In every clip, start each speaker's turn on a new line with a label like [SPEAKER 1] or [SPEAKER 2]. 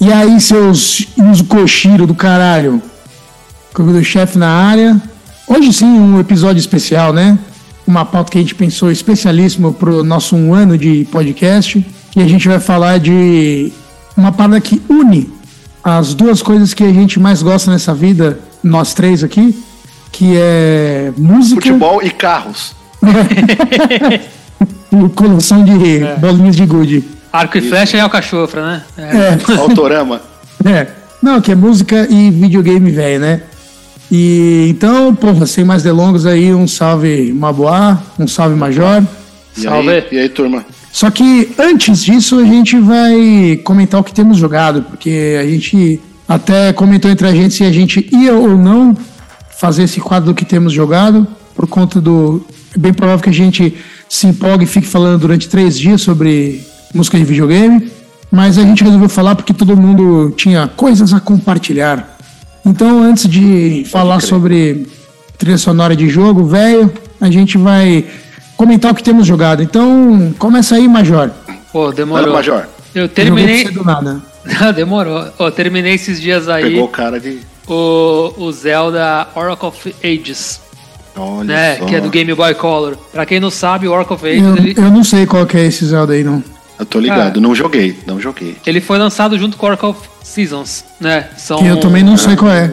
[SPEAKER 1] E aí, seus Yuzukoshiro do caralho? Comedor-chefe na área. Hoje sim, um episódio especial, né? Uma pauta que a gente pensou especialíssimo pro nosso um ano de podcast. E a gente vai falar de uma parada que une as duas coisas que a gente mais gosta nessa vida, nós três aqui, que é música.
[SPEAKER 2] Futebol e carros.
[SPEAKER 1] e coloção de bolinhas de gude.
[SPEAKER 3] Arco e flecha é o cachofra, né?
[SPEAKER 1] É.
[SPEAKER 2] Autorama.
[SPEAKER 1] É. Não, que é música e videogame velho, né? E então, porra, sem mais delongas aí, um salve Maboá, um salve Major.
[SPEAKER 2] E
[SPEAKER 3] Salve.
[SPEAKER 2] aí, e aí, turma?
[SPEAKER 1] Só que antes disso, a gente vai comentar o que temos jogado, porque a gente até comentou entre a gente se a gente ia ou não fazer esse quadro do que temos jogado, por conta do. É bem provável que a gente se empolgue e fique falando durante três dias sobre música de videogame, mas a gente resolveu falar porque todo mundo tinha coisas a compartilhar. Então, antes de falar sobre trilha sonora de jogo, velho, a gente vai comentar o que temos jogado. Então, começa aí, Major.
[SPEAKER 3] Pô,
[SPEAKER 2] Olha
[SPEAKER 3] demorou.
[SPEAKER 2] o Major.
[SPEAKER 3] Eu
[SPEAKER 1] Joguei
[SPEAKER 3] terminei.
[SPEAKER 1] pra você do nada.
[SPEAKER 3] Não, demorou. Ó, terminei esses dias aí
[SPEAKER 2] Pegou o cara de.
[SPEAKER 3] o, o Zelda Oracle of Ages,
[SPEAKER 2] Olha
[SPEAKER 3] né?
[SPEAKER 2] só.
[SPEAKER 3] Que é do Game Boy Color. Pra quem não sabe, o Oracle of Ages, ele,
[SPEAKER 1] Eu, eu não sei qual que é esse Zelda aí, não.
[SPEAKER 2] Eu tô
[SPEAKER 3] Ah.
[SPEAKER 2] ligado, não joguei, não joguei.
[SPEAKER 3] ele foi lançado junto com o Oracle of Seasons, né? São...
[SPEAKER 1] Que eu também não sei qual é.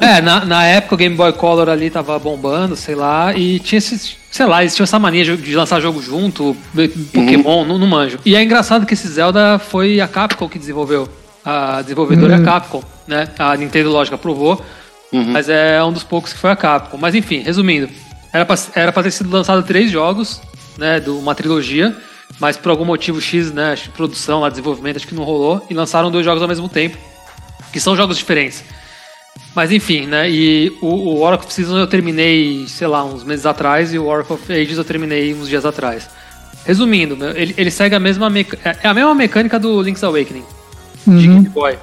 [SPEAKER 3] É, na, na época o Game Boy Color ali tava bombando, sei lá, e tinha esses. Sei lá, eles tinham essa mania de- de lançar jogo junto, de- Pokémon, não, não manjo. E é engraçado que esse Zelda foi a Capcom que desenvolveu. A desenvolvedora é a Capcom, né? A Nintendo, lógico, aprovou, mas é um dos poucos que foi a Capcom. Mas enfim, resumindo, era pra, era pra ter sido lançado três jogos, né? De uma trilogia, mas por algum motivo X, né? acho que Produção, lá, desenvolvimento, acho que não rolou, e lançaram dois jogos ao mesmo tempo, que são jogos diferentes. Mas enfim, né? E o, o Oracle of Seasons eu terminei, sei lá, uns meses atrás, e o Oracle of Ages eu terminei uns dias atrás. Resumindo, meu, ele, ele segue a mesma meca- é a mesma mecânica do Link's Awakening de Game Boy.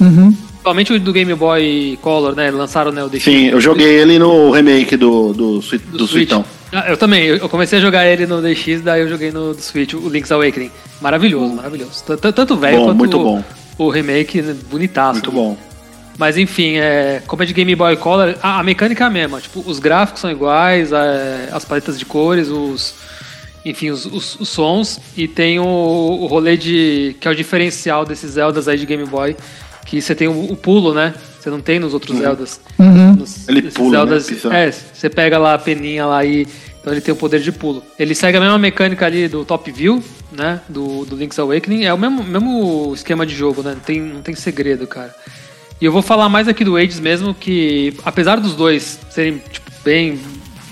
[SPEAKER 1] Uhum.
[SPEAKER 3] Principalmente o do Game Boy Color, né? Lançaram né, o The
[SPEAKER 2] Sim, eu joguei ele no remake do, do, Sui- do, Suitão.
[SPEAKER 3] Ah, Eu também, eu eu comecei a jogar ele no DX, daí eu joguei no do Switch, o Link's Awakening. Maravilhoso, maravilhoso. T- t- Tanto o velho
[SPEAKER 2] Bom,
[SPEAKER 3] quanto
[SPEAKER 2] muito
[SPEAKER 3] o-
[SPEAKER 2] bom.
[SPEAKER 3] o remake, né, bonitaço.
[SPEAKER 2] Muito bom.
[SPEAKER 3] Mas enfim, é, como é de Game Boy Color, a, a mecânica é a mesma. Tipo, os gráficos são iguais, é, as paletas de cores, os. Enfim, os, os- os sons. E tem o, o rolê de. que é o diferencial desses Zeldas aí de Game Boy. Que você tem o, o pulo, né? Você não tem nos outros Zeldas. Nos-
[SPEAKER 2] Uhum. Ele
[SPEAKER 3] esses
[SPEAKER 2] pula, né? Bizarro.
[SPEAKER 3] É, você pega lá a peninha lá e. Então ele tem o poder de pulo. Ele segue a mesma mecânica ali do Top View, né? Do, do Link's Awakening. É o mesmo, mesmo esquema de jogo, né? Não tem, não tem segredo, cara. E eu vou falar mais aqui do Ages mesmo, que apesar dos dois serem, tipo, bem.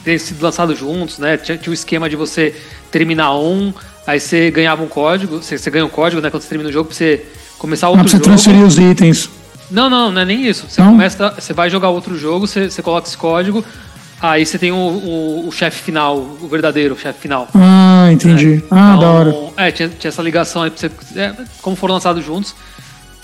[SPEAKER 3] terem sido lançados juntos, né? Tinha, tinha o esquema de você terminar um, aí você ganhava um código, você, você ganha um código, né? Quando você termina o jogo, pra você começar
[SPEAKER 1] Ah,
[SPEAKER 3] outro
[SPEAKER 1] pra você
[SPEAKER 3] jogo.
[SPEAKER 1] transferir os itens.
[SPEAKER 3] Não, não, não é nem isso. Você
[SPEAKER 1] Não?
[SPEAKER 3] começa, você vai jogar outro jogo, você, você coloca esse código, aí você tem o, o- o chefe final, o verdadeiro chefe final. Né?
[SPEAKER 1] Ah, entendi. Ah, da hora.
[SPEAKER 3] É, tinha, tinha essa ligação aí pra você. é, como foram lançados juntos,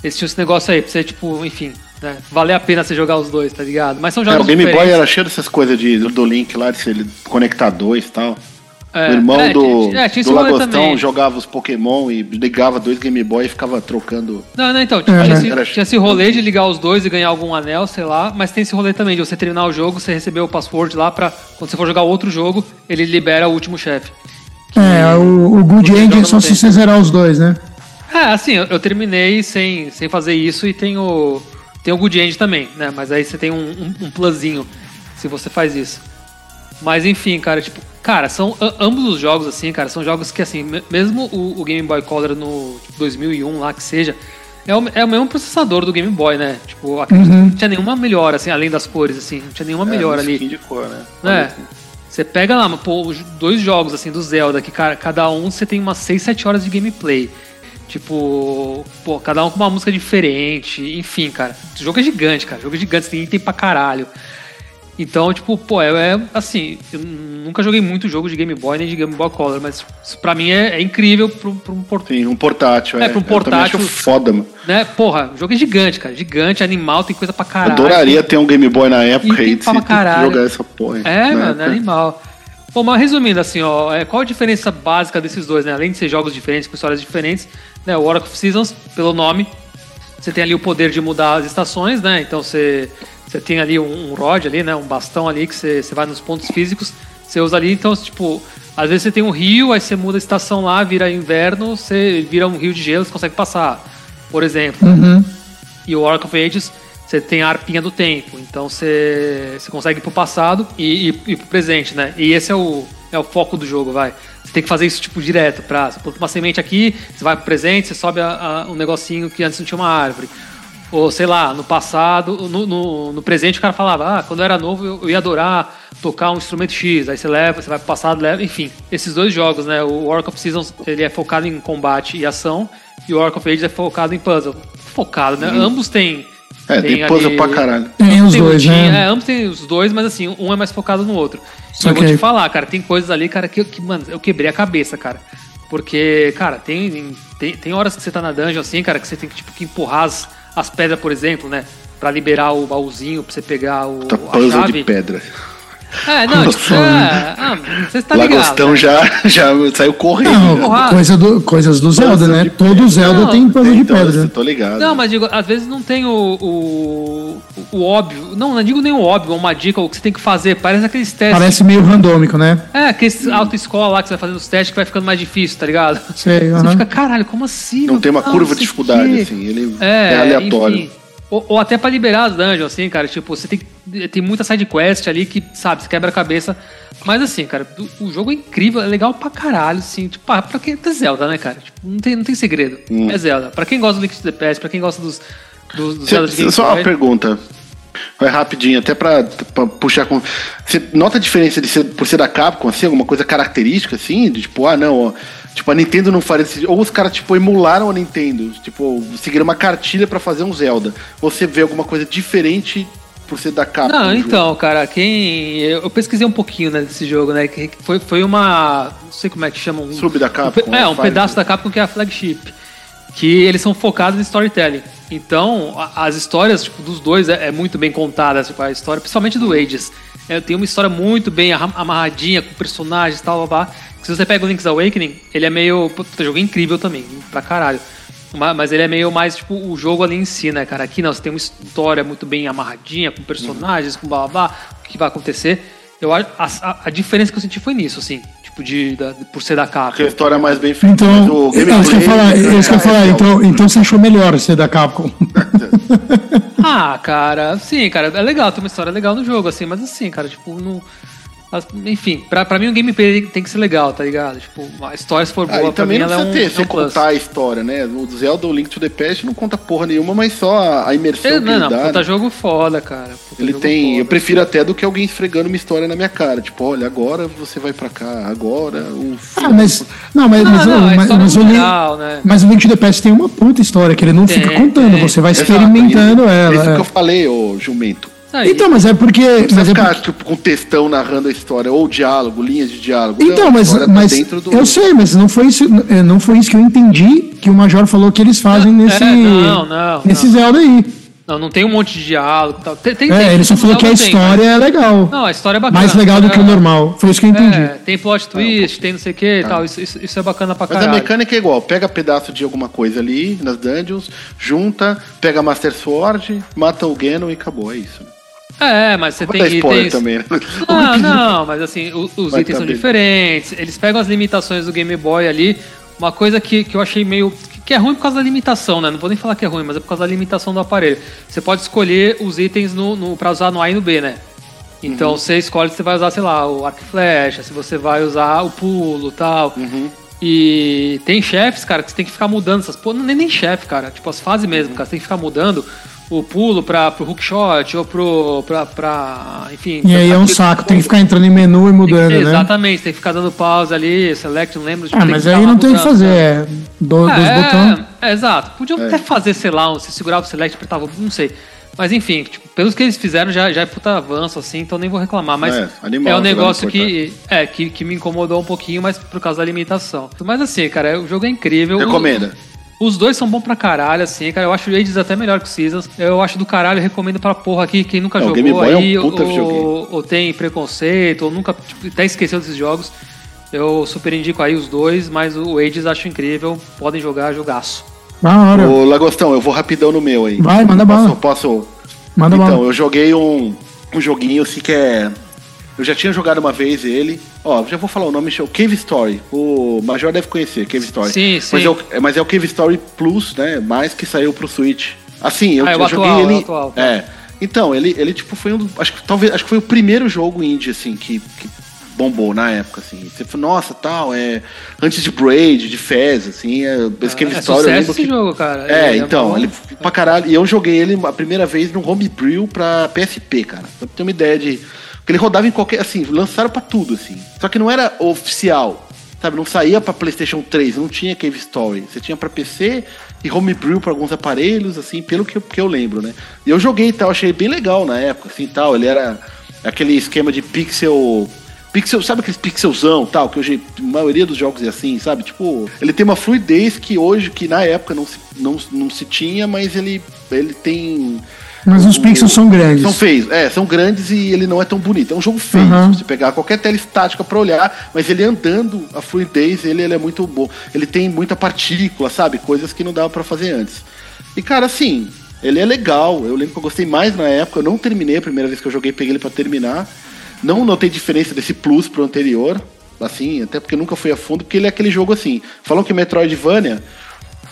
[SPEAKER 3] eles tinham esse negócio aí, pra você, tipo, enfim, né? Valer a pena você jogar os dois, tá ligado? Mas são
[SPEAKER 2] É,
[SPEAKER 3] jogos
[SPEAKER 2] o Game Boy
[SPEAKER 3] diferentes.
[SPEAKER 2] era cheio dessas coisas de, do Link lá, de se ele conectar dois e tal.
[SPEAKER 3] É,
[SPEAKER 2] o irmão
[SPEAKER 3] é,
[SPEAKER 2] do,
[SPEAKER 3] tinha- é, tinha esse
[SPEAKER 2] do
[SPEAKER 3] rolê
[SPEAKER 2] Lagostão
[SPEAKER 3] também.
[SPEAKER 2] jogava os Pokémon e ligava dois Game Boy e ficava trocando.
[SPEAKER 3] Não, não, então, tinha,
[SPEAKER 1] É,
[SPEAKER 3] tinha
[SPEAKER 1] né?
[SPEAKER 3] esse,
[SPEAKER 2] Era-
[SPEAKER 3] tinha esse rolê de ligar os dois e ganhar algum anel, sei lá, mas tem esse rolê também de você terminar o jogo, você receber o password lá pra, quando você for jogar outro jogo, ele libera o último chefe.
[SPEAKER 1] É, o, o Good
[SPEAKER 3] Você
[SPEAKER 1] End é
[SPEAKER 3] joga
[SPEAKER 1] só
[SPEAKER 3] no
[SPEAKER 1] se
[SPEAKER 3] tempo.
[SPEAKER 1] você zerar os dois, né?
[SPEAKER 3] É, assim, eu, eu terminei sem, sem fazer isso e tem o, tem o Good End também, né? Mas aí você tem um, um, um plusinho se você faz isso. Mas enfim, cara, tipo, cara, são a- ambos os jogos, assim, cara, são jogos que, assim, me- mesmo o, o Game Boy Color no tipo, 2001 lá que seja, é o, é o mesmo processador do Game Boy, né? Tipo, acredito que não tinha nenhuma melhora, assim, além das cores, assim, não tinha nenhuma melhora
[SPEAKER 2] um
[SPEAKER 3] ali.
[SPEAKER 2] skin de cor, né?
[SPEAKER 3] É. Você pega lá, pô, os dois jogos assim do Zelda, que cara, cada um você tem umas 6, 7 horas de gameplay. Tipo, pô, cada um com uma música diferente, enfim, cara. O jogo é gigante, cara. O jogo é gigante, você tem item pra caralho. Então, tipo, pô, é, é, assim, eu nunca joguei muito jogo de Game Boy nem de Game Boy Color, mas isso pra mim é, é incrível pra um- pra um portão.
[SPEAKER 2] Sim, um portátil.
[SPEAKER 3] É, pra um
[SPEAKER 2] Eu também acho
[SPEAKER 3] portátil.
[SPEAKER 2] foda, mano.
[SPEAKER 3] Né? Porra, o jogo é gigante, cara. Gigante, animal, tem coisa pra caralho.
[SPEAKER 2] Adoraria ter um Game Boy na época
[SPEAKER 3] Item
[SPEAKER 2] e, de
[SPEAKER 3] pra
[SPEAKER 2] se- de
[SPEAKER 3] caralho.
[SPEAKER 2] jogar essa porra. né? na
[SPEAKER 3] É, mano, é
[SPEAKER 2] época.
[SPEAKER 3] animal. Bom, mas resumindo, assim, ó, é, qual a diferença básica desses dois, né? Além de ser jogos diferentes, com histórias diferentes, né? O Oracle of Seasons, pelo nome, Você tem ali o poder de mudar as estações, né? Então você, você tem ali um, um rod ali, né? Um bastão ali que você, você vai nos pontos físicos, você usa ali, então, tipo, às vezes você tem um rio, aí você muda a estação lá, vira inverno, você vira um rio de gelo, você consegue passar, por exemplo.
[SPEAKER 1] Uhum.
[SPEAKER 3] E o Oracle of Ages, você tem a arpinha do tempo, então você, você consegue ir pro passado e, e, e pro presente, né? E esse é o, é o foco do jogo, vai. Você tem que fazer isso, tipo, direto, pra... Você planta uma semente aqui, você vai pro presente, você sobe a- a- um negocinho que antes não tinha uma árvore. Ou, sei lá, no passado, no, no- no presente o cara falava, ah, quando eu era novo eu, eu ia adorar tocar um instrumento X, aí você leva, você vai pro passado, leva, enfim. Esses dois jogos, né, o Oracle of Seasons, ele é focado em combate e ação, e o Oracle of Ages é focado em puzzle. Focado, né, ambos têm...
[SPEAKER 2] Hum. É,
[SPEAKER 3] têm
[SPEAKER 2] tem puzzle
[SPEAKER 3] ali-
[SPEAKER 2] pra caralho.
[SPEAKER 1] Tem os
[SPEAKER 3] tem
[SPEAKER 1] dois,
[SPEAKER 3] um time-
[SPEAKER 1] né?
[SPEAKER 3] É, ambos tem os dois, mas assim, um é mais focado no outro.
[SPEAKER 1] Só
[SPEAKER 3] e eu vou
[SPEAKER 1] que-
[SPEAKER 3] te falar, cara, tem coisas ali, cara, que, eu- que mano, eu quebrei a cabeça, cara. Porque, cara, tem, tem, tem horas que você tá na dungeon assim, cara, que você tem que, tipo, que empurrar as, as pedras, por exemplo, né? Pra liberar o baúzinho, pra você pegar o,
[SPEAKER 2] Tá
[SPEAKER 3] a
[SPEAKER 2] puzzle de
[SPEAKER 3] chave.
[SPEAKER 2] pedra.
[SPEAKER 3] É, não,
[SPEAKER 1] Nossa,
[SPEAKER 3] tipo, é, ah, você tá ligado.
[SPEAKER 2] Lagostão já, já saiu correndo.
[SPEAKER 1] Não,
[SPEAKER 3] porrada.
[SPEAKER 1] coisa do, coisas do Zelda, né?
[SPEAKER 2] de
[SPEAKER 1] Todo
[SPEAKER 2] pedra.
[SPEAKER 1] Zelda
[SPEAKER 3] Não,
[SPEAKER 1] tem puzzle de
[SPEAKER 2] Então,
[SPEAKER 1] pedra.
[SPEAKER 2] eu Tô ligado.
[SPEAKER 3] Não, mas digo, às vezes não tem o, o, o óbvio. Não, não digo nem o óbvio, uma dica, o que você tem que fazer. Parece aqueles testes
[SPEAKER 1] Parece meio randômico, né?
[SPEAKER 3] É, aquele autoescola lá que você vai fazendo os testes que vai ficando mais difícil, tá ligado?
[SPEAKER 1] Sei,
[SPEAKER 3] Você
[SPEAKER 1] aham.
[SPEAKER 3] fica, caralho, como assim?
[SPEAKER 2] Não tem uma
[SPEAKER 3] Ah,
[SPEAKER 2] curva
[SPEAKER 3] sei
[SPEAKER 2] de dificuldade,
[SPEAKER 3] quê."
[SPEAKER 2] assim. Ele
[SPEAKER 3] É,
[SPEAKER 2] é, aleatório.
[SPEAKER 3] enfim. Ou, ou até pra liberar as dungeons, assim, cara. Tipo, você tem, que- tem muita side quest ali que, sabe, você quebra a cabeça. Mas assim, cara, o, o jogo é incrível, é legal pra caralho, assim. Tipo, ah, pra quem é Zelda, né, cara? Tipo, não, tem, não tem segredo.
[SPEAKER 2] Hum.
[SPEAKER 3] É Zelda. Pra quem gosta do Link to the Past, pra quem gosta dos, dos, dos
[SPEAKER 2] Cê-
[SPEAKER 3] Zelda de
[SPEAKER 2] cê-
[SPEAKER 3] Game
[SPEAKER 2] só uma
[SPEAKER 3] Boy.
[SPEAKER 2] pergunta. Vai rapidinho, até pra, pra puxar com. Você nota a diferença de ser, por ser da Capcom, assim, alguma coisa característica, assim? De tipo, ah, não, ó. Tipo, a Nintendo não faria esse. Ou os caras, tipo, emularam a Nintendo. Tipo, seguiram uma cartilha pra fazer um Zelda. Ou Você vê alguma coisa diferente por ser da Capcom?
[SPEAKER 3] Não,
[SPEAKER 2] no jogo?
[SPEAKER 3] então, cara, quem. Eu eu pesquisei um pouquinho né, desse jogo, né? Que que foi, foi uma. Não sei como é que chama. Um,
[SPEAKER 2] Sub da Capcom,
[SPEAKER 3] um pe- é, um
[SPEAKER 2] Fire-
[SPEAKER 3] pedaço da Capcom que é a flagship. Que eles são focados em storytelling. Então, a- as histórias tipo, dos dois é, é muito bem contada, tipo, a história, principalmente do Ages. É, tem uma história muito bem arra- amarradinha, com personagens e tal, blá, blá. Se você pega o Link's Awakening, ele é meio. Puta, jogo incrível também, pra caralho. Ma- Mas ele é meio mais tipo o jogo ali em si, né, cara? Aqui não, você tem uma história muito bem amarradinha, com personagens, com blá blá blá, o que vai acontecer. Eu acho a, a- a diferença que eu senti foi nisso, assim, tipo, de, da- de- por ser da capa.
[SPEAKER 2] Porque a história é mais bem feita. mas
[SPEAKER 1] Então, é isso que eu ia falar, é isso que eu ia falar.
[SPEAKER 2] um-
[SPEAKER 1] Então, então você achou melhor ser da Capcom.
[SPEAKER 3] Ah, cara, sim, cara, é legal, tem uma história legal no jogo, assim, mas assim, cara, tipo, não. as- Enfim, pra, pra mim o gameplay tem que ser legal, tá ligado? Tipo, a história se for
[SPEAKER 2] Ah,
[SPEAKER 3] boa,
[SPEAKER 2] e
[SPEAKER 3] pra
[SPEAKER 2] também
[SPEAKER 3] mim
[SPEAKER 2] não
[SPEAKER 3] ela é
[SPEAKER 2] precisa
[SPEAKER 3] um,
[SPEAKER 2] ter,
[SPEAKER 3] é
[SPEAKER 2] você
[SPEAKER 3] um plus.
[SPEAKER 2] contar a história, né? O Zelda, o Link to the Past, não conta porra nenhuma, mas só a- a imersão
[SPEAKER 3] Ele-
[SPEAKER 2] que
[SPEAKER 3] É, Não,
[SPEAKER 2] ele
[SPEAKER 3] não,
[SPEAKER 2] dá.
[SPEAKER 3] puta
[SPEAKER 2] né?
[SPEAKER 3] jogo foda, cara. puta
[SPEAKER 2] Ele
[SPEAKER 3] jogo
[SPEAKER 2] tem.
[SPEAKER 3] foda. assim.
[SPEAKER 2] Eu prefiro até do que alguém esfregando uma história na minha cara. Tipo, olha, agora você vai pra cá, agora um o.
[SPEAKER 1] Ah, mas. Não, mas,
[SPEAKER 3] Não,
[SPEAKER 1] mas,
[SPEAKER 3] não, a
[SPEAKER 1] mas,
[SPEAKER 3] história
[SPEAKER 1] mas
[SPEAKER 3] é
[SPEAKER 1] o Link-
[SPEAKER 3] legal, né?
[SPEAKER 1] mas o Link to the Past tem uma puta história que ele não
[SPEAKER 3] Tem,
[SPEAKER 1] fica contando,
[SPEAKER 3] tem.
[SPEAKER 1] você vai
[SPEAKER 2] Exato,
[SPEAKER 1] experimentando
[SPEAKER 2] isso-
[SPEAKER 1] ela.
[SPEAKER 2] Isso
[SPEAKER 1] é.
[SPEAKER 2] que eu falei, ô Jumento.
[SPEAKER 3] Aí.
[SPEAKER 1] Então, mas é porque.
[SPEAKER 2] Não precisa
[SPEAKER 1] mas é
[SPEAKER 2] ficar
[SPEAKER 1] porque-
[SPEAKER 2] tipo, com textão narrando a história, ou diálogo, linhas de diálogo. Não,
[SPEAKER 1] Então,
[SPEAKER 2] a
[SPEAKER 1] mas,
[SPEAKER 2] história tá
[SPEAKER 1] mas
[SPEAKER 2] dentro do.
[SPEAKER 1] eu sei, mas não foi isso, eh, não foi isso que eu entendi que o Major falou que eles fazem
[SPEAKER 3] Não, é,
[SPEAKER 1] nesse
[SPEAKER 3] não, não,
[SPEAKER 1] nesse Zelda aí.
[SPEAKER 3] Não, não tem um monte de diálogo e tal. Tem, tem, tem,
[SPEAKER 1] É, ele só
[SPEAKER 3] no
[SPEAKER 1] falou que a
[SPEAKER 3] final tem,
[SPEAKER 1] história é legal,
[SPEAKER 3] mas- Não, a história é bacana.
[SPEAKER 1] mais legal do que o
[SPEAKER 3] É,
[SPEAKER 1] normal. Foi isso que eu Tá. entendi.
[SPEAKER 3] É, tem plot twist, tem não sei o que e tal. Isso, isso, isso é bacana pra
[SPEAKER 2] Mas
[SPEAKER 3] caralho.
[SPEAKER 2] a mecânica é igual, pega pedaço de alguma coisa ali nas dungeons, junta, pega Master Sword, mata o Ganon e acabou, é isso.
[SPEAKER 3] É, mas você
[SPEAKER 2] Vai
[SPEAKER 3] tem
[SPEAKER 2] dar
[SPEAKER 3] que.
[SPEAKER 2] spoiler
[SPEAKER 3] tem-
[SPEAKER 2] também, né?
[SPEAKER 3] Não, Ah, não, mas assim, o- os
[SPEAKER 2] Vai
[SPEAKER 3] itens são
[SPEAKER 2] saber.
[SPEAKER 3] diferentes. Eles pegam as limitações do Game Boy ali. Uma coisa que, que eu achei meio. que- que é ruim por causa da limitação, né? Não vou nem falar que é ruim, mas é por causa da limitação do aparelho. Você pode escolher os itens no, no, pra usar no A e no B, né? Então você escolhe se você vai usar, sei lá, o arco e flecha, se você vai usar o pulo e tal. E tem chefes, cara, que você tem que ficar mudando essas porra. Nem, nem chefe, cara. Tipo, as fases mesmo, cara. Você tem que ficar mudando o pulo pra, pro hookshot ou pro. pra. pra enfim.
[SPEAKER 1] E
[SPEAKER 3] pra-
[SPEAKER 1] aí é um
[SPEAKER 3] aquele-
[SPEAKER 1] saco, tem que ficar entrando em menu e mudando, né?
[SPEAKER 3] Exatamente, tem que ficar dando pausa ali, select, não lembro. tipo,
[SPEAKER 1] Ah,
[SPEAKER 3] tem
[SPEAKER 1] mas
[SPEAKER 3] que ficar
[SPEAKER 1] aí
[SPEAKER 3] lá
[SPEAKER 1] não tem o que
[SPEAKER 3] mudando,
[SPEAKER 1] fazer,
[SPEAKER 3] né?
[SPEAKER 1] é do-
[SPEAKER 3] Ah,
[SPEAKER 1] dois
[SPEAKER 3] é,
[SPEAKER 1] botões.
[SPEAKER 3] é, exato. Podiam até fazer, sei lá, um, se segurar o select, apertava, o- não sei. Mas enfim, tipo, pelos que eles fizeram já, já é puta avanço, assim, então nem vou reclamar. Mas
[SPEAKER 2] É,
[SPEAKER 3] é,
[SPEAKER 2] animal, jogar
[SPEAKER 3] um
[SPEAKER 2] no
[SPEAKER 3] negócio que,
[SPEAKER 2] portátil.
[SPEAKER 3] é, que, que me incomodou um pouquinho, mas por causa da limitação. Mas assim, cara, o jogo é incrível.
[SPEAKER 2] Recomenda.
[SPEAKER 3] Os dois são bons pra caralho, assim, cara. Eu acho o Ages até melhor que o Seasons. Eu acho do caralho, eu recomendo pra porra aqui. Quem nunca
[SPEAKER 2] Não, o
[SPEAKER 3] jogou
[SPEAKER 2] Game Boy é um
[SPEAKER 3] aí,
[SPEAKER 2] puta
[SPEAKER 3] ou,
[SPEAKER 2] videogame.
[SPEAKER 3] ou tem preconceito, ou nunca tipo, até esqueceu desses jogos, eu super indico aí os dois, mas o Ages acho incrível. Podem jogar, jogaço.
[SPEAKER 1] Na hora.
[SPEAKER 2] Ô, Lagostão, eu vou rapidão no meu aí.
[SPEAKER 1] Vai, manda
[SPEAKER 2] posso,
[SPEAKER 1] bala.
[SPEAKER 2] Posso.
[SPEAKER 1] Manda
[SPEAKER 2] então,
[SPEAKER 1] bala.
[SPEAKER 2] eu joguei um, um joguinho assim que é. Eu já tinha jogado uma vez ele. Ó, já vou falar o nome, é o Cave Story. O Major deve conhecer, Cave Story.
[SPEAKER 3] Sim,
[SPEAKER 2] Mas
[SPEAKER 3] sim.
[SPEAKER 2] é, o, é- mas é o Cave Story Plus, né? Mais que saiu pro Switch. Assim, eu,
[SPEAKER 3] Ah, é o
[SPEAKER 2] eu joguei
[SPEAKER 3] atual, é o
[SPEAKER 2] ele.
[SPEAKER 3] atual.
[SPEAKER 2] É. Então, ele, ele tipo foi um dos, acho que talvez, acho que foi o primeiro jogo indie assim que, que bombou na época assim. Você falou, nossa, tal, é antes de Braid, de Fez, assim, é, esse Cave Story
[SPEAKER 3] é
[SPEAKER 2] eu
[SPEAKER 3] sucesso
[SPEAKER 2] lembro
[SPEAKER 3] esse
[SPEAKER 2] que
[SPEAKER 3] jogo, cara.
[SPEAKER 2] é,
[SPEAKER 3] Ele
[SPEAKER 2] então,
[SPEAKER 3] bom.
[SPEAKER 2] ele pra caralho. E eu joguei ele a primeira vez no Homebrew pra PSP, cara. Pra ter uma ideia de. Porque ele rodava em qualquer. Assim, lançaram pra tudo, assim. Só que não era oficial. Sabe, não saía pra PlayStation 3, não tinha Cave Story. Você tinha pra PC e Homebrew pra alguns aparelhos, assim, pelo que, eu- que eu lembro, né? E eu joguei e tal, achei bem legal na época, assim tal. Ele era aquele esquema de pixel Pixel, sabe aqueles pixelzão tal, que hoje a maioria dos jogos é assim, sabe? Tipo, ele tem uma fluidez que hoje, que na época não se, não, não se tinha, mas ele, ele tem.
[SPEAKER 1] Mas os pixels são grandes.
[SPEAKER 2] São feios, é, são grandes e ele não é tão bonito. É um jogo feio,
[SPEAKER 1] Aham.
[SPEAKER 2] se você pegar qualquer tela estática pra olhar, mas ele andando, a fluidez, ele, ele é muito bom. Ele tem muita partícula, sabe? Coisas que não dava pra fazer antes. E cara, assim, ele é legal. Eu lembro que eu gostei mais na época, eu não terminei a primeira vez que eu joguei, peguei ele pra terminar. Não notei diferença desse plus pro anterior, assim, até porque eu nunca fui a fundo, porque ele é aquele jogo assim. Falam que Metroidvania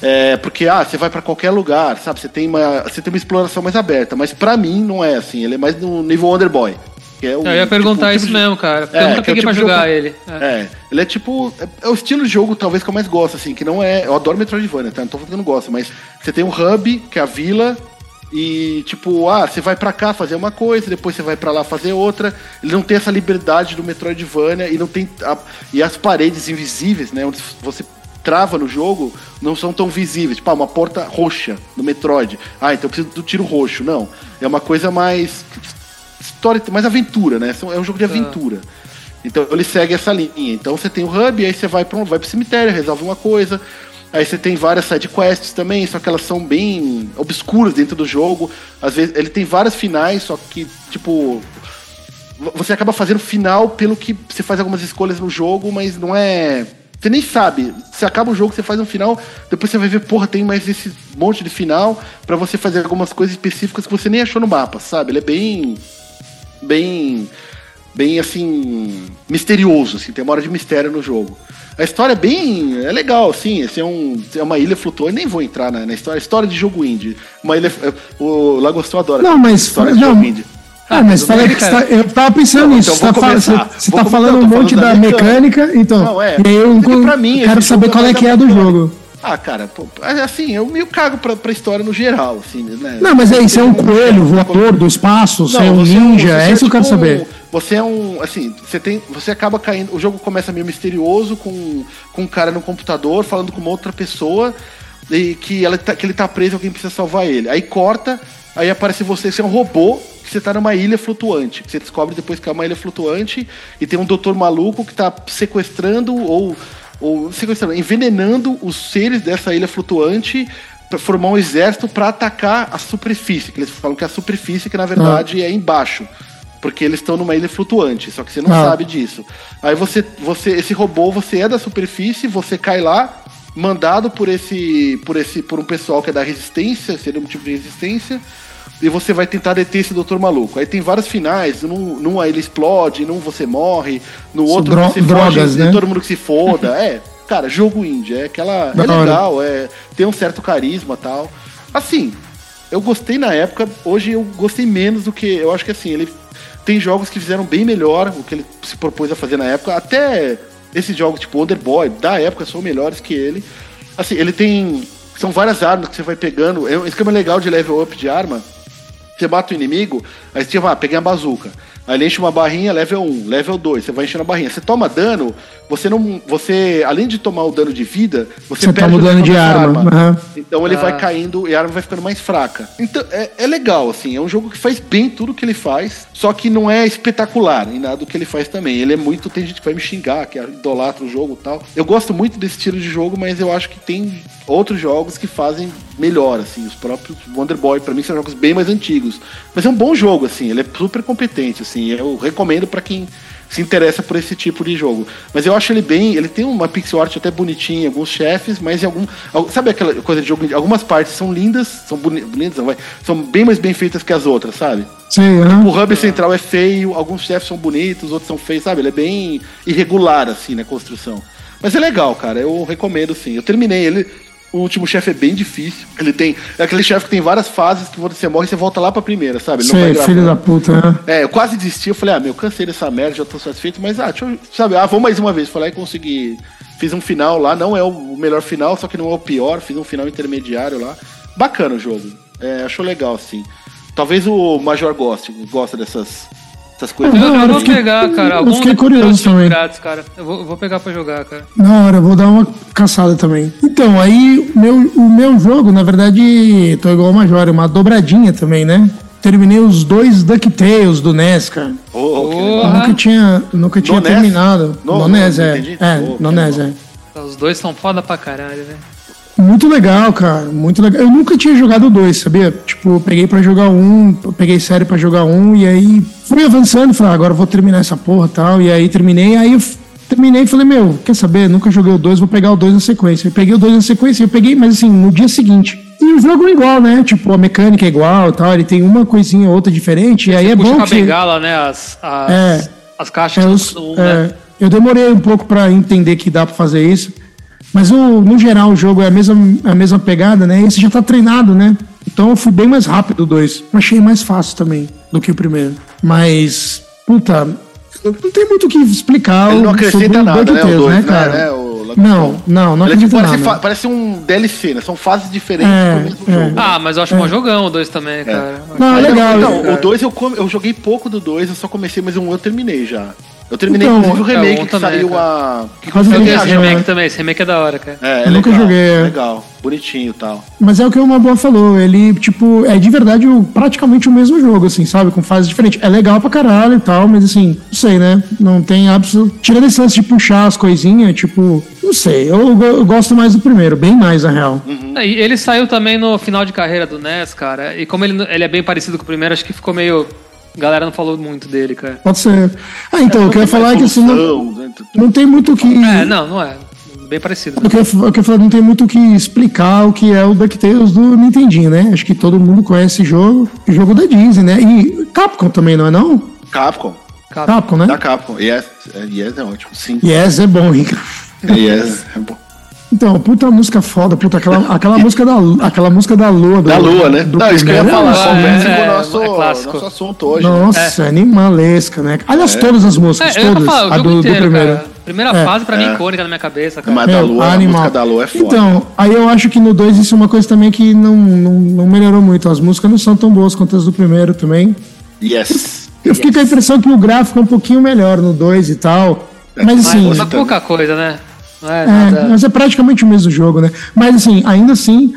[SPEAKER 2] é, porque ah, você vai pra qualquer lugar, sabe? Você tem uma, você tem uma exploração mais aberta, mas pra mim não é assim, ele é mais no nível Underboy. Que é o,
[SPEAKER 3] Eu ia
[SPEAKER 2] tipo,
[SPEAKER 3] perguntar
[SPEAKER 2] o tipo
[SPEAKER 3] isso
[SPEAKER 2] de-
[SPEAKER 3] mesmo, cara. Porque eu nunca
[SPEAKER 2] que é o
[SPEAKER 3] peguei pra
[SPEAKER 2] tipo de
[SPEAKER 3] jogar
[SPEAKER 2] jogo-
[SPEAKER 3] ele. É.
[SPEAKER 2] É, ele é tipo. É, é o estilo de jogo, talvez, que eu mais gosto, assim, que não é. Eu adoro Metroidvania, tá? Não tô falando que eu não gosto, mas você tem um hub, que é a vila, e tipo, ah, você vai pra cá fazer uma coisa, depois você vai pra lá fazer outra. Ele não tem essa liberdade do Metroidvania e não tem. a- e as paredes invisíveis, né? Onde você trava no jogo não são tão visíveis. Tipo, ah, uma porta roxa no Metroid. Ah, então eu preciso do tiro roxo. Não. É uma coisa mais história, mais aventura, né? São- É um jogo de aventura. Então ele segue essa linha. Então você tem o hub, aí você vai para um, vai pro cemitério, resolve uma coisa. Aí você tem várias side quests também, só que elas são bem obscuras dentro do jogo. Às vezes ele tem vários finais, só que tipo v- você acaba fazendo o final pelo que você faz algumas escolhas no jogo, mas não é. Você nem sabe. Você acaba o jogo, você faz um final, depois você vai ver, porra, tem mais esse monte de final pra você fazer algumas coisas específicas que você nem achou no mapa, sabe? Ele é bem bem bem assim misterioso assim tem uma hora de mistério no jogo a história é bem é legal assim assim, é, um, é uma ilha flutuante nem vou entrar na, na história história de jogo indie uma ilha é, o Lagostão adora
[SPEAKER 1] Não, mas-
[SPEAKER 2] história de
[SPEAKER 1] não.
[SPEAKER 2] jogo indie
[SPEAKER 1] Ah, mas
[SPEAKER 3] tudo
[SPEAKER 1] fala
[SPEAKER 3] bem,
[SPEAKER 1] que você
[SPEAKER 3] cara.
[SPEAKER 1] tá- eu tava pensando
[SPEAKER 2] Não,
[SPEAKER 1] nisso.
[SPEAKER 2] então
[SPEAKER 1] você tá,
[SPEAKER 2] vou
[SPEAKER 1] falando,
[SPEAKER 2] começar.
[SPEAKER 1] você- você
[SPEAKER 2] Vou
[SPEAKER 1] tá
[SPEAKER 2] começar,
[SPEAKER 1] falando
[SPEAKER 2] eu tô
[SPEAKER 1] um monte
[SPEAKER 2] falando
[SPEAKER 1] da
[SPEAKER 2] da
[SPEAKER 1] mecânica,
[SPEAKER 2] mecânica.
[SPEAKER 1] então.
[SPEAKER 2] Não, é.
[SPEAKER 1] E aí eu,
[SPEAKER 2] Porque pra mim,
[SPEAKER 1] eu quero
[SPEAKER 2] esse
[SPEAKER 1] saber
[SPEAKER 2] jogo
[SPEAKER 1] qual é
[SPEAKER 2] vai
[SPEAKER 1] que
[SPEAKER 2] dar
[SPEAKER 1] é do
[SPEAKER 2] muito
[SPEAKER 1] jogo.
[SPEAKER 2] tá ah cara pô, assim eu meio cago pra, pra história no geral assim né
[SPEAKER 1] Não, mas é isso, é um coelho voador do espaço, você é um
[SPEAKER 2] você
[SPEAKER 1] ninja,
[SPEAKER 2] você
[SPEAKER 1] é isso que eu quero
[SPEAKER 2] tipo um-
[SPEAKER 1] saber.
[SPEAKER 2] Você é um. Assim, você tem. Você acaba caindo. O jogo começa meio misterioso com, com um cara no computador falando com uma outra pessoa e que, ela tá- que ele tá preso e alguém precisa salvar ele. Aí corta, aí aparece você, você é um robô. Que você tá numa ilha flutuante. que Você descobre depois que é uma ilha flutuante e tem um doutor maluco que tá sequestrando ou, ou sequestrando, envenenando os seres dessa ilha flutuante para formar um exército para atacar a superfície. Que eles falam que é a superfície que na verdade é embaixo. Porque eles estão numa ilha flutuante, só que você não
[SPEAKER 1] Ah.
[SPEAKER 2] sabe disso. Aí você, você, esse robô, você é da superfície, você cai lá, mandado por esse, por esse, por um pessoal que é da resistência, seria um tipo de resistência, e você vai tentar deter esse doutor maluco. Aí tem vários finais, num, num aí ele explode, num você morre, no
[SPEAKER 1] São
[SPEAKER 2] outro
[SPEAKER 1] dro-
[SPEAKER 2] você
[SPEAKER 1] drogas,
[SPEAKER 2] foge, e
[SPEAKER 1] né?
[SPEAKER 2] todo mundo que se foda, é. Cara, jogo indie, é aquela,
[SPEAKER 1] Da hora.
[SPEAKER 2] é legal legal, é, tem um certo carisma tal. Assim, eu gostei na época, hoje eu gostei menos do que. Eu acho que assim, ele tem jogos que fizeram bem melhor o que ele se propôs a fazer na época. Até esses jogos tipo Wonder Boy, da época, são melhores que ele. Assim, ele tem. São várias armas que você vai pegando. É um esquema legal de level up de arma. Você mata o inimigo, aí você vai, ah, peguei a bazuca. Aí ele enche uma barrinha, level 1, level 2, você vai enchendo a barrinha. Você toma dano, você não. Você, além de tomar o dano de vida, você,
[SPEAKER 1] Você
[SPEAKER 2] perde
[SPEAKER 1] toma o dano de
[SPEAKER 2] da
[SPEAKER 1] arma, aham.
[SPEAKER 2] Então ele
[SPEAKER 3] Ah.
[SPEAKER 2] vai caindo e a arma vai ficando mais fraca. Então é, é legal, assim, é um jogo que faz bem tudo que ele faz, só que não é espetacular em nada do que ele faz também. Ele é muito. Tem gente que vai me xingar, que idolatra o jogo e tal. Eu gosto muito desse estilo de jogo, mas eu acho que tem outros jogos que fazem melhor, assim. Os próprios Wonder Boy, pra mim, são jogos bem mais antigos. Mas é um bom jogo, assim, ele é super competente, assim. Eu recomendo pra quem se interessa por esse tipo de jogo. Mas eu acho ele bem. Ele tem uma pixel art até bonitinha em alguns chefes, mas em algum. al- Sabe aquela coisa de jogo? Algumas partes são lindas, são boni- bonitas, não vai? São bem mais bem feitas que as outras, sabe?
[SPEAKER 1] Sei, aham.
[SPEAKER 2] O hub central é feio, alguns chefes são bonitos, outros são feios, sabe? Ele é bem irregular, assim, na construção. Mas é legal, cara, eu recomendo, sim. Eu terminei ele. O último chefe é bem difícil. Ele tem. É aquele chefe que tem várias fases que quando você morre, você volta lá pra primeira, sabe? Ele
[SPEAKER 1] Sei,
[SPEAKER 2] gravando.
[SPEAKER 1] é filho da puta, né?
[SPEAKER 2] É, eu quase desisti, eu falei, ah, meu, cansei dessa merda, já tô satisfeito, mas ah, deixa eu, sabe, ah, vou mais uma vez, falei, consegui, fiz um final lá, não é o melhor final, só que não é o pior, fiz um final intermediário lá, bacana o jogo, é, achou legal, assim, talvez o Major goste, gosta dessas, dessas coisas, Assim.
[SPEAKER 1] Não,
[SPEAKER 3] Eu, eu
[SPEAKER 1] eu
[SPEAKER 3] vou
[SPEAKER 1] fiquei-
[SPEAKER 3] pegar, cara.
[SPEAKER 1] eu
[SPEAKER 3] Algum
[SPEAKER 1] fiquei
[SPEAKER 3] desses
[SPEAKER 1] curioso
[SPEAKER 3] jogos
[SPEAKER 1] também.
[SPEAKER 3] Grátis, cara. Eu vou, eu vou pegar pra jogar, cara.
[SPEAKER 1] Na hora, eu vou dar uma caçada também. Então, aí o meu, o meu jogo, na verdade, tô igual o Major, é uma dobradinha também, né? Terminei os dois DuckTales do NES, cara.
[SPEAKER 2] oh, que legal.
[SPEAKER 1] Eu
[SPEAKER 3] Ah.
[SPEAKER 1] nunca tinha, nunca tinha
[SPEAKER 2] NES?
[SPEAKER 1] terminado.
[SPEAKER 2] No-
[SPEAKER 1] No NES,
[SPEAKER 2] não
[SPEAKER 1] é.
[SPEAKER 2] entendi.
[SPEAKER 1] É,
[SPEAKER 2] Oh,
[SPEAKER 1] no
[SPEAKER 2] que
[SPEAKER 1] NES,
[SPEAKER 2] legal.
[SPEAKER 1] é.
[SPEAKER 3] Os dois são foda pra caralho, né?
[SPEAKER 1] Muito legal, cara. Muito legal. Eu nunca tinha jogado dois, sabia? Tipo, eu peguei pra jogar um, eu peguei série pra jogar um, e aí fui avançando, falei, ah, agora eu vou terminar essa porra e tal. E aí terminei, aí eu f- terminei e falei, meu, quer saber? Nunca joguei o dois, vou pegar o dois na sequência. Eu peguei o dois na sequência, eu peguei, mas assim, no dia seguinte. E o jogo é igual, né? Tipo, a mecânica é igual e tal. Ele tem uma coisinha ou outra diferente, e aí é
[SPEAKER 3] Puxa
[SPEAKER 1] bom
[SPEAKER 3] com a
[SPEAKER 1] que.
[SPEAKER 3] bengala, né? As, as,
[SPEAKER 1] É.
[SPEAKER 3] as caixas
[SPEAKER 1] É,
[SPEAKER 3] do
[SPEAKER 1] os-
[SPEAKER 3] um,
[SPEAKER 1] é,
[SPEAKER 3] né?
[SPEAKER 1] eu demorei um pouco pra entender que dá pra fazer isso. Mas o- no geral o jogo é a mesma, a mesma pegada, né? Esse já tá treinado, né? Então eu fui bem mais rápido o dois. Achei mais fácil também do que o primeiro. Mas, puta, não tem muito o que explicar.
[SPEAKER 2] Ele não acrescenta nada, né? O
[SPEAKER 1] DuckTales,
[SPEAKER 2] dois, né?
[SPEAKER 1] cara?
[SPEAKER 2] né, o Lagoon
[SPEAKER 1] não, não, não
[SPEAKER 2] Ele é tipo-
[SPEAKER 1] acrescenta
[SPEAKER 2] parece, fa-
[SPEAKER 1] nada.
[SPEAKER 2] parece um DLC, né? São fases diferentes
[SPEAKER 1] É,
[SPEAKER 2] do mesmo
[SPEAKER 1] é.
[SPEAKER 2] jogo.
[SPEAKER 3] Ah, mas eu acho um jogão o dois também, cara.
[SPEAKER 1] Não, é
[SPEAKER 2] Mas,
[SPEAKER 1] legal.
[SPEAKER 2] Então,
[SPEAKER 1] cara.
[SPEAKER 2] o 2 eu, come- eu joguei pouco do 2, eu só comecei, mas um eu terminei já. Eu terminei
[SPEAKER 1] Então,
[SPEAKER 2] inclusive o
[SPEAKER 3] é,
[SPEAKER 2] remake
[SPEAKER 3] um
[SPEAKER 2] que
[SPEAKER 3] também,
[SPEAKER 2] saiu
[SPEAKER 3] cara.
[SPEAKER 2] a. Que
[SPEAKER 1] Quase
[SPEAKER 3] Eu
[SPEAKER 1] ninguém
[SPEAKER 3] tenho esse
[SPEAKER 1] joga,
[SPEAKER 3] remake
[SPEAKER 1] né?
[SPEAKER 3] também, esse remake é da hora, cara.
[SPEAKER 2] É, é
[SPEAKER 1] Eu nunca
[SPEAKER 2] legal,
[SPEAKER 1] joguei, é.
[SPEAKER 2] Legal, bonitinho e tal.
[SPEAKER 1] Mas é o que o Maboa falou, ele, tipo, é de verdade o- praticamente o mesmo jogo, assim, sabe? Com fases diferentes. É legal pra caralho e tal, mas assim, não sei, né? Não tem absoluto. Tirando esse lance de puxar as coisinhas, tipo, não sei. Eu, go- eu gosto mais do primeiro, bem mais, na real.
[SPEAKER 3] Uhum. E ele saiu também no final de carreira do NES, cara. E como ele, ele é bem parecido com o primeiro, acho que ficou meio. A galera não falou muito dele, cara.
[SPEAKER 1] Pode ser. Ah, então, o que eu ia falar é que assim, não,
[SPEAKER 2] Evolução, né?
[SPEAKER 1] não tem muito o que.
[SPEAKER 3] É, não, não é. Bem parecido.
[SPEAKER 1] O
[SPEAKER 3] Né?
[SPEAKER 1] que, eu, fa- o que eu falo, não tem muito o que explicar o que é o DuckTales do Nintendinho, né? Acho que todo mundo conhece esse jogo. Jogo da Disney, né? E Capcom também, não é não?
[SPEAKER 2] Capcom.
[SPEAKER 3] Cara,
[SPEAKER 1] Capcom, né?
[SPEAKER 2] Da Capcom. Yes, é, yes é ótimo. Sim.
[SPEAKER 1] Yes, é bom, hein, cara?
[SPEAKER 2] É Yes é bom.
[SPEAKER 1] Então, puta música foda, puta, aquela, aquela música da aquela música da lua. do-
[SPEAKER 2] Da Lua, né?
[SPEAKER 1] do
[SPEAKER 2] Não, isso que eu ia
[SPEAKER 1] primeiro.
[SPEAKER 2] falar.
[SPEAKER 3] Ah,
[SPEAKER 2] Conversa
[SPEAKER 3] é,
[SPEAKER 2] com
[SPEAKER 3] é,
[SPEAKER 2] o nosso,
[SPEAKER 3] é clássico.
[SPEAKER 2] nosso assunto hoje. né?
[SPEAKER 1] Nossa, animalesca, né? Aliás, todas as músicas,
[SPEAKER 3] É, eu ia
[SPEAKER 1] todas.
[SPEAKER 3] falar, o
[SPEAKER 1] a
[SPEAKER 3] jogo
[SPEAKER 1] do, do
[SPEAKER 3] inteiro,
[SPEAKER 1] primeiro.
[SPEAKER 3] cara. Primeira
[SPEAKER 1] É.
[SPEAKER 3] fase, pra mim,
[SPEAKER 2] É.
[SPEAKER 3] icônica na minha cabeça, cara.
[SPEAKER 2] Mas da
[SPEAKER 1] Meu,
[SPEAKER 2] Lua, a
[SPEAKER 1] animal.
[SPEAKER 2] música da Lua é foda.
[SPEAKER 1] Então, aí eu acho que no 2 isso é uma coisa também que não, não, não melhorou muito. As músicas não são tão boas quanto as do primeiro também.
[SPEAKER 2] Yes.
[SPEAKER 1] Eu fiquei com a impressão que o gráfico é um pouquinho melhor no 2 e tal.
[SPEAKER 2] É
[SPEAKER 1] Mas
[SPEAKER 3] Mas
[SPEAKER 1] assim.
[SPEAKER 3] só pouca coisa, né? Não é,
[SPEAKER 1] É,
[SPEAKER 3] nada.
[SPEAKER 1] mas é praticamente o mesmo jogo, né? Mas assim, ainda assim,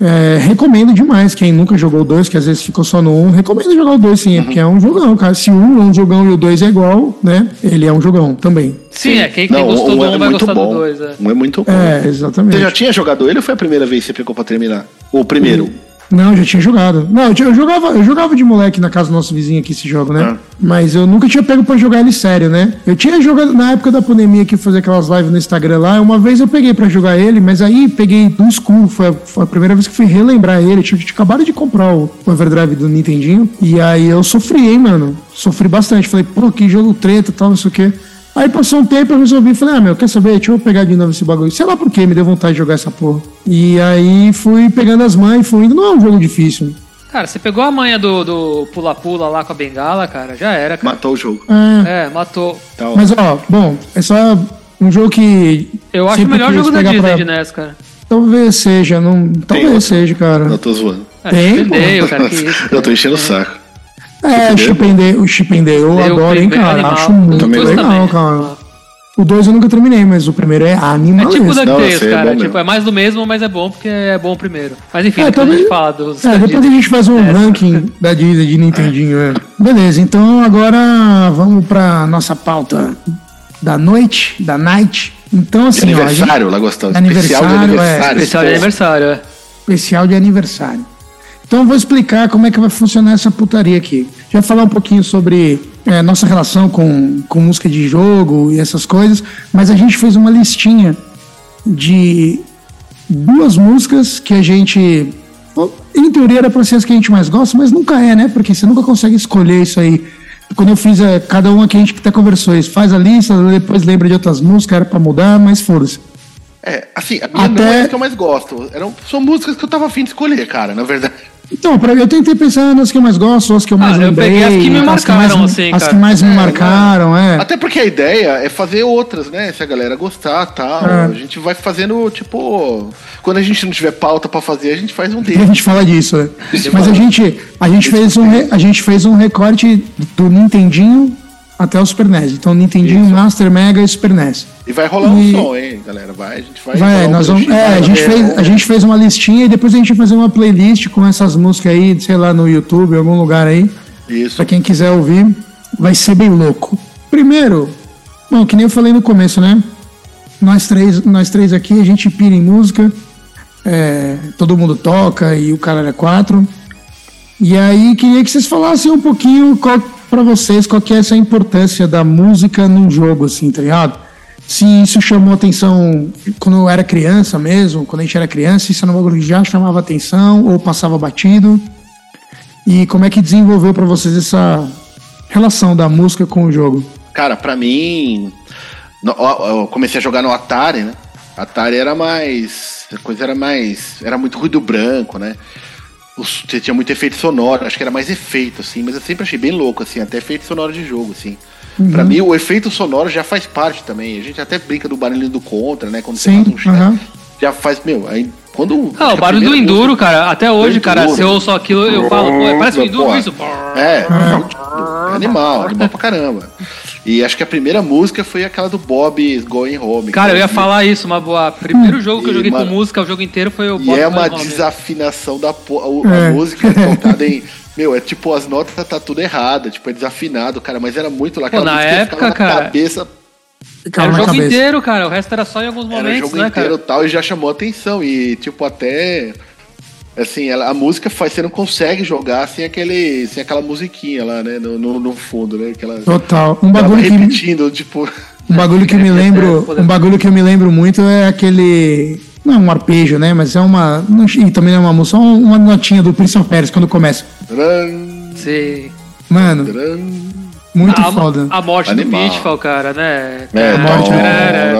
[SPEAKER 1] é, recomendo demais. Quem nunca jogou o 2, que às vezes ficou só no 1, um, recomendo jogar o 2 sim, é porque é um jogão, cara. Se o 1 um é um jogão e o 2 é igual, né? Ele é um jogão também.
[SPEAKER 3] Sim, é. Quem, quem
[SPEAKER 2] Não,
[SPEAKER 3] gostou
[SPEAKER 2] um,
[SPEAKER 3] do
[SPEAKER 2] é
[SPEAKER 3] um vai
[SPEAKER 2] muito
[SPEAKER 3] gostar
[SPEAKER 2] bom.
[SPEAKER 3] do dois, é.
[SPEAKER 2] Um é muito bom.
[SPEAKER 1] É,
[SPEAKER 2] Você
[SPEAKER 1] exatamente.
[SPEAKER 2] já tinha jogado ele ou foi a primeira vez que você pegou pra terminar? O primeiro?
[SPEAKER 1] Hum. Não, eu já tinha jogado. Não, eu, tinha- eu jogava, eu jogava de moleque na casa do nosso vizinho aqui esse jogo, né?
[SPEAKER 2] Ah.
[SPEAKER 1] Mas eu nunca tinha pego pra jogar ele sério, né? Eu tinha jogado na época da pandemia que eu fazia aquelas lives no Instagram lá. Uma vez eu peguei pra jogar ele, mas aí peguei do school. Foi a, foi a primeira vez que fui relembrar ele. Tinha, tinha acabado de comprar o, o Everdrive do Nintendinho. E aí eu sofri, hein, mano? Sofri bastante. Falei, pô, que jogo treta e tal, não sei o quê. Aí passou um tempo, eu resolvi, falei, ah, meu, quer saber? Deixa eu pegar de novo esse bagulho. Sei lá por quê, me deu vontade de jogar essa porra. E aí fui pegando as mães, fui indo. Não é um jogo difícil.
[SPEAKER 3] Cara, você pegou a manha do- do pula-pula lá com a bengala, cara, já era, cara.
[SPEAKER 2] Matou o jogo.
[SPEAKER 1] É,
[SPEAKER 3] É, matou.
[SPEAKER 2] Tá, ó.
[SPEAKER 1] Mas ó, bom, é só um jogo que.
[SPEAKER 3] Eu acho o
[SPEAKER 1] sempre
[SPEAKER 3] melhor
[SPEAKER 1] quis
[SPEAKER 3] jogo da
[SPEAKER 1] pegar
[SPEAKER 3] Disney né?
[SPEAKER 1] pra-
[SPEAKER 3] de NES, cara.
[SPEAKER 1] Talvez seja, não. Talvez
[SPEAKER 2] outro.
[SPEAKER 1] seja,
[SPEAKER 2] Não,
[SPEAKER 1] cara.
[SPEAKER 2] tô zoando.
[SPEAKER 3] Ah,
[SPEAKER 1] Tem,
[SPEAKER 3] Chipendeio, cara, que isso.
[SPEAKER 2] Eu tô
[SPEAKER 3] cara.
[SPEAKER 2] enchendo o saco.
[SPEAKER 1] É, o Chip and Dale- o Chip and Dale eu
[SPEAKER 3] Eu
[SPEAKER 1] adoro, hein,
[SPEAKER 3] primeiro
[SPEAKER 1] cara.
[SPEAKER 3] animal.
[SPEAKER 1] Acho muito
[SPEAKER 2] Também
[SPEAKER 3] Todos
[SPEAKER 1] legal,
[SPEAKER 3] também.
[SPEAKER 1] cara. O 2 eu nunca terminei, mas o primeiro é
[SPEAKER 3] É
[SPEAKER 1] animalesco.
[SPEAKER 3] tipo o DuckTales,
[SPEAKER 2] sei, é
[SPEAKER 3] cara.
[SPEAKER 2] bom
[SPEAKER 3] tipo,
[SPEAKER 2] mesmo.
[SPEAKER 3] é mais do mesmo, mas é bom porque é bom primeiro. Mas enfim,
[SPEAKER 1] É,
[SPEAKER 3] depois a
[SPEAKER 1] também-
[SPEAKER 3] gente fala dos.
[SPEAKER 1] É, depois a gente faz um ranking
[SPEAKER 3] É.
[SPEAKER 1] da Disney de Nintendinho, né? Beleza, então agora vamos pra nossa pauta da noite, da night. Então,
[SPEAKER 2] De
[SPEAKER 1] assim, ó, a gente-
[SPEAKER 2] aniversário, Lagostão. Especial
[SPEAKER 1] Aniversário,
[SPEAKER 2] de
[SPEAKER 1] é.
[SPEAKER 2] aniversário.
[SPEAKER 3] Especial de
[SPEAKER 2] pô.
[SPEAKER 3] aniversário, é.
[SPEAKER 1] especial de aniversário. Então eu vou explicar como é que vai funcionar essa putaria aqui. Já falar um pouquinho sobre é, nossa relação com, com música de jogo e essas coisas, mas a gente fez uma listinha de duas músicas que a gente. Em teoria era pra ser as que a gente mais gosta, mas nunca é, né? Porque você nunca consegue escolher isso aí. Quando eu fiz é, cada uma que a gente até conversou, isso faz a lista, depois lembra de outras músicas, era pra mudar, mas foda-se.
[SPEAKER 2] É, assim, a minha
[SPEAKER 1] Até-
[SPEAKER 2] não é a que eu mais gosto. Eram, são músicas que eu tava afim de escolher, cara, na verdade.
[SPEAKER 1] Então, pra, eu tentei pensar nas que eu mais gosto, as que eu mais
[SPEAKER 3] Ah, eu
[SPEAKER 1] lembrei.
[SPEAKER 3] peguei as que me marcaram,
[SPEAKER 1] mais,
[SPEAKER 3] assim,
[SPEAKER 1] As
[SPEAKER 3] cara.
[SPEAKER 1] que mais
[SPEAKER 2] É,
[SPEAKER 1] me marcaram, é.
[SPEAKER 2] Até porque a ideia é fazer outras, né? Se a galera gostar tal.
[SPEAKER 1] É.
[SPEAKER 2] A gente vai fazendo, tipo. Quando a gente não tiver pauta pra fazer, a gente faz um
[SPEAKER 1] E a
[SPEAKER 2] deles.
[SPEAKER 1] gente fala disso, né?
[SPEAKER 2] Isso
[SPEAKER 1] Mas
[SPEAKER 2] fala.
[SPEAKER 1] a gente, a, gente fez um, re- a gente fez um recorte do Nintendinho até o Super NES. Então, Nintendinho, Master, Mega e Super NES.
[SPEAKER 2] E vai rolar um
[SPEAKER 1] E-
[SPEAKER 2] som, hein, galera? Vai, a gente vai. rolar
[SPEAKER 1] Vai,
[SPEAKER 2] um
[SPEAKER 1] nós vamos,
[SPEAKER 2] trechinho,
[SPEAKER 1] é,
[SPEAKER 2] vai
[SPEAKER 1] a, gente
[SPEAKER 2] rolar. um
[SPEAKER 1] fez, a gente fez uma listinha e depois a gente vai fazer uma playlist com essas músicas aí, sei lá, no YouTube, em algum lugar aí.
[SPEAKER 2] Isso.
[SPEAKER 1] Pra quem quiser ouvir, vai ser bem louco. Primeiro, bom, que nem eu falei no começo, né? Nós três, nós três aqui, a gente pira em música, é, todo mundo toca e o cara é quatro. E aí queria que vocês falassem um pouquinho qual, pra vocês qual que é essa importância da música num jogo, assim, tá ligado? Se isso chamou atenção quando eu era criança mesmo, quando a gente era criança, isso era um bagulho que já chamava atenção ou passava batido. E como é que desenvolveu pra vocês essa relação da música com o jogo?
[SPEAKER 2] Cara, pra mim. no- ó, Eu comecei a jogar no Atari, né? Atari era mais. A coisa era mais. Era muito ruído branco, né? Os- Você tinha muito efeito sonoro, acho que era mais efeito, assim, mas eu sempre achei bem louco, assim, até efeito sonoro de jogo, assim.
[SPEAKER 1] Uhum.
[SPEAKER 2] Pra mim, o efeito sonoro já faz parte também. A gente até brinca do barulho do contra, né? Quando
[SPEAKER 1] Sim,
[SPEAKER 2] você faz um chefe,
[SPEAKER 1] aham.
[SPEAKER 2] já faz, meu, aí quando. acho
[SPEAKER 3] Ah,
[SPEAKER 2] que a
[SPEAKER 3] o barulho do
[SPEAKER 2] primeira
[SPEAKER 3] Enduro,
[SPEAKER 2] música-
[SPEAKER 3] cara. Até hoje, cara,
[SPEAKER 2] Enduro.
[SPEAKER 3] se eu ouço aquilo, eu falo, pô, parece um Enduro
[SPEAKER 2] Porra.
[SPEAKER 3] isso.
[SPEAKER 2] É, animal, é animal pra caramba. E acho que a primeira música foi aquela do Bob Going Home.
[SPEAKER 3] Cara, eu ia
[SPEAKER 2] E-
[SPEAKER 3] falar isso, mas boa. Primeiro jogo que eu
[SPEAKER 2] Hum. E,
[SPEAKER 3] joguei com
[SPEAKER 2] mano,
[SPEAKER 3] música, o jogo inteiro foi o
[SPEAKER 2] E
[SPEAKER 3] Bob
[SPEAKER 2] é uma
[SPEAKER 3] Dylan.
[SPEAKER 2] desafinação da porra. A
[SPEAKER 1] É.
[SPEAKER 2] música é tocada em. Meu, é tipo, as notas tá, tá tudo errada, tipo, é desafinado, cara, mas era muito lá. aquela
[SPEAKER 3] na
[SPEAKER 2] música
[SPEAKER 3] época,
[SPEAKER 2] ficava na
[SPEAKER 3] cara,
[SPEAKER 2] cabeça,
[SPEAKER 1] Ficava
[SPEAKER 3] Era o
[SPEAKER 1] na
[SPEAKER 3] jogo
[SPEAKER 1] cabeça.
[SPEAKER 3] inteiro, cara. O resto era só em alguns
[SPEAKER 2] era o
[SPEAKER 3] momentos,
[SPEAKER 2] jogo
[SPEAKER 3] né,
[SPEAKER 2] inteiro
[SPEAKER 3] cara?
[SPEAKER 2] e tal, e já chamou atenção. E, tipo, até. Assim, ela- a música faz, você não consegue jogar sem, aquele, sem aquela musiquinha lá, né, no, no, no fundo, né? Aquela,
[SPEAKER 1] Total. Um
[SPEAKER 2] ela vai
[SPEAKER 1] bagulho que,
[SPEAKER 2] repetindo, tipo.
[SPEAKER 1] um bagulho que eu me lembro, um bagulho que eu me lembro muito é aquele não é um arpejo, né, mas é uma não- e também não é uma música, é uma notinha do Prince of Persia quando começa.
[SPEAKER 2] Tran,
[SPEAKER 3] Sim.
[SPEAKER 1] Mano,
[SPEAKER 2] tran.
[SPEAKER 1] muito
[SPEAKER 3] a,
[SPEAKER 1] foda.
[SPEAKER 3] a morte
[SPEAKER 2] Animal.
[SPEAKER 3] do Pitfall, cara, né?
[SPEAKER 2] É,
[SPEAKER 1] A morte do-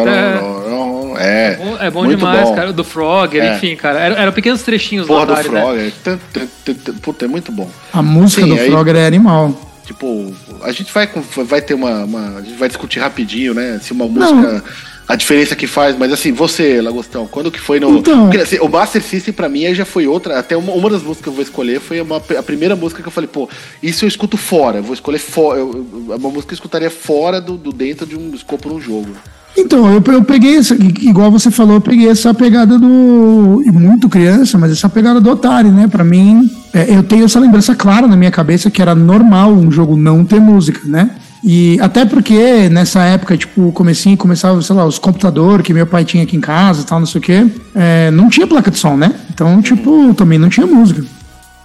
[SPEAKER 3] tá.
[SPEAKER 2] bom. É,
[SPEAKER 3] Bom- É bom
[SPEAKER 2] muito
[SPEAKER 3] demais,
[SPEAKER 2] bom.
[SPEAKER 3] cara. Do Frogger,
[SPEAKER 2] É.
[SPEAKER 3] enfim, cara. Eram eram pequenos trechinhos
[SPEAKER 2] Porra do
[SPEAKER 3] Atari, né?
[SPEAKER 2] Frogger. Tan, tan, tan, tan. Puta, é muito bom.
[SPEAKER 1] A música
[SPEAKER 2] Sim,
[SPEAKER 1] do
[SPEAKER 2] aí-
[SPEAKER 1] Frogger é animal.
[SPEAKER 2] Tipo, a gente vai, com- vai ter uma, uma- A gente vai discutir rapidinho, né? Se uma
[SPEAKER 1] Não.
[SPEAKER 2] música. A diferença que faz, mas assim, você, Lagostão, quando que foi no.
[SPEAKER 1] Então.
[SPEAKER 2] Porque, assim, o Master System pra mim aí já foi outra. Até uma, uma das músicas que eu vou escolher foi uma- a primeira música que eu falei, pô, isso eu escuto fora. Eu vou escolher fora. eu- eu- Uma música que eu escutaria fora do, do dentro de um escopo de um jogo.
[SPEAKER 1] Então, eu, eu peguei, essa, igual você falou, eu peguei essa pegada do. e Muito criança, mas essa pegada do Atari, né? Pra mim, é, eu tenho essa lembrança clara na minha cabeça que era normal um jogo não ter música, né? E até porque nessa época, tipo, comecinho, começava, sei lá, os computadores que meu pai tinha aqui em casa e tal, não sei o quê, é, não tinha placa de som, né? Então, tipo, também não tinha música.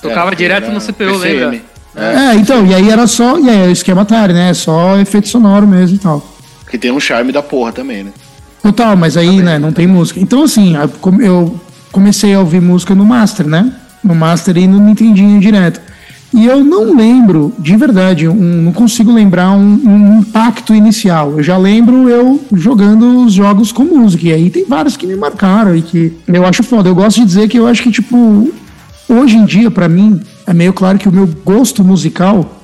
[SPEAKER 3] Tocava
[SPEAKER 2] É,
[SPEAKER 3] direto no
[SPEAKER 2] era
[SPEAKER 3] CPU,
[SPEAKER 2] PCM.
[SPEAKER 3] lembra?
[SPEAKER 1] É, então, e aí era só. E aí era o esquema Atari, né? Só efeito sonoro mesmo e tal.
[SPEAKER 2] Que tem um charme da porra também, né?
[SPEAKER 1] Total, mas aí, né, não tem música. Então, assim, a- com- eu comecei a ouvir música no Master, né? No Master e no Nintendinho direto. E eu não lembro, de verdade, um- não consigo lembrar um, um impacto inicial. Eu já lembro eu jogando os jogos com música. E aí tem vários que me marcaram e que eu acho foda. Eu gosto de dizer que eu acho que, tipo, hoje em dia, pra mim, é meio claro que o meu gosto musical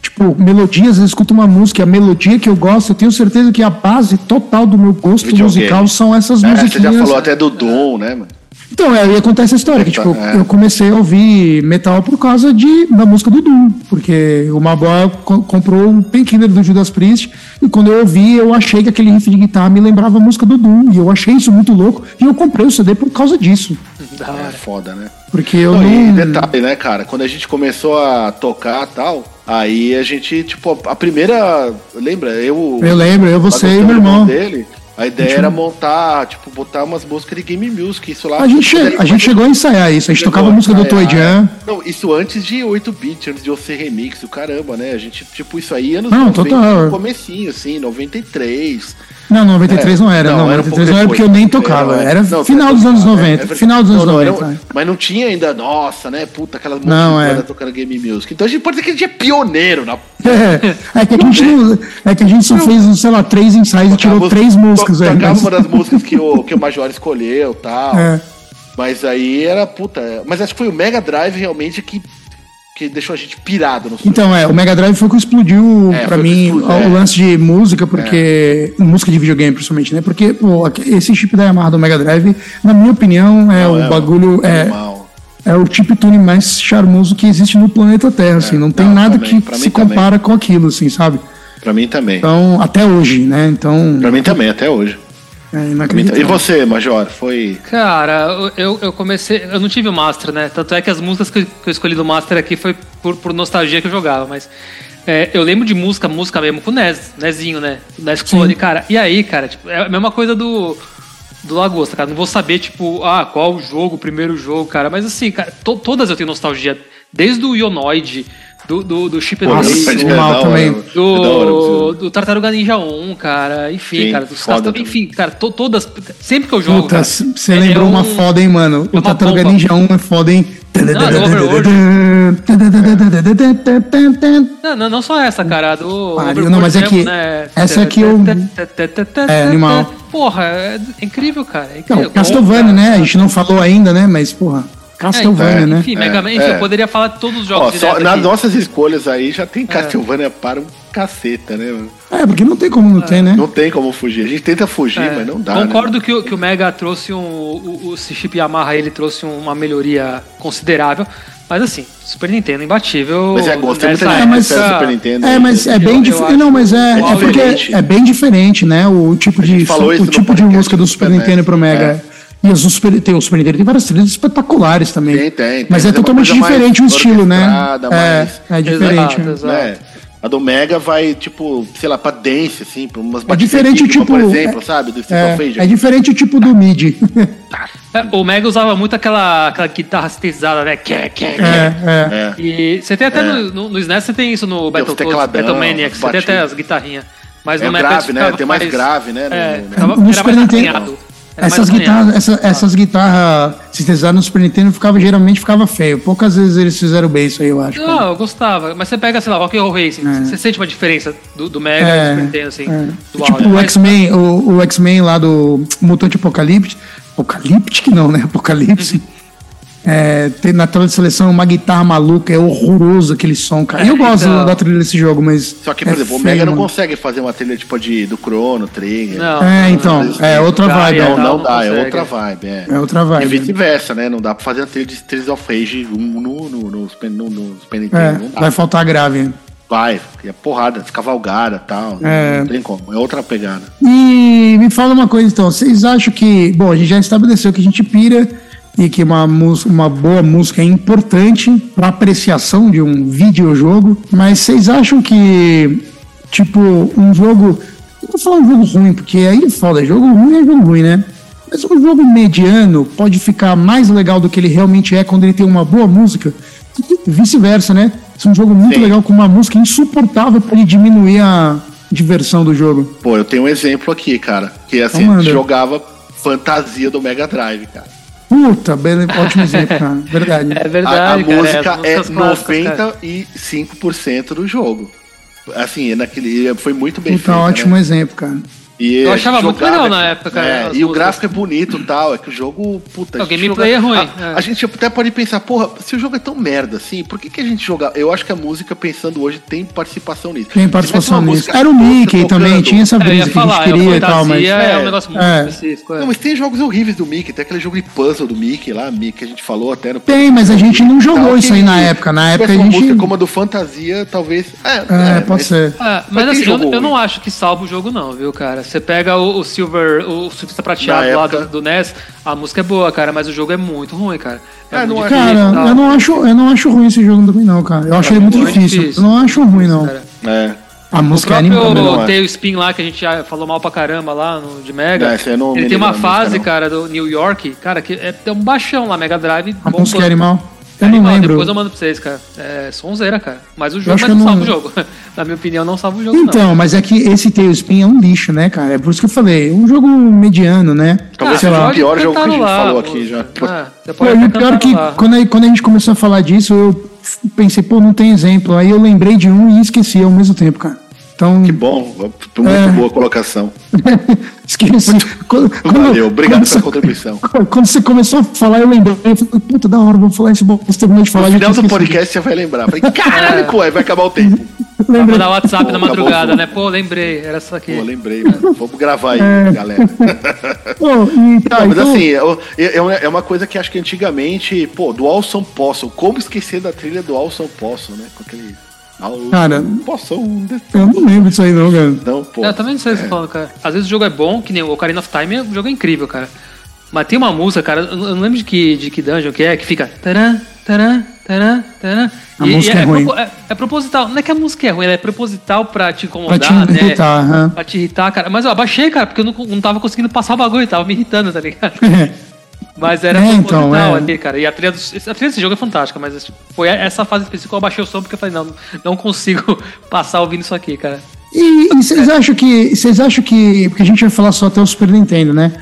[SPEAKER 1] Tipo, melodias, eu escuto uma música, a melodia que eu gosto, eu tenho certeza que a base total do meu gosto
[SPEAKER 2] Videogame.
[SPEAKER 1] musical são essas
[SPEAKER 2] É, você
[SPEAKER 1] musiquinhas.
[SPEAKER 2] já falou até do Doom, né, mano?
[SPEAKER 1] Então, é, eu ia contar essa história, que tipo,
[SPEAKER 2] Eita, é.
[SPEAKER 1] eu comecei a ouvir metal por causa de, da música do Doom, porque o Maboy co- comprou um Painkiller do Judas Priest, e quando eu ouvi, eu achei que aquele riff de guitarra me lembrava a música do Doom, e eu achei isso muito louco, e eu comprei o CD por causa disso,
[SPEAKER 3] Da
[SPEAKER 2] É
[SPEAKER 3] hora.
[SPEAKER 2] foda, né?
[SPEAKER 1] porque eu
[SPEAKER 2] Não, e
[SPEAKER 1] não...
[SPEAKER 2] detalhe, né, cara? Quando a gente começou a tocar tal, aí a gente, tipo, a a primeira. Lembra? Eu.
[SPEAKER 1] Eu lembro, eu, você e
[SPEAKER 2] Lagostão,
[SPEAKER 1] meu irmão.
[SPEAKER 2] Dele, A ideia era montar, tipo, botar umas músicas de game music, isso lá.
[SPEAKER 1] A gente, che- a gente chegou a ensaiar isso, a gente
[SPEAKER 2] Chegou
[SPEAKER 1] tocava a música do Toy
[SPEAKER 2] ensaiar.
[SPEAKER 1] Jam.
[SPEAKER 2] É, Não, isso antes de 8-bit, antes de você remix, o caramba, né? A gente, tipo, isso aí anos
[SPEAKER 1] Não, total.
[SPEAKER 2] no comecinho, assim, 93.
[SPEAKER 1] Não, 93 não era,
[SPEAKER 2] Não,
[SPEAKER 1] não.
[SPEAKER 2] era um
[SPEAKER 1] 93 não
[SPEAKER 2] pouco
[SPEAKER 1] era porque eu nem
[SPEAKER 2] depois.
[SPEAKER 1] tocava.
[SPEAKER 2] Era-
[SPEAKER 1] Era
[SPEAKER 2] não,
[SPEAKER 1] final
[SPEAKER 2] você
[SPEAKER 1] dos anos
[SPEAKER 2] tocava, é, é
[SPEAKER 1] 90.
[SPEAKER 2] verdade.
[SPEAKER 1] Final dos anos
[SPEAKER 2] Não, não, era
[SPEAKER 1] 90.
[SPEAKER 2] um-
[SPEAKER 1] né?
[SPEAKER 2] mas não tinha ainda, nossa, né? Puta, aquelas
[SPEAKER 1] Não,
[SPEAKER 2] músicas
[SPEAKER 1] é.
[SPEAKER 2] todas tocando game music. Então a gente pode dizer que a gente é pioneiro na
[SPEAKER 1] É, é que a gente, não, é que a gente só fez, sei lá, três ensaios e tirou
[SPEAKER 2] Tocava-
[SPEAKER 1] três músicas.
[SPEAKER 2] to-
[SPEAKER 1] é,
[SPEAKER 2] Tocava
[SPEAKER 1] mas-
[SPEAKER 2] uma das músicas que o, que o Major escolheu tal.
[SPEAKER 1] É.
[SPEAKER 2] Mas aí era puta. Mas acho que foi o Mega Drive realmente que, que deixou a gente pirado no som.
[SPEAKER 1] Então, é, o Mega Drive foi o que explodiu
[SPEAKER 2] É,
[SPEAKER 1] pra
[SPEAKER 2] foi o que
[SPEAKER 1] mim
[SPEAKER 2] explodiu,
[SPEAKER 1] o
[SPEAKER 2] é.
[SPEAKER 1] lance de música, porque. Música de videogame, principalmente, né? Porque, pô, aqu- esse chip da Yamaha do Mega Drive, na minha opinião, é
[SPEAKER 2] Não,
[SPEAKER 1] o
[SPEAKER 2] é um
[SPEAKER 1] bagulho. É,
[SPEAKER 2] animal.
[SPEAKER 1] é o chip tune mais charmoso que existe no planeta Terra, assim. Não tem
[SPEAKER 2] É, não,
[SPEAKER 1] nada
[SPEAKER 2] também,
[SPEAKER 1] que
[SPEAKER 2] pra
[SPEAKER 1] se
[SPEAKER 2] mim também.
[SPEAKER 1] compara com aquilo, assim, sabe?
[SPEAKER 2] Pra mim também.
[SPEAKER 1] Então, até hoje, né? Então.
[SPEAKER 2] Pra mim também, até hoje.
[SPEAKER 1] É
[SPEAKER 2] Pra mim ta- E
[SPEAKER 1] inacreditável.
[SPEAKER 2] você, Major? Foi.
[SPEAKER 3] Cara, eu, eu comecei. Eu não tive o Master, né? Tanto é que as músicas que eu, que eu escolhi do Master aqui foi por, por nostalgia que eu jogava, mas. é, eu lembro de música, música mesmo, com o NES, NESinho, né? O NES Clone, cara. E aí, cara, tipo, é a mesma coisa do. Do Lagosta, cara. Não vou saber, tipo, ah, qual o jogo, o primeiro jogo, cara. Mas assim, cara, to- todas eu tenho nostalgia. Desde o Ionoid, do, do, do Chip
[SPEAKER 1] Nossa,
[SPEAKER 3] Dale,
[SPEAKER 1] é
[SPEAKER 2] Pô,
[SPEAKER 1] de
[SPEAKER 3] do-
[SPEAKER 1] animal
[SPEAKER 2] da hora,
[SPEAKER 1] também.
[SPEAKER 2] mano. É Da hora,
[SPEAKER 3] do,
[SPEAKER 2] você-
[SPEAKER 3] do Tartaruga Ninja 1, cara. Enfim,
[SPEAKER 2] Sim,
[SPEAKER 3] cara. Dos
[SPEAKER 2] foda
[SPEAKER 3] caras,
[SPEAKER 2] também.
[SPEAKER 3] enfim, cara, to- todas. Sempre que eu jogo.
[SPEAKER 1] Puta,
[SPEAKER 3] cara,
[SPEAKER 1] você
[SPEAKER 3] é-
[SPEAKER 1] lembrou
[SPEAKER 3] é
[SPEAKER 1] uma
[SPEAKER 3] um-
[SPEAKER 1] foda, hein, mano?
[SPEAKER 3] é
[SPEAKER 1] o
[SPEAKER 3] uma
[SPEAKER 1] Tartaruga
[SPEAKER 3] bomba.
[SPEAKER 1] Ninja 1 é foda, hein?
[SPEAKER 3] é Overworld. Não, não, não só essa, cara. a Do
[SPEAKER 1] Pariu,
[SPEAKER 3] Overcoat
[SPEAKER 1] não, mas é
[SPEAKER 3] mesmo, né?
[SPEAKER 1] que- essa aqui eu- É, animal.
[SPEAKER 3] Porra, é incrível, cara. É incrível.
[SPEAKER 1] Não, Castlevania,
[SPEAKER 3] Bom,
[SPEAKER 1] né?
[SPEAKER 3] cara.
[SPEAKER 1] A gente não falou ainda, né? Mas, porra, Castlvania,
[SPEAKER 3] É,
[SPEAKER 1] né?
[SPEAKER 3] Enfim, Mega Man, enfim,
[SPEAKER 2] é.
[SPEAKER 3] eu poderia falar de todos os
[SPEAKER 2] Ó,
[SPEAKER 3] jogos.
[SPEAKER 2] só
[SPEAKER 3] direto
[SPEAKER 2] nas
[SPEAKER 3] aqui. É.
[SPEAKER 2] nossas escolhas aí já tem Castlevania para um caceta, né? mano?
[SPEAKER 1] É, porque não tem como não ter, né?
[SPEAKER 2] Não tem como fugir. A gente tenta fugir,
[SPEAKER 3] É,
[SPEAKER 2] mas não dá.
[SPEAKER 3] Concordo
[SPEAKER 2] né?
[SPEAKER 3] que, o- que o Mega trouxe um. O, o esse chip Yamaha ele trouxe um, uma melhoria considerável. Mas assim, Super Nintendo imbatível. né, tá,
[SPEAKER 2] Mas é, gostei muito
[SPEAKER 3] nessa
[SPEAKER 2] da
[SPEAKER 1] É, mas-
[SPEAKER 2] época do Super Nintendo.
[SPEAKER 1] É, mas é bem
[SPEAKER 3] eu
[SPEAKER 1] diferente.
[SPEAKER 3] acho
[SPEAKER 1] Não, mas é,
[SPEAKER 3] o
[SPEAKER 1] é porque
[SPEAKER 2] diferente.
[SPEAKER 1] é bem diferente, né? O tipo
[SPEAKER 2] A gente
[SPEAKER 1] de
[SPEAKER 2] falou isso
[SPEAKER 1] o
[SPEAKER 2] no
[SPEAKER 1] tipo de
[SPEAKER 2] podcast
[SPEAKER 1] música do
[SPEAKER 2] do
[SPEAKER 1] Super
[SPEAKER 2] Super
[SPEAKER 1] Nintendo pro
[SPEAKER 2] NES.
[SPEAKER 1] Mega. E os Super, tem o Super Nintendo tem várias trilhas espetaculares também.
[SPEAKER 2] Tem, tem, tem,
[SPEAKER 1] Mas é
[SPEAKER 2] mas é uma
[SPEAKER 1] totalmente
[SPEAKER 2] coisa mais
[SPEAKER 1] diferente o estilo, né?
[SPEAKER 2] orquestrada, mais-
[SPEAKER 1] É, é diferente.
[SPEAKER 3] Exato,
[SPEAKER 1] né?
[SPEAKER 3] exato.
[SPEAKER 2] né? A do Mega vai, tipo, sei lá, pra dance, assim, pra umas
[SPEAKER 1] É diferente o
[SPEAKER 2] rítmica,
[SPEAKER 1] tipo.
[SPEAKER 2] por exemplo,
[SPEAKER 1] é-
[SPEAKER 2] sabe? Do Street of Rage.
[SPEAKER 1] é, é diferente o tipo do mid.
[SPEAKER 3] É, O Mega usava muito aquela, aquela guitarra sintetizada, né? Que, que,
[SPEAKER 1] é, é.
[SPEAKER 2] É.
[SPEAKER 3] E você tem até no, no, no SNES, você tem isso no Battletoads,
[SPEAKER 2] tecladão,
[SPEAKER 3] Battlemaniacs, você tem até
[SPEAKER 2] batidas.
[SPEAKER 3] as guitarrinhas. Mas
[SPEAKER 2] É
[SPEAKER 3] no
[SPEAKER 2] o
[SPEAKER 3] Mega
[SPEAKER 2] grave, né?
[SPEAKER 3] ficava
[SPEAKER 2] Tem mais grave, né, no-
[SPEAKER 3] É,
[SPEAKER 2] no-
[SPEAKER 3] ficava,
[SPEAKER 1] No
[SPEAKER 3] era
[SPEAKER 1] Super
[SPEAKER 3] mais
[SPEAKER 1] Nintendo.
[SPEAKER 3] arranhado.
[SPEAKER 2] É
[SPEAKER 3] Era mais
[SPEAKER 1] Essas
[SPEAKER 3] arranhado.
[SPEAKER 1] guitarras, essa, essas guitarras sintetizadas no Super Nintendo ficava, geralmente ficava feio. Poucas vezes eles fizeram bem isso aí, eu acho.
[SPEAKER 3] Não, eu gostava. Mas você pega, sei lá, Rock and Roll Racing, você sente uma diferença do, do Mega e do Super Nintendo, assim,
[SPEAKER 1] é.
[SPEAKER 3] do
[SPEAKER 1] Tipo o
[SPEAKER 3] áudio.
[SPEAKER 2] né?
[SPEAKER 3] Mas-
[SPEAKER 1] X-Men, o, o X-Men lá do Mutante Apocalipse. Apocalipse não, né? Apocalipse. É, tem na tela de seleção uma guitarra maluca, é horroroso aquele som, cara. Eu
[SPEAKER 3] É,
[SPEAKER 1] gosto
[SPEAKER 3] então.
[SPEAKER 1] da trilha desse jogo, mas.
[SPEAKER 2] Só que, por
[SPEAKER 1] é
[SPEAKER 2] exemplo, o
[SPEAKER 1] feio,
[SPEAKER 2] Mega não
[SPEAKER 1] mano.
[SPEAKER 2] consegue fazer uma trilha tipo de, do Chrono, Trigger.
[SPEAKER 3] Não,
[SPEAKER 1] É, então, é outra
[SPEAKER 3] Cara,
[SPEAKER 1] vibe.
[SPEAKER 3] é,
[SPEAKER 2] Não,
[SPEAKER 1] É,
[SPEAKER 2] não
[SPEAKER 3] não
[SPEAKER 2] dá, é
[SPEAKER 3] consegue.
[SPEAKER 2] outra vibe. É.
[SPEAKER 1] é outra
[SPEAKER 2] E
[SPEAKER 1] vibe.
[SPEAKER 2] vice-versa, né? Não dá pra fazer a trilha de Streets of Rage um no, no, no, Super- no, no Super Nintendo.
[SPEAKER 1] É,
[SPEAKER 2] não dá.
[SPEAKER 1] vai faltar grave. né?
[SPEAKER 2] Vai, porque é porrada, descavalgada e tal.
[SPEAKER 1] É.
[SPEAKER 2] Não tem como, é outra pegada.
[SPEAKER 1] E me fala uma coisa então, vocês acham que, bom, a gente já estabeleceu que a gente pira e que uma, mus- uma boa música é importante para apreciação de um videojogo, mas vocês acham que, tipo, um jogo. Eu vou falar um jogo ruim, porque aí é foda, jogo ruim é jogo ruim, né? Mas um jogo mediano pode ficar mais legal do que ele realmente é quando ele tem uma boa música. E vice-versa, né? Se um jogo muito
[SPEAKER 2] Sim.
[SPEAKER 1] legal com uma música insuportável pode diminuir a diversão do jogo.
[SPEAKER 2] Pô, eu tenho um exemplo aqui, cara. Que assim,
[SPEAKER 1] Então manda.
[SPEAKER 2] jogava fantasia do Mega Drive, cara.
[SPEAKER 1] Puta, bele- ótimo exemplo, cara. Verdade.
[SPEAKER 3] É
[SPEAKER 2] A-
[SPEAKER 3] verdade,
[SPEAKER 2] a,
[SPEAKER 3] cara,
[SPEAKER 2] música
[SPEAKER 3] as
[SPEAKER 2] é,
[SPEAKER 3] músicas clássicas, cara.
[SPEAKER 2] 95% do jogo. Assim, é naquele, foi muito bem né?
[SPEAKER 1] Puta,
[SPEAKER 2] feito.
[SPEAKER 1] Então, ótimo exemplo, cara.
[SPEAKER 2] E
[SPEAKER 3] Eu
[SPEAKER 2] a
[SPEAKER 3] achava
[SPEAKER 2] gente
[SPEAKER 3] muito
[SPEAKER 2] jogava,
[SPEAKER 3] legal na
[SPEAKER 2] tipo,
[SPEAKER 3] época, cara,
[SPEAKER 2] é, e
[SPEAKER 3] as
[SPEAKER 2] o
[SPEAKER 3] músicas.
[SPEAKER 2] gráfico é bonito e tal. É que o jogo, puta.
[SPEAKER 3] Não,
[SPEAKER 2] a gente
[SPEAKER 3] gameplay
[SPEAKER 2] joga-
[SPEAKER 3] é ruim,
[SPEAKER 2] A,
[SPEAKER 3] é.
[SPEAKER 2] a gente até pode pensar, porra, se o jogo é tão merda assim, por que, que a gente joga? Eu acho que a música, pensando hoje, tem participação nisso.
[SPEAKER 1] Tem
[SPEAKER 2] Se
[SPEAKER 1] participação
[SPEAKER 2] tivesse uma
[SPEAKER 1] nisso.
[SPEAKER 2] música
[SPEAKER 1] Era o Mickey
[SPEAKER 2] tocando-
[SPEAKER 1] também, tinha essa
[SPEAKER 3] É, eu ia
[SPEAKER 1] brisa que a gente
[SPEAKER 3] falar, é uma
[SPEAKER 1] queria e tal, mas.
[SPEAKER 3] fantasia, é um
[SPEAKER 2] É.
[SPEAKER 3] negócio muito
[SPEAKER 1] É.
[SPEAKER 3] específico. é.
[SPEAKER 2] Não, mas tem jogos horríveis do Mickey, tem aquele jogo de puzzle do Mickey lá, Mickey, que a gente falou até no.
[SPEAKER 1] Tem, mas a gente não jogou
[SPEAKER 2] Tal,
[SPEAKER 1] isso aí
[SPEAKER 2] que-
[SPEAKER 1] na época. Na
[SPEAKER 2] se
[SPEAKER 1] época a
[SPEAKER 2] tivesse uma
[SPEAKER 1] gente-
[SPEAKER 2] música como a do Fantasia, talvez.
[SPEAKER 1] É, pode
[SPEAKER 2] mas-
[SPEAKER 1] ser.
[SPEAKER 3] Ah,
[SPEAKER 2] Mas
[SPEAKER 3] mas
[SPEAKER 2] quem
[SPEAKER 3] assim, eu,
[SPEAKER 2] jogou
[SPEAKER 3] eu não
[SPEAKER 2] hoje?
[SPEAKER 3] acho que salva o jogo, não, viu, cara? Você pega o, o Silver, o surfista prateado
[SPEAKER 2] Na
[SPEAKER 3] lá
[SPEAKER 2] época-
[SPEAKER 3] do, do NES, a música é boa, cara, mas o jogo é muito ruim, cara. É,
[SPEAKER 2] Ah, não
[SPEAKER 3] muito
[SPEAKER 2] acho-
[SPEAKER 3] difícil,
[SPEAKER 1] Cara,
[SPEAKER 3] tá?
[SPEAKER 1] eu não, acho, eu não acho ruim esse jogo também, não, cara. Eu achei ele muito
[SPEAKER 3] é muito
[SPEAKER 1] difícil.
[SPEAKER 3] difícil.
[SPEAKER 1] Eu não acho ruim, não.
[SPEAKER 3] Cara,
[SPEAKER 2] É.
[SPEAKER 1] A música é
[SPEAKER 3] o
[SPEAKER 1] animal.
[SPEAKER 2] também não
[SPEAKER 3] próprio
[SPEAKER 2] é.
[SPEAKER 3] Tail Spin lá, que a gente já falou mal pra caramba lá no, de Mega.
[SPEAKER 2] Não, É, esse eu não me
[SPEAKER 3] ele tem
[SPEAKER 2] lembro
[SPEAKER 3] uma
[SPEAKER 2] da música,
[SPEAKER 3] fase,
[SPEAKER 2] não.
[SPEAKER 3] cara, do New York, cara, que é, é um baixão lá, Mega Drive.
[SPEAKER 1] A
[SPEAKER 3] bom
[SPEAKER 1] música é
[SPEAKER 3] pra-
[SPEAKER 1] animal. Eu não
[SPEAKER 3] Animal,
[SPEAKER 1] lembro.
[SPEAKER 3] Depois eu mando pra vocês, cara. É sonzeira, cara. Mas o jogo
[SPEAKER 1] acho
[SPEAKER 3] mas
[SPEAKER 1] que eu
[SPEAKER 3] não salva
[SPEAKER 1] não-
[SPEAKER 3] o jogo. Na minha opinião, não salva o jogo, não.
[SPEAKER 1] Então, mas é que esse Tailspin é um lixo, né, cara? É por isso que eu falei, é um jogo mediano, né?
[SPEAKER 2] Talvez
[SPEAKER 1] Sei
[SPEAKER 2] seja
[SPEAKER 1] lá.
[SPEAKER 2] o pior jogo que a gente
[SPEAKER 3] cantar lá,
[SPEAKER 2] falou
[SPEAKER 3] pô.
[SPEAKER 2] aqui já.
[SPEAKER 3] Ah, você
[SPEAKER 1] Pô,
[SPEAKER 3] pode
[SPEAKER 1] e
[SPEAKER 3] até
[SPEAKER 1] o pior
[SPEAKER 3] cantar
[SPEAKER 1] que
[SPEAKER 3] lá.
[SPEAKER 1] quando, aí- quando a gente começou a falar disso, eu pensei, pô, não tem exemplo. Aí eu lembrei de um e esqueci ao mesmo tempo, cara. Então,
[SPEAKER 2] Que bom, muito
[SPEAKER 1] É.
[SPEAKER 2] boa colocação.
[SPEAKER 1] esqueci. Quando-
[SPEAKER 2] Valeu, obrigado
[SPEAKER 1] você-
[SPEAKER 2] pela contribuição.
[SPEAKER 1] Quando você começou a falar, eu lembrei. Eu falei, puta, da hora, vamos falar isso. bom. Você terminou de falar.
[SPEAKER 2] No
[SPEAKER 1] eu
[SPEAKER 2] final
[SPEAKER 1] tinha
[SPEAKER 2] do
[SPEAKER 1] esquecido.
[SPEAKER 2] podcast você vai lembrar. Falei, caralho, pô, aí vai acabar o tempo.
[SPEAKER 3] Pra
[SPEAKER 1] Lembrei.
[SPEAKER 3] mandar WhatsApp na
[SPEAKER 2] Acabou,
[SPEAKER 3] madrugada,
[SPEAKER 2] acabou.
[SPEAKER 3] né? Pô, lembrei, era essa aqui.
[SPEAKER 2] Pô,
[SPEAKER 1] É.
[SPEAKER 2] lembrei, mano. Vamos gravar aí, galera.
[SPEAKER 1] Pô, e tá,
[SPEAKER 2] Não, mas
[SPEAKER 1] É. então-
[SPEAKER 2] assim, eu- eu- é uma- é uma coisa que acho que antigamente, pô, do Alson Possum, como esquecer da trilha do Alson Possum, né? Com aquele. Alson
[SPEAKER 1] Cara,
[SPEAKER 2] Possum. um
[SPEAKER 1] Eu não lembro disso aí, não, cara.
[SPEAKER 2] Não, pô.
[SPEAKER 3] Eu também não
[SPEAKER 1] é.
[SPEAKER 3] sei o que você tá falando, cara. Às vezes o jogo é bom, que nem o Ocarina of Time, o jogo é incrível, cara. Mas tem uma música, cara, eu não eu não lembro de que, de que dungeon que é, que fica. Tarã, tarã, tarã, tarã.
[SPEAKER 1] A música é ruim.
[SPEAKER 3] propo- é, é proposital. Não é que a música é ruim, ela é proposital pra te incomodar,
[SPEAKER 1] te irritar,
[SPEAKER 3] né?
[SPEAKER 1] aham.
[SPEAKER 3] Pra te irritar, cara. Mas eu abaixei, cara, porque eu não, não tava conseguindo passar o bagulho, tava me irritando, tá ligado? Mas era
[SPEAKER 1] É,
[SPEAKER 3] proposital
[SPEAKER 1] então, é.
[SPEAKER 3] ali, cara. E a trilha, do, a trilha desse jogo é fantástica, mas foi essa fase específica que eu abaixei o som porque eu falei, não, não consigo passar ouvindo isso aqui, cara.
[SPEAKER 1] E e vocês acham que. Vocês acham que. Porque a gente vai falar só até o Super Nintendo, né?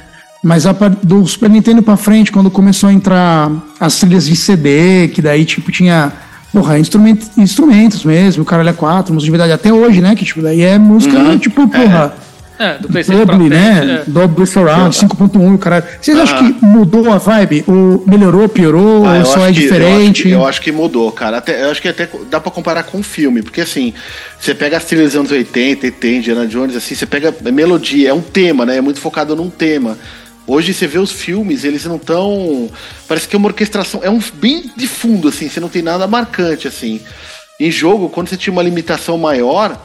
[SPEAKER 1] Mas a par- do Super Nintendo pra frente, quando começou a entrar as trilhas de CD, que daí, tipo, tinha. Porra, instrument- instrumentos mesmo, o Caralho é 4, música de verdade, até hoje, né? Que tipo, daí é música,
[SPEAKER 3] Uhum.
[SPEAKER 1] tipo, porra,
[SPEAKER 3] É, do PlayStation pra
[SPEAKER 1] double,
[SPEAKER 3] frente,
[SPEAKER 1] né?
[SPEAKER 3] é. Uhum.
[SPEAKER 1] Double surround, 5.1, o um, caralho. Vocês acham
[SPEAKER 2] Ah.
[SPEAKER 1] que mudou a vibe? Ou melhorou, piorou,
[SPEAKER 2] Ah,
[SPEAKER 1] ou
[SPEAKER 2] eu
[SPEAKER 1] só é
[SPEAKER 2] acho que- eu acho
[SPEAKER 1] diferente?
[SPEAKER 2] que- Eu acho, que mudou, cara. Até- eu acho que até dá pra comparar com o filme, porque assim, você pega as trilhas dos anos 80, e tem Indiana Jones, assim, você pega é melodia, é um tema, né? É muito focado num tema. Hoje você vê os filmes, eles não tão. Parece que é uma orquestração. É um bem de fundo, assim, você não tem nada marcante, assim. Em jogo, quando você tinha uma limitação maior,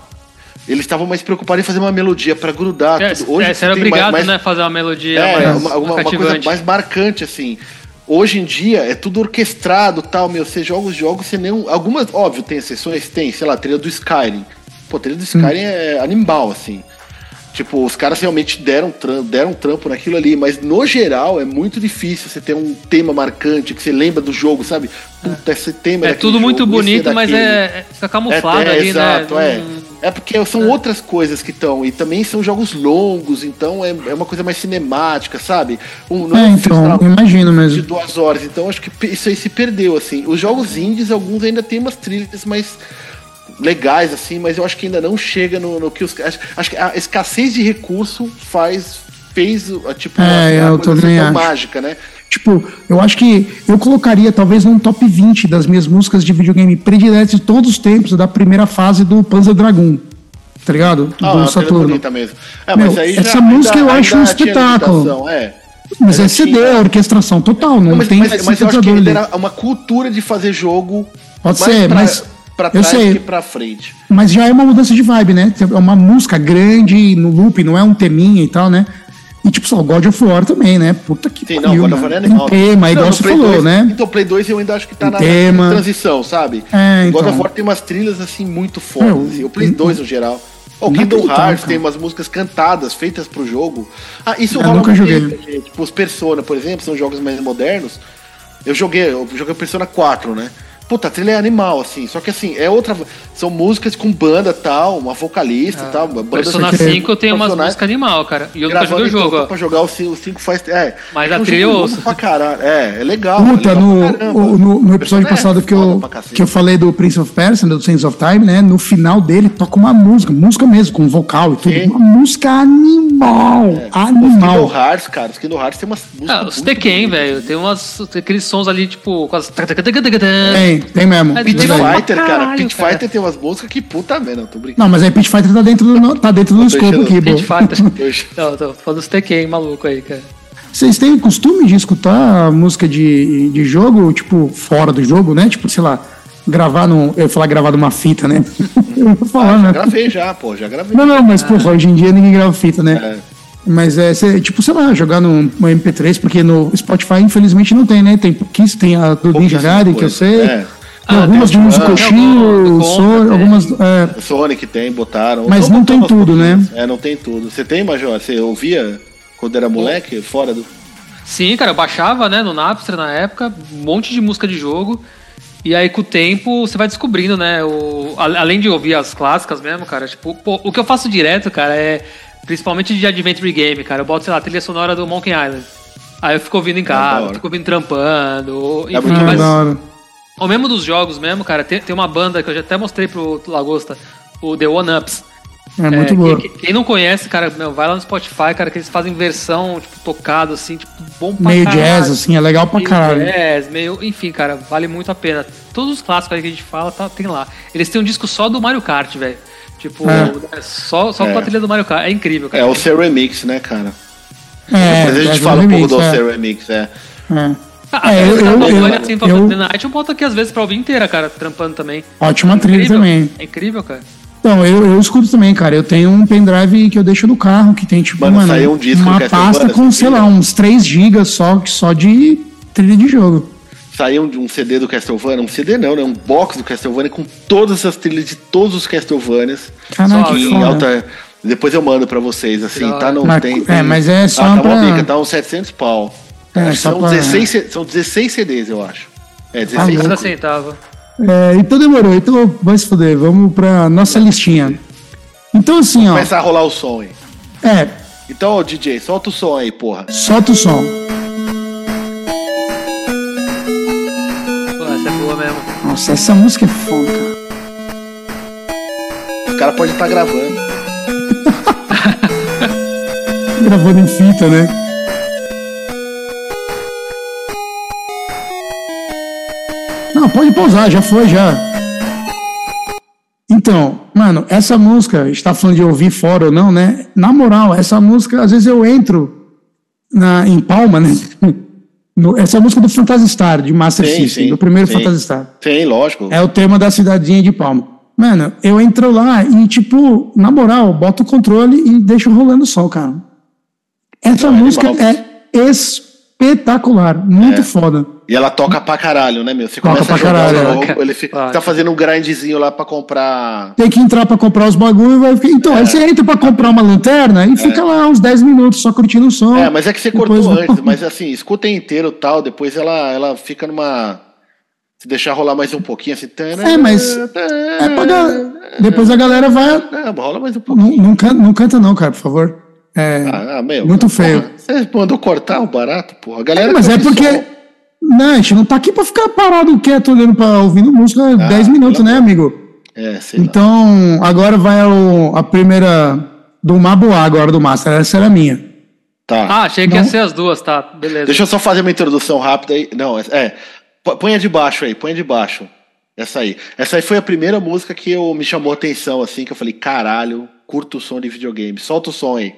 [SPEAKER 2] eles estavam mais preocupados em fazer uma melodia pra grudar.
[SPEAKER 3] É,
[SPEAKER 2] Tá tudo. Hoje
[SPEAKER 3] é, você era
[SPEAKER 2] tem
[SPEAKER 3] obrigado,
[SPEAKER 2] mais-
[SPEAKER 3] né, fazer uma melodia
[SPEAKER 2] É,
[SPEAKER 3] mais,
[SPEAKER 2] uma, uma- uma coisa
[SPEAKER 3] cativante.
[SPEAKER 2] mais marcante, assim. Hoje em dia é tudo orquestrado tal, meu. Você joga os jogos, você nem. um- Algumas, óbvio, tem exceções, tem, sei lá, a trilha do Skyrim. Pô, a trilha do Skyrim é animal, assim. Tipo, os caras realmente deram, tram- deram um trampo naquilo ali, mas no geral é muito difícil você ter um tema marcante que você lembra do jogo, sabe? Puta, esse tema
[SPEAKER 3] É
[SPEAKER 2] daquele
[SPEAKER 3] tudo muito
[SPEAKER 2] jogo, esse
[SPEAKER 3] bonito, mas
[SPEAKER 2] daquele.
[SPEAKER 3] é, é- fica camuflado
[SPEAKER 2] É, é,
[SPEAKER 3] ali,
[SPEAKER 2] exato,
[SPEAKER 3] né?
[SPEAKER 2] é. É porque são outras coisas que estão. E também são jogos longos, então é, é uma coisa mais cinemática, sabe? Um, não
[SPEAKER 1] É,
[SPEAKER 2] um filme,
[SPEAKER 1] então,
[SPEAKER 2] sei lá,
[SPEAKER 1] imagino
[SPEAKER 2] de
[SPEAKER 1] mesmo.
[SPEAKER 2] duas horas. Então acho que pe- isso aí se perdeu, assim. Os
[SPEAKER 3] Uhum.
[SPEAKER 2] jogos indies, alguns ainda tem umas trilhas mais legais, assim, mas eu acho que ainda não chega no, no que os. Acho, acho que a escassez de recurso faz. fez o- a, tipo,
[SPEAKER 1] É,
[SPEAKER 2] a,
[SPEAKER 1] eu também
[SPEAKER 2] tão
[SPEAKER 1] acho.
[SPEAKER 2] mágica, né?
[SPEAKER 1] Tipo, eu acho que eu colocaria talvez num top 20 das minhas músicas de videogame prediletas de todos os tempos da primeira fase do Panzer Dragoon. Tá ligado?
[SPEAKER 2] Ah,
[SPEAKER 1] do
[SPEAKER 2] uma trilha
[SPEAKER 1] Saturno.
[SPEAKER 2] bonita mesmo. É,
[SPEAKER 1] Meu, essa música eu acho um
[SPEAKER 2] ainda tinha
[SPEAKER 1] espetáculo.
[SPEAKER 2] limitação, É.
[SPEAKER 1] Mas é
[SPEAKER 2] Ainda
[SPEAKER 1] CD,
[SPEAKER 2] tinha.
[SPEAKER 1] é orquestração total, não
[SPEAKER 2] Não, mas,
[SPEAKER 1] tem
[SPEAKER 2] mas- mas eu acho que
[SPEAKER 1] sintetizador
[SPEAKER 2] ainda
[SPEAKER 1] ali.
[SPEAKER 2] era uma cultura de fazer jogo
[SPEAKER 1] Pode
[SPEAKER 2] mais
[SPEAKER 1] ser,
[SPEAKER 2] pra,
[SPEAKER 1] mas
[SPEAKER 2] pra
[SPEAKER 1] eu
[SPEAKER 2] trás
[SPEAKER 1] sei.
[SPEAKER 2] que pra frente.
[SPEAKER 1] Mas já é uma mudança de vibe, né? É uma música grande no loop, não é um teminha e tal, né? E tipo, só o God of War também, né? Puta que
[SPEAKER 2] Sim, não, God of War é animal.
[SPEAKER 1] Um tema,
[SPEAKER 2] Não,
[SPEAKER 1] igual
[SPEAKER 2] no
[SPEAKER 1] você
[SPEAKER 2] Play
[SPEAKER 1] falou,
[SPEAKER 2] 2,
[SPEAKER 1] né?
[SPEAKER 2] Então, Play 2 eu ainda acho que tá na, na
[SPEAKER 1] tema.
[SPEAKER 2] transição, sabe?
[SPEAKER 1] É,
[SPEAKER 2] God of
[SPEAKER 1] então.
[SPEAKER 2] War tem umas trilhas assim muito
[SPEAKER 1] É,
[SPEAKER 2] fortes.
[SPEAKER 1] o-
[SPEAKER 2] assim, o Play 2 no geral. O
[SPEAKER 1] Não
[SPEAKER 2] Kingdom
[SPEAKER 1] acreditava,
[SPEAKER 2] Hearts
[SPEAKER 1] cara.
[SPEAKER 2] tem umas músicas cantadas, feitas pro jogo. Ah, isso
[SPEAKER 1] Eu
[SPEAKER 2] rola
[SPEAKER 1] nunca
[SPEAKER 2] muito,
[SPEAKER 1] joguei.
[SPEAKER 2] gente. Tipo, os Persona, por exemplo, são jogos mais modernos. Eu joguei, eu joguei o Persona 4, né? Puta, a trilha é animal, assim. Só que assim, é outra. São músicas com banda tal, uma vocalista e tal. uma banda
[SPEAKER 3] Ah,
[SPEAKER 2] assim,
[SPEAKER 3] Persona
[SPEAKER 1] Você tem
[SPEAKER 3] 5 tem umas
[SPEAKER 2] profissionais
[SPEAKER 3] músicas animal, cara. E eu nunca
[SPEAKER 2] gravando
[SPEAKER 3] joguei o jogo,
[SPEAKER 2] então,
[SPEAKER 3] ó.
[SPEAKER 2] pra jogar o 5 faz. É,
[SPEAKER 3] Mas
[SPEAKER 2] é
[SPEAKER 3] a
[SPEAKER 2] um
[SPEAKER 3] trilha
[SPEAKER 2] jogo
[SPEAKER 3] eu
[SPEAKER 2] louco
[SPEAKER 3] ouço.
[SPEAKER 2] Pra caralho. É, é legal. é
[SPEAKER 1] Puta,
[SPEAKER 2] legal
[SPEAKER 1] no,
[SPEAKER 2] pra caramba.
[SPEAKER 1] o- no, no episódio
[SPEAKER 2] Persona é
[SPEAKER 1] passado que
[SPEAKER 2] foda
[SPEAKER 1] eu,
[SPEAKER 2] pra cacete.
[SPEAKER 1] que eu falei do Prince of Persia, do Sense of Time, né? No final dele toca uma música, música mesmo, com vocal e tudo.
[SPEAKER 2] Sim. É.
[SPEAKER 1] Uma música animal.
[SPEAKER 2] Os
[SPEAKER 1] Animal.
[SPEAKER 2] Kingdom Hearts, cara, os Kingdom Hearts tem umas músicas.
[SPEAKER 3] Ah, os
[SPEAKER 2] tá muito É,
[SPEAKER 3] Tekken,
[SPEAKER 2] bonitas.
[SPEAKER 3] velho. Tem umas. tem aqueles sons ali, tipo, quase.
[SPEAKER 1] Tem, tem mesmo. verdade.
[SPEAKER 3] É, Pit
[SPEAKER 2] Pit
[SPEAKER 3] Fighter.
[SPEAKER 2] Fighter,
[SPEAKER 3] Caralho,
[SPEAKER 2] cara. Pit
[SPEAKER 3] cara.
[SPEAKER 2] Fighter tem umas músicas que puta merda, não tô brincando.
[SPEAKER 1] Não, mas aí Pit Fighter tá dentro do, no- tá dentro do escopo aqui,
[SPEAKER 3] Street
[SPEAKER 1] pô.
[SPEAKER 3] Fighter.
[SPEAKER 2] Hoje.
[SPEAKER 3] tá- Não, tô falando dos Tekken, maluco aí, cara.
[SPEAKER 1] Vocês têm o costume de escutar música de, de jogo, tipo, fora do jogo, né? Tipo, sei lá, gravar num. Eu ia falar gravar numa fita, né? Eu ia falar,
[SPEAKER 2] Ah, Já
[SPEAKER 1] né?
[SPEAKER 2] gravei já, pô, já gravei.
[SPEAKER 1] Não, não, mas, porra, hoje em dia ninguém grava fita, né?
[SPEAKER 2] É.
[SPEAKER 1] Mas é, cê- tipo, sei lá, jogar no, no MP3, porque no Spotify, infelizmente, não tem, né? Tem pouquíssimo, tem a do Ninja
[SPEAKER 2] Pouquíssima
[SPEAKER 1] Gaiden, que eu
[SPEAKER 2] coisa.
[SPEAKER 1] sei.
[SPEAKER 2] É.
[SPEAKER 1] Tem algumas de Musou Show, Sonic, algumas. é,
[SPEAKER 2] Sonic tem, botaram.
[SPEAKER 1] Mas
[SPEAKER 2] Então
[SPEAKER 1] não
[SPEAKER 2] botou
[SPEAKER 1] tem
[SPEAKER 2] umas
[SPEAKER 1] tudo, né?
[SPEAKER 2] coisinhas. É, não tem tudo. Você tem, Major? Você ouvia quando era moleque? Fora do.
[SPEAKER 3] Sim, cara, eu baixava, né, no Napster na época, um monte de música de jogo. E aí, com o tempo, você vai descobrindo, né? O, a- além de ouvir as clássicas mesmo, cara, tipo, pô, o que eu faço direto, cara, é principalmente de Adventure Game, cara. Eu boto, sei lá, a trilha sonora do Monkey Island. Aí eu fico ouvindo em
[SPEAKER 2] da
[SPEAKER 3] casa,
[SPEAKER 2] hora.
[SPEAKER 3] fico ouvindo trampando. ou-
[SPEAKER 2] É
[SPEAKER 3] enfim,
[SPEAKER 2] muito
[SPEAKER 1] ah,
[SPEAKER 3] mas-
[SPEAKER 1] da hora.
[SPEAKER 3] ou mesmo dos jogos mesmo, cara, tem, tem uma banda que eu já até mostrei pro Lagosta, o The One Ups.
[SPEAKER 1] É muito
[SPEAKER 3] quem-
[SPEAKER 1] boa.
[SPEAKER 3] Quem, quem não conhece, cara, meu, vai lá no Spotify, cara, que eles fazem versão, tipo, tocado, assim, tipo, bom pra
[SPEAKER 1] Meio
[SPEAKER 3] caralho.
[SPEAKER 1] jazz, assim, é legal pra
[SPEAKER 3] Meio
[SPEAKER 1] caralho.
[SPEAKER 3] jazz, meio... Enfim, cara, vale muito a pena. Todos os clássicos aí que a gente fala, tá- tem lá. Eles têm um disco só do Mario Kart, velho. Tipo,
[SPEAKER 1] É.
[SPEAKER 3] né, só, só com
[SPEAKER 2] É.
[SPEAKER 3] a trilha do Mario Kart. É incrível, cara.
[SPEAKER 2] É o seu remix, né, cara?
[SPEAKER 1] É,
[SPEAKER 2] Mas a
[SPEAKER 1] é,
[SPEAKER 2] gente fala um
[SPEAKER 1] remix,
[SPEAKER 2] pouco do
[SPEAKER 1] é,
[SPEAKER 2] seu remix, é.
[SPEAKER 1] é.
[SPEAKER 3] Ah,
[SPEAKER 1] É, eu-
[SPEAKER 3] tá
[SPEAKER 1] eu-
[SPEAKER 3] bom,
[SPEAKER 1] eu-
[SPEAKER 3] olha, assim,
[SPEAKER 1] eu-
[SPEAKER 3] eu, The Night eu boto aqui às vezes pra ouvir inteira, cara, trampando também.
[SPEAKER 1] Ótima trilha
[SPEAKER 3] Incrível.
[SPEAKER 1] também.
[SPEAKER 3] É incrível, cara.
[SPEAKER 1] Então, eu, eu escuto também, cara. Eu tenho um pendrive que eu deixo no carro, que tem, tipo,
[SPEAKER 2] Mano,
[SPEAKER 1] mano,
[SPEAKER 2] saiu um disco
[SPEAKER 1] uma
[SPEAKER 2] que é
[SPEAKER 1] pasta
[SPEAKER 2] semana,
[SPEAKER 1] com,
[SPEAKER 2] assim,
[SPEAKER 1] sei lá,
[SPEAKER 2] né?
[SPEAKER 1] uns 3 GB só, só de trilha de jogo.
[SPEAKER 2] Saiu de um CD do Castlevania, um CD não, né? Um box do Castlevania com todas as trilhas de todos os Castlevanias.
[SPEAKER 1] Caraca,
[SPEAKER 3] Só
[SPEAKER 1] Ah, que
[SPEAKER 2] em
[SPEAKER 1] foda.
[SPEAKER 2] alta. Depois eu mando pra vocês, assim,
[SPEAKER 3] Da
[SPEAKER 2] tá no.
[SPEAKER 1] Mas-
[SPEAKER 2] tem,
[SPEAKER 1] é,
[SPEAKER 2] tem-
[SPEAKER 1] mas é só
[SPEAKER 2] Ah, tá uma
[SPEAKER 1] pra-
[SPEAKER 2] bica, tá uns 700 pau.
[SPEAKER 1] É,
[SPEAKER 2] Acho que
[SPEAKER 1] só
[SPEAKER 2] são,
[SPEAKER 1] pra- Ah,
[SPEAKER 2] 16, ce- são 16 CDs, eu acho. É,
[SPEAKER 1] Tá
[SPEAKER 2] 16
[SPEAKER 3] Cada
[SPEAKER 2] CDs.
[SPEAKER 3] centavo.
[SPEAKER 1] É, então demorou, então vai se foder, vamos pra nossa listinha. Então assim, ó,
[SPEAKER 2] Começa a rolar o som aí.
[SPEAKER 1] é,
[SPEAKER 2] Então, ô, DJ, solta o som aí, porra.
[SPEAKER 1] solta o som.
[SPEAKER 3] Pô, essa é boa mesmo.
[SPEAKER 1] Nossa, essa música é foda, cara.
[SPEAKER 2] O cara pode estar gravando.
[SPEAKER 1] Gravando em fita, né? Não, pode pausar, já foi, já. Então, mano, essa música, a gente tá falando de ouvir fora ou não, né? Na moral, essa música, às vezes eu entro na, em Palma, né? No- essa música é do Phantasy Star, de Master
[SPEAKER 2] Sim,
[SPEAKER 1] System,
[SPEAKER 2] sim,
[SPEAKER 1] do primeiro
[SPEAKER 2] sim.
[SPEAKER 1] Phantasy Star.
[SPEAKER 2] Tem, lógico.
[SPEAKER 1] É o tema da cidadinha de Palma. Mano, eu entro lá e, tipo, na moral, boto o controle e deixo rolando o som, cara. Essa
[SPEAKER 2] animal,
[SPEAKER 1] música
[SPEAKER 2] bicho.
[SPEAKER 1] é espetacular, muito
[SPEAKER 2] É.
[SPEAKER 1] foda.
[SPEAKER 2] E ela toca pra caralho, né, meu? Você
[SPEAKER 1] Toca
[SPEAKER 2] começa
[SPEAKER 1] pra
[SPEAKER 2] a jogar
[SPEAKER 1] caralho,
[SPEAKER 2] o
[SPEAKER 3] né?
[SPEAKER 2] jogo, ele fica,
[SPEAKER 3] Toca.
[SPEAKER 2] tá fazendo um grindzinho lá pra comprar.
[SPEAKER 1] Tem que entrar pra comprar os bagulho e vai ficar.
[SPEAKER 2] É.
[SPEAKER 1] Então, aí você entra pra comprar uma lanterna e fica lá uns 10 minutos só curtindo o som.
[SPEAKER 2] É, mas é que você
[SPEAKER 1] Depois
[SPEAKER 2] cortou
[SPEAKER 1] volta.
[SPEAKER 2] antes, mas assim, escutem inteiro e tal, depois ela, ela fica numa. Se deixar rolar mais um pouquinho, assim.
[SPEAKER 1] É, mas É pra ga- Depois a galera vai.
[SPEAKER 2] É, rola mais um
[SPEAKER 1] Não,
[SPEAKER 2] pouquinho.
[SPEAKER 1] não, can- não canta, não, cara, por favor. É.
[SPEAKER 2] Ah, ah, meu.
[SPEAKER 1] Muito
[SPEAKER 2] porra,
[SPEAKER 1] feio.
[SPEAKER 2] Você mandou cortar o barato, porra. A galera.
[SPEAKER 1] Mas
[SPEAKER 2] que
[SPEAKER 1] é
[SPEAKER 2] ouve
[SPEAKER 1] porque.
[SPEAKER 2] som-
[SPEAKER 1] Não, a gente não tá aqui pra ficar parado quieto olhando pra ouvindo música
[SPEAKER 2] Ah,
[SPEAKER 1] 10 minutos, né, amigo?
[SPEAKER 2] É, sei lá.
[SPEAKER 1] Então, agora vai o- a primeira do Maboá, agora do Master. Essa era a minha.
[SPEAKER 2] Tá.
[SPEAKER 3] Ah, achei que ia ser as duas, tá? Beleza.
[SPEAKER 2] Deixa eu só fazer uma introdução rápida aí. Não, é. é. P- Põe a de baixo aí, põe a de baixo. Essa aí. Essa aí foi a primeira música que eu, me chamou a atenção, assim, que eu falei, caralho, curto o som de videogame. Solta o som aí.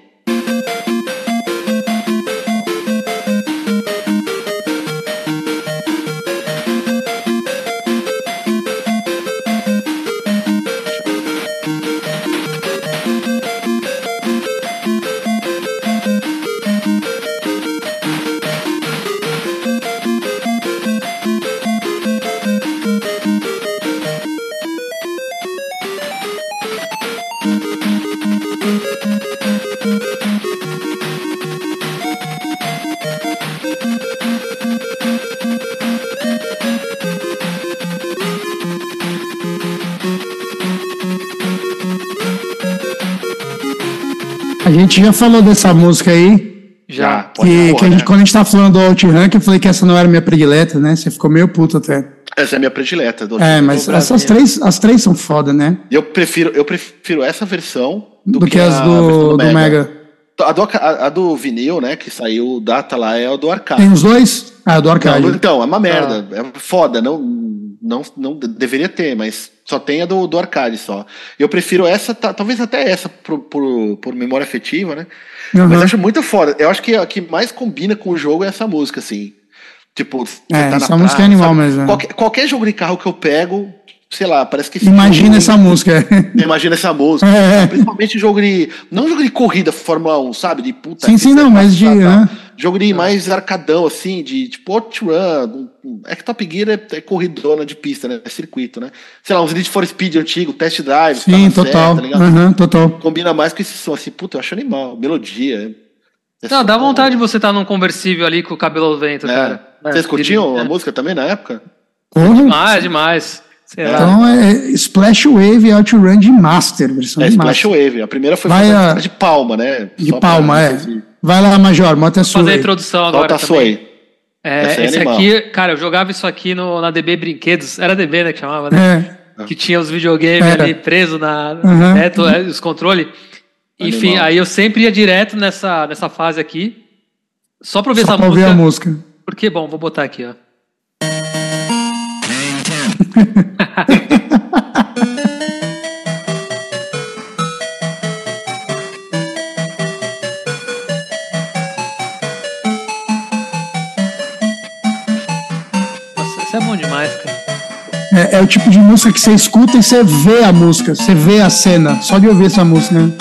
[SPEAKER 1] A gente já falou dessa música aí.
[SPEAKER 3] Já.
[SPEAKER 2] pode
[SPEAKER 1] que,
[SPEAKER 2] pôr,
[SPEAKER 1] que a gente-
[SPEAKER 2] né?
[SPEAKER 1] quando a gente tava falando do OutRank, eu falei que essa não era minha predileta, né? Você ficou meio puto até.
[SPEAKER 2] Essa é a minha predileta. do-
[SPEAKER 1] É, mas
[SPEAKER 3] Brasil.
[SPEAKER 1] essas três, as três são foda, né?
[SPEAKER 2] E Eu prefiro, eu prefiro essa versão
[SPEAKER 1] Do, que, as
[SPEAKER 2] a
[SPEAKER 1] do,
[SPEAKER 2] versão
[SPEAKER 1] do Mega.
[SPEAKER 2] A, do, a, a do vinil, né, que saiu o data lá, é a do arcade.
[SPEAKER 1] Tem os dois? Ah, do
[SPEAKER 2] Não,
[SPEAKER 1] Arcade.
[SPEAKER 2] então, é uma merda. É foda. Não, não, não de- deveria ter, mas só tem a do, do arcade só. Eu prefiro essa, ta- talvez até essa por, por, por memória afetiva, né?
[SPEAKER 1] Aham.
[SPEAKER 2] Mas eu acho muito foda. Eu acho que a que mais combina com o jogo é essa música, assim. Tipo, você
[SPEAKER 1] É, essa música
[SPEAKER 2] praia,
[SPEAKER 1] é animal mesmo, né?
[SPEAKER 2] Qualquer, tipo qualquer jogo de carro que eu pego, sei lá, parece que.
[SPEAKER 1] Imagina essa música.
[SPEAKER 2] Imagina essa música.
[SPEAKER 1] É.
[SPEAKER 2] Principalmente jogo de. Não jogo de corrida, Fórmula 1, sabe? De puta.
[SPEAKER 1] Sim,
[SPEAKER 2] que
[SPEAKER 1] sim, não,
[SPEAKER 2] você
[SPEAKER 1] mas
[SPEAKER 2] passa,
[SPEAKER 1] de,
[SPEAKER 2] tá,
[SPEAKER 1] né?
[SPEAKER 2] tá. Jogo de mais arcadão, assim, de tipo outrun. um- É que Top Gear é, é corridona de pista, né? É circuito, né? Sei lá, uns Need for Speed antigo, test drive,
[SPEAKER 1] Sim,
[SPEAKER 2] tá na
[SPEAKER 1] total.
[SPEAKER 2] Certa, tá ligado?
[SPEAKER 1] Aham, total.
[SPEAKER 2] Combina mais com esse som, assim, puta, eu acho animal. Melodia. é-
[SPEAKER 3] Não, dá
[SPEAKER 2] é-
[SPEAKER 3] vontade de você estar num conversível ali com o cabelo ao vento,
[SPEAKER 2] É.
[SPEAKER 3] cara.
[SPEAKER 2] Vocês
[SPEAKER 3] É,
[SPEAKER 2] curtiam
[SPEAKER 3] é.
[SPEAKER 2] a música também na época?
[SPEAKER 1] Porra.
[SPEAKER 3] Demais, demais. Sei lá.
[SPEAKER 1] Então é Splash Wave Outrun de Master, versão
[SPEAKER 2] É
[SPEAKER 1] de
[SPEAKER 2] Splash
[SPEAKER 1] Master.
[SPEAKER 2] Wave. A primeira foi
[SPEAKER 1] Vai,
[SPEAKER 2] fantástica
[SPEAKER 1] ah,
[SPEAKER 2] de palma, né?
[SPEAKER 1] De
[SPEAKER 2] Só pra-
[SPEAKER 1] palma, é. Vai lá, Major, bota a sua.
[SPEAKER 3] fazer a
[SPEAKER 1] aí.
[SPEAKER 3] introdução agora.
[SPEAKER 2] Solta a sua
[SPEAKER 3] também.
[SPEAKER 2] aí.
[SPEAKER 3] É,
[SPEAKER 2] Essa aí é
[SPEAKER 3] esse
[SPEAKER 2] animal.
[SPEAKER 3] aqui, cara, eu jogava isso aqui no, na DB Brinquedos. Era DB, né, que chamava, né?
[SPEAKER 1] É.
[SPEAKER 3] Que tinha os videogames
[SPEAKER 1] Era.
[SPEAKER 3] ali preso na,
[SPEAKER 1] Uhum.
[SPEAKER 3] né, to- é, os controles. Enfim,
[SPEAKER 2] Animal.
[SPEAKER 3] aí eu sempre ia direto nessa, nessa fase aqui. Só pra ouvir
[SPEAKER 1] Só
[SPEAKER 3] essa
[SPEAKER 1] pra ouvir
[SPEAKER 3] música.
[SPEAKER 1] a música.
[SPEAKER 3] Porque, bom, vou botar aqui, ó. Nossa, isso é bom demais, cara.
[SPEAKER 1] É, é o tipo de música que você escuta e você vê a música, você vê a cena, só de ouvir essa música, né?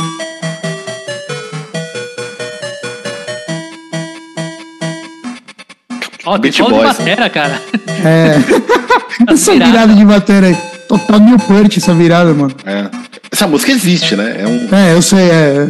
[SPEAKER 3] Ó, tem
[SPEAKER 2] Beat
[SPEAKER 3] solo de
[SPEAKER 2] Boys.
[SPEAKER 3] batera, cara.
[SPEAKER 1] É. Essa
[SPEAKER 3] virada.
[SPEAKER 1] virada de bateria aí. Total New Pert essa virada, mano.
[SPEAKER 2] É. Essa música existe, né? É um
[SPEAKER 1] É, eu sei, é.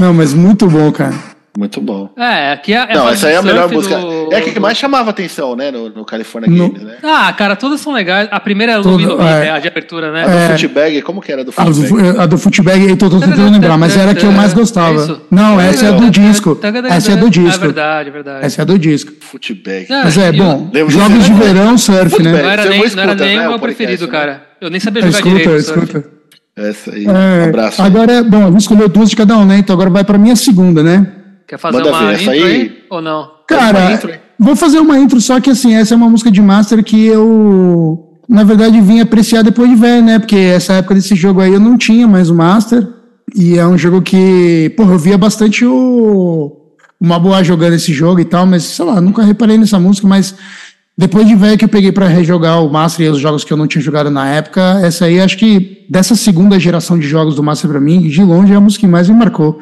[SPEAKER 1] Não, mas muito bom, cara.
[SPEAKER 2] muito bom.
[SPEAKER 3] É, aqui é, é
[SPEAKER 2] Não,
[SPEAKER 3] fase
[SPEAKER 2] essa aí é a
[SPEAKER 3] do
[SPEAKER 2] melhor
[SPEAKER 3] surf
[SPEAKER 2] música.
[SPEAKER 3] do-
[SPEAKER 2] É a que mais chamava atenção, né? No, no California
[SPEAKER 1] No-
[SPEAKER 2] Games, né?
[SPEAKER 3] Ah, cara, todas são legais. A primeira é Lumi
[SPEAKER 1] Tudo,
[SPEAKER 3] Lumi,
[SPEAKER 1] é.
[SPEAKER 3] né, a de abertura, né?
[SPEAKER 2] Do
[SPEAKER 1] É.
[SPEAKER 2] Footbag, como que era do
[SPEAKER 1] A
[SPEAKER 2] Footbag?
[SPEAKER 1] do, a do Footbag, eu tô, tô tentando lembrar, mas era a que eu mais
[SPEAKER 3] É isso?
[SPEAKER 1] gostava. Não, essa é a do disco. Essa é a do
[SPEAKER 3] É
[SPEAKER 1] disco.
[SPEAKER 3] verdade, é verdade.
[SPEAKER 1] Essa é a do disco.
[SPEAKER 2] Footbag.
[SPEAKER 3] Ah,
[SPEAKER 1] Mas é,
[SPEAKER 3] eu-
[SPEAKER 1] bom,
[SPEAKER 2] Lembro
[SPEAKER 1] jogos
[SPEAKER 2] disso,
[SPEAKER 1] de
[SPEAKER 2] né?
[SPEAKER 1] verão, surf,
[SPEAKER 3] Não
[SPEAKER 1] né?
[SPEAKER 2] Footbag.
[SPEAKER 3] era
[SPEAKER 2] Você
[SPEAKER 3] nem,
[SPEAKER 2] escuta,
[SPEAKER 3] não era nem
[SPEAKER 2] né,
[SPEAKER 3] o
[SPEAKER 2] o
[SPEAKER 3] meu
[SPEAKER 2] podcast,
[SPEAKER 3] preferido,
[SPEAKER 2] né?
[SPEAKER 3] cara. Eu nem sabia jogar
[SPEAKER 1] Escuta,
[SPEAKER 3] direito. sabe?
[SPEAKER 1] escuta.
[SPEAKER 2] Essa aí.
[SPEAKER 1] É,
[SPEAKER 2] Um Abraço.
[SPEAKER 1] Agora, bom, a gente escolheu duas de cada um, né? Então agora vai pra minha segunda, né?
[SPEAKER 3] Quer fazer
[SPEAKER 2] Manda
[SPEAKER 3] uma
[SPEAKER 2] ver, essa
[SPEAKER 3] intro
[SPEAKER 2] aí-
[SPEAKER 3] aí? Ou não?
[SPEAKER 2] Faz
[SPEAKER 1] Cara,
[SPEAKER 2] uma intro, hein?
[SPEAKER 1] vou fazer uma intro, só que assim, essa é uma música de Master que eu, na verdade, vim apreciar depois de velho, né? Porque essa época desse jogo aí eu não tinha mais o Master. E é um jogo que, porra, eu via bastante o, o Maboá jogando esse jogo e tal, mas sei lá, nunca reparei nessa música, mas depois de velho que eu peguei pra rejogar o Master e os jogos que eu não tinha jogado na época, essa aí acho que dessa segunda geração de jogos do Master pra mim, de longe é a música que mais me marcou.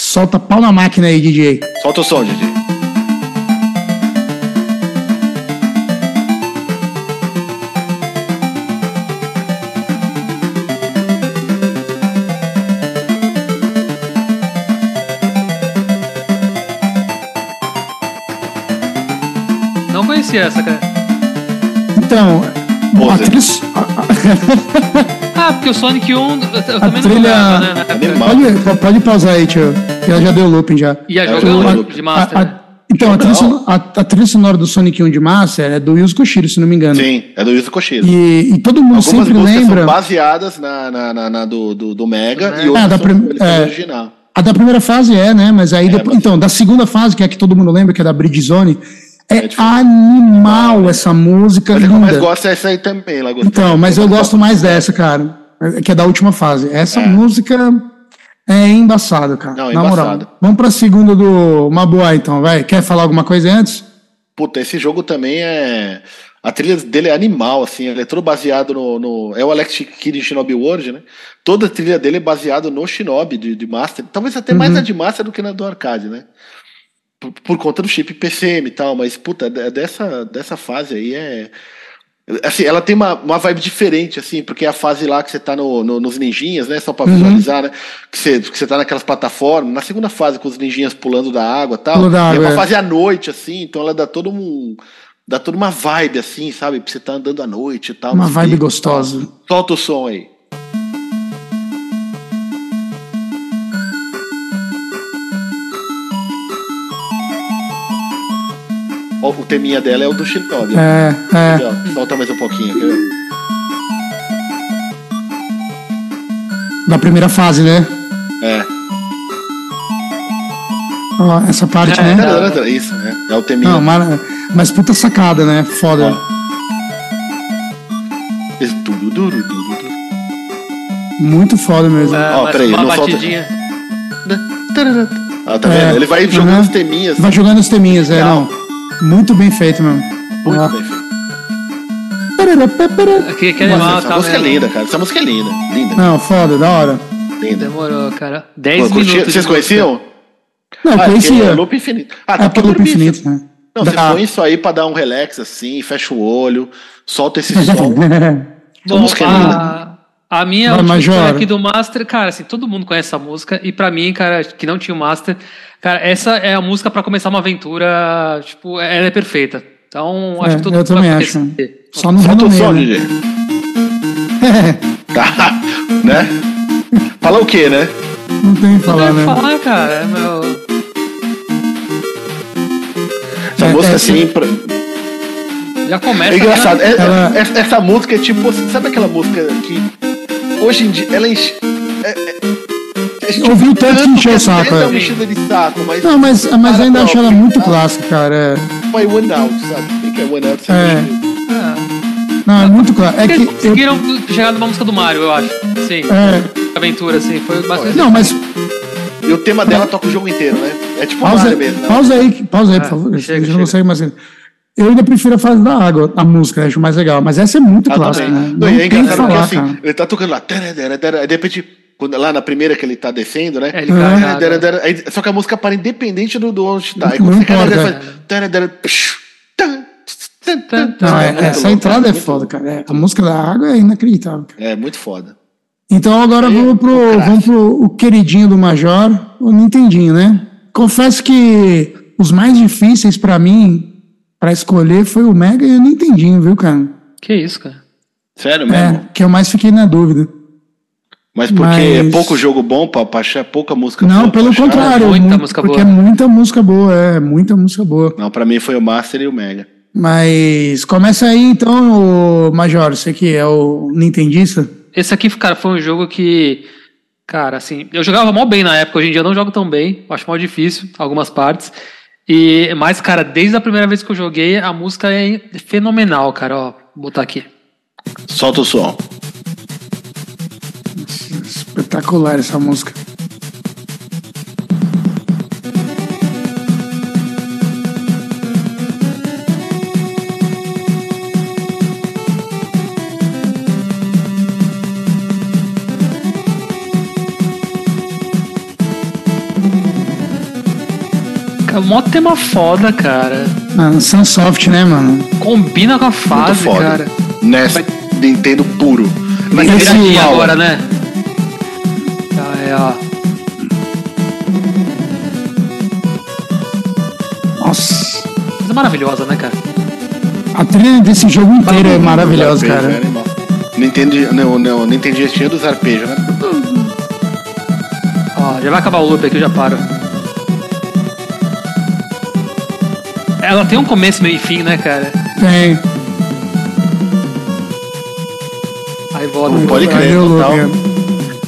[SPEAKER 1] Solta pau na máquina aí, DJ.
[SPEAKER 2] Solta o som, Didi.
[SPEAKER 3] Não conhecia essa, cara.
[SPEAKER 1] Então, a
[SPEAKER 2] Poser.
[SPEAKER 1] trilha, so- a-
[SPEAKER 3] Ah, porque o Sonic 1 eu, eu também não
[SPEAKER 1] trilha-
[SPEAKER 3] jogava, né? na época.
[SPEAKER 2] Animal.
[SPEAKER 1] pode, po- pode pausar aí, tio. Ela já deu looping já.
[SPEAKER 3] Ia
[SPEAKER 2] É,
[SPEAKER 3] jogando
[SPEAKER 2] eu-
[SPEAKER 3] de
[SPEAKER 1] A-
[SPEAKER 3] Master.
[SPEAKER 1] a-
[SPEAKER 3] né?
[SPEAKER 1] então, a trilha,
[SPEAKER 2] Legal.
[SPEAKER 1] sonora, a, a trilha sonora do Sonic 1 de Master é do Yuzo Koshiro, se não me engano.
[SPEAKER 2] Sim, é do Yuzo Koshiro.
[SPEAKER 1] E, e todo mundo
[SPEAKER 2] Algumas
[SPEAKER 1] sempre
[SPEAKER 2] músicas
[SPEAKER 1] lembra.
[SPEAKER 2] são baseadas na, na, na- na do, do, do Mega
[SPEAKER 3] Mega.
[SPEAKER 2] e outras
[SPEAKER 1] Ah, da
[SPEAKER 2] são
[SPEAKER 1] prim-
[SPEAKER 2] versão
[SPEAKER 1] é.
[SPEAKER 2] original.
[SPEAKER 1] A da primeira fase é, né? Mas aí depois.
[SPEAKER 2] mas-
[SPEAKER 1] Então, da segunda fase, que é a que todo mundo lembra, que é da Bridge Zone, é,
[SPEAKER 2] É diferente.
[SPEAKER 1] animal essa música.
[SPEAKER 2] Mas a que eu mais
[SPEAKER 1] linda.
[SPEAKER 2] gosto é essa aí também, lá gostei.
[SPEAKER 1] Então, mas eu gosto mais dessa, cara. Que é da última fase. Essa música é embaçada, cara.
[SPEAKER 2] Não, é
[SPEAKER 1] na
[SPEAKER 2] embaçada.
[SPEAKER 1] moral. Vamos pra segunda do Maboá, então, vai. Quer falar alguma coisa antes?
[SPEAKER 2] Puta, esse jogo também é. A trilha dele é animal, assim, ele é todo baseado no. no- É o Alex Kidd em Shinobi World, né? Toda a trilha dele é baseada no Shinobi de, de Master. Talvez até mais na de Master do que na do arcade, né? Por, por conta do chip PCM e tal, mas, puta, é de- dessa, dessa fase aí é. Assim, ela tem uma, uma vibe diferente, assim, porque é a fase lá que você tá no, no- nos ninjinhas, né? Só pra visualizar, né? Que você, que você tá naquelas plataformas. Na segunda fase, com os ninjinhas pulando da água e tal.
[SPEAKER 1] Pulando da
[SPEAKER 2] E é
[SPEAKER 1] água,
[SPEAKER 2] uma
[SPEAKER 1] é.
[SPEAKER 2] fase à noite, assim, então ela dá todo um. Dá toda uma vibe, assim, sabe? Pra você tá andando à noite e tal.
[SPEAKER 1] Uma
[SPEAKER 2] nos
[SPEAKER 1] vibe
[SPEAKER 2] picos.
[SPEAKER 1] gostosa.
[SPEAKER 2] Solta o som aí. Ó, o teminha dela é o do Shinobi. ó.
[SPEAKER 1] É, é.
[SPEAKER 2] Aqui, ó. Solta mais um pouquinho. Aqui, ó.
[SPEAKER 1] Da primeira fase, né?
[SPEAKER 2] É.
[SPEAKER 1] Ó, essa parte,
[SPEAKER 3] É,
[SPEAKER 1] né?
[SPEAKER 2] Tararara, Isso, né? É o teminha.
[SPEAKER 1] Não, mas, mas puta sacada, né? Foda.
[SPEAKER 2] Esse duru, duru, duru, duru.
[SPEAKER 1] Muito foda mesmo.
[SPEAKER 3] Ah,
[SPEAKER 2] ó,
[SPEAKER 3] mas
[SPEAKER 2] peraí,
[SPEAKER 3] uma
[SPEAKER 2] não solta-
[SPEAKER 3] batidinha.
[SPEAKER 2] Tararara. Ah, tá
[SPEAKER 1] É, Uhum.
[SPEAKER 2] vendo? Ele vai jogando
[SPEAKER 1] aham.
[SPEAKER 2] os teminhas.
[SPEAKER 1] Vai jogando os teminhas, é,
[SPEAKER 2] Legal.
[SPEAKER 1] não. Muito bem feito mesmo.
[SPEAKER 2] Muito
[SPEAKER 1] Ó.
[SPEAKER 2] bem feito.
[SPEAKER 1] Pererê, pé, pererê.
[SPEAKER 3] Que, que
[SPEAKER 2] Nossa,
[SPEAKER 3] animal,
[SPEAKER 2] essa
[SPEAKER 3] tá
[SPEAKER 2] música é
[SPEAKER 3] mesmo.
[SPEAKER 2] linda, cara. Essa música é linda. Linda,
[SPEAKER 1] Não, foda, da hora.
[SPEAKER 2] linda.
[SPEAKER 3] Demorou, cara. 10
[SPEAKER 2] Pô, curtia-
[SPEAKER 3] minutos. de
[SPEAKER 2] Vocês
[SPEAKER 3] música.
[SPEAKER 2] conheciam?
[SPEAKER 1] Não,
[SPEAKER 2] Ah, porque
[SPEAKER 1] conhecia.
[SPEAKER 2] é loop infinito. Ah,
[SPEAKER 1] É
[SPEAKER 2] dá
[SPEAKER 1] porque é
[SPEAKER 2] pra
[SPEAKER 1] loop
[SPEAKER 2] dormir,
[SPEAKER 1] infinito,
[SPEAKER 2] filho.
[SPEAKER 1] né?
[SPEAKER 2] Não,
[SPEAKER 1] Dá.
[SPEAKER 2] você põe isso aí pra dar um relax assim, fecha o olho, solta esse
[SPEAKER 1] é
[SPEAKER 2] som.
[SPEAKER 3] Bom,
[SPEAKER 2] música é
[SPEAKER 3] a, a minha
[SPEAKER 1] Vai,
[SPEAKER 3] última
[SPEAKER 1] Major.
[SPEAKER 3] escolha aqui do Master, cara, assim, todo mundo conhece essa música, e pra mim, cara, que não tinha o Master, cara, essa é a música pra começar uma aventura, tipo, ela é perfeita. Então, acho
[SPEAKER 1] É,
[SPEAKER 3] que todo
[SPEAKER 1] eu
[SPEAKER 3] mundo vai
[SPEAKER 1] também
[SPEAKER 3] conhecer.
[SPEAKER 1] acho. Só não
[SPEAKER 2] Solta o som,
[SPEAKER 1] meio, né?
[SPEAKER 2] DJ. Tá, né? Fala o quê, né?
[SPEAKER 1] Não tem o que
[SPEAKER 3] Não tem
[SPEAKER 1] falar,
[SPEAKER 3] o que
[SPEAKER 1] né?
[SPEAKER 3] falar, cara. é meu-
[SPEAKER 2] Essa
[SPEAKER 1] É,
[SPEAKER 2] música
[SPEAKER 1] é,
[SPEAKER 2] assim. pra-
[SPEAKER 3] Já
[SPEAKER 2] É
[SPEAKER 3] começa.
[SPEAKER 2] engraçado.
[SPEAKER 3] né?
[SPEAKER 2] é-
[SPEAKER 1] Ela-
[SPEAKER 2] é- Essa, música é tipo. assim, Sabe aquela música que. Hoje em dia. Ela enche. é- é- a gente
[SPEAKER 1] Eu ouvi
[SPEAKER 2] ouve
[SPEAKER 1] o tanto que encheu o
[SPEAKER 2] essa
[SPEAKER 1] saco,
[SPEAKER 2] É
[SPEAKER 1] é.
[SPEAKER 2] uma enchida de saco, mas.
[SPEAKER 1] Não, mas, mas
[SPEAKER 2] Para
[SPEAKER 1] ainda acho ela
[SPEAKER 2] próprio,
[SPEAKER 1] muito
[SPEAKER 2] tá?
[SPEAKER 1] clássica, cara. É-
[SPEAKER 2] Foi One Out, sabe? O que que é One Out?
[SPEAKER 1] É.
[SPEAKER 2] sabe?
[SPEAKER 1] Não, é muito clássica. É que.
[SPEAKER 3] Eles
[SPEAKER 1] eu-
[SPEAKER 3] né? conseguiram chegar numa música do Mario, eu acho. Sim.
[SPEAKER 1] é,
[SPEAKER 3] Aventura, assim. Foi bastante.
[SPEAKER 1] não, mas
[SPEAKER 2] E o tema dela toca o jogo inteiro, né? É tipo um
[SPEAKER 1] pausa,
[SPEAKER 2] Mario mesmo. né?
[SPEAKER 1] pausa aí, pausa aí,
[SPEAKER 3] Ah,
[SPEAKER 1] por favor.
[SPEAKER 3] chega,
[SPEAKER 1] Vocês
[SPEAKER 3] chega.
[SPEAKER 1] não conseguem mais. Eu ainda prefiro a fase da água, a música, né? acho mais legal. Mas essa é muito
[SPEAKER 2] Ah,
[SPEAKER 1] clássica,
[SPEAKER 2] também.
[SPEAKER 1] né?
[SPEAKER 2] Não,
[SPEAKER 1] Não
[SPEAKER 2] e é
[SPEAKER 1] tem o que
[SPEAKER 2] engraçado porque
[SPEAKER 1] falar,
[SPEAKER 2] assim,
[SPEAKER 1] cara.
[SPEAKER 2] ele tá tocando lá, tara, tara, tara, aí de repente, quando, lá na primeira que ele tá descendo, né?
[SPEAKER 3] É, ele cai
[SPEAKER 1] Ah.
[SPEAKER 3] na
[SPEAKER 2] Tara, tara,
[SPEAKER 3] água.
[SPEAKER 2] tara, aí- só que a música para independente do, do onde tá. Aí
[SPEAKER 1] Não
[SPEAKER 2] quando você cai na
[SPEAKER 1] importa. é.
[SPEAKER 2] água, ele faz tara, tara, psh, tan, tss, tan, tan,
[SPEAKER 3] Tan,
[SPEAKER 2] tan.
[SPEAKER 1] Não,
[SPEAKER 3] tá,
[SPEAKER 1] é-
[SPEAKER 3] é muito
[SPEAKER 1] essa
[SPEAKER 2] louco,
[SPEAKER 1] entrada é
[SPEAKER 2] muito
[SPEAKER 1] foda, cara. É, A música da água é inacreditável. cara.
[SPEAKER 2] É muito foda.
[SPEAKER 1] Então agora vamos pro, vamos pro o queridinho do Major, o Nintendinho, né? Confesso que os mais difíceis pra mim, pra escolher, foi o Mega e o Nintendinho, viu, cara?
[SPEAKER 3] Que isso, cara.
[SPEAKER 2] Sério mesmo?
[SPEAKER 1] É, que eu mais fiquei na dúvida.
[SPEAKER 2] Mas porque
[SPEAKER 1] Mas-
[SPEAKER 2] é pouco jogo bom pra, pra achar, pouca música
[SPEAKER 1] Não,
[SPEAKER 2] boa Ah, pra
[SPEAKER 1] pelo
[SPEAKER 2] achar.
[SPEAKER 1] contrário.
[SPEAKER 3] muita
[SPEAKER 1] muito-
[SPEAKER 3] música
[SPEAKER 1] porque
[SPEAKER 3] boa.
[SPEAKER 1] é muita música boa, é muita música boa.
[SPEAKER 2] Não, pra mim foi o Master e o Mega.
[SPEAKER 1] Mas começa aí então, ô Major, você que é o Nintendista.
[SPEAKER 3] Esse aqui, cara, foi um jogo que. Cara, assim, eu jogava mal bem na época, hoje em dia eu não jogo tão bem, eu acho mal difícil algumas partes. E, mas, cara, desde a primeira vez que eu joguei, a música é fenomenal, cara. Ó, vou botar aqui.
[SPEAKER 2] Solta o som.
[SPEAKER 1] Espetacular essa música.
[SPEAKER 3] Cara, mó tema foda, cara.
[SPEAKER 1] Ah, Sunsoft, né, mano?
[SPEAKER 3] Combina com a
[SPEAKER 2] Muito
[SPEAKER 3] fase,
[SPEAKER 2] foda.
[SPEAKER 3] cara.
[SPEAKER 2] Ness, Nintendo puro.
[SPEAKER 3] Vai
[SPEAKER 1] Mas
[SPEAKER 2] Nintendo
[SPEAKER 3] virar aqui
[SPEAKER 2] atual.
[SPEAKER 3] agora, né? Tá, é, ó.
[SPEAKER 1] Nossa.
[SPEAKER 3] Coisa maravilhosa, né, cara?
[SPEAKER 1] A trilha desse jogo inteiro é maravilhosa,
[SPEAKER 2] Os arpejos,
[SPEAKER 1] cara.
[SPEAKER 2] é animal. Nintendo, não, não, Nintendo já tinha dos arpejos, né?
[SPEAKER 3] Ó, já vai acabar o loop aqui, eu já paro. Ela tem um começo, meio e fim, né, cara?
[SPEAKER 1] Tem.
[SPEAKER 3] Aí volta.
[SPEAKER 2] Não pode crer,
[SPEAKER 1] Aí eu
[SPEAKER 2] total.
[SPEAKER 1] louco.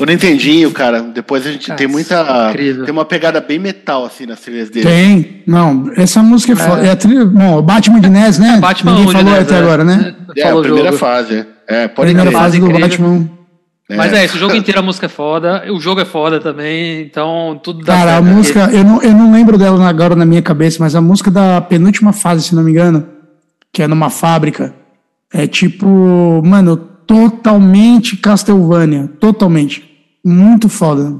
[SPEAKER 2] O Nintendinho, cara, depois a gente
[SPEAKER 3] Cara,
[SPEAKER 2] tem muita.
[SPEAKER 3] incrível.
[SPEAKER 2] Tem uma pegada bem metal, assim, nas trilhas dele.
[SPEAKER 1] Tem. Não, essa música é foda.
[SPEAKER 3] É.
[SPEAKER 1] É a trilha. Bom, o Batman de NES, né?
[SPEAKER 3] Batman
[SPEAKER 1] Ninguém
[SPEAKER 3] onde,
[SPEAKER 1] falou
[SPEAKER 3] né,
[SPEAKER 1] até
[SPEAKER 3] Zé?
[SPEAKER 1] agora, né?
[SPEAKER 2] É,
[SPEAKER 3] Falou
[SPEAKER 2] a primeira
[SPEAKER 3] jogo.
[SPEAKER 2] fase. É, pode
[SPEAKER 1] Primeira
[SPEAKER 2] crer.
[SPEAKER 1] fase do
[SPEAKER 3] incrível.
[SPEAKER 1] Batman.
[SPEAKER 3] Mas é isso, o jogo inteiro a música é foda, o jogo é foda também, então tudo dá
[SPEAKER 1] Cara, a
[SPEAKER 3] certo.
[SPEAKER 2] né?
[SPEAKER 1] música, eu não, eu não lembro dela agora na minha cabeça, mas a música da penúltima fase, se não me engano, que é numa fábrica, é tipo, mano, totalmente Castlevania. Totalmente. Muito foda.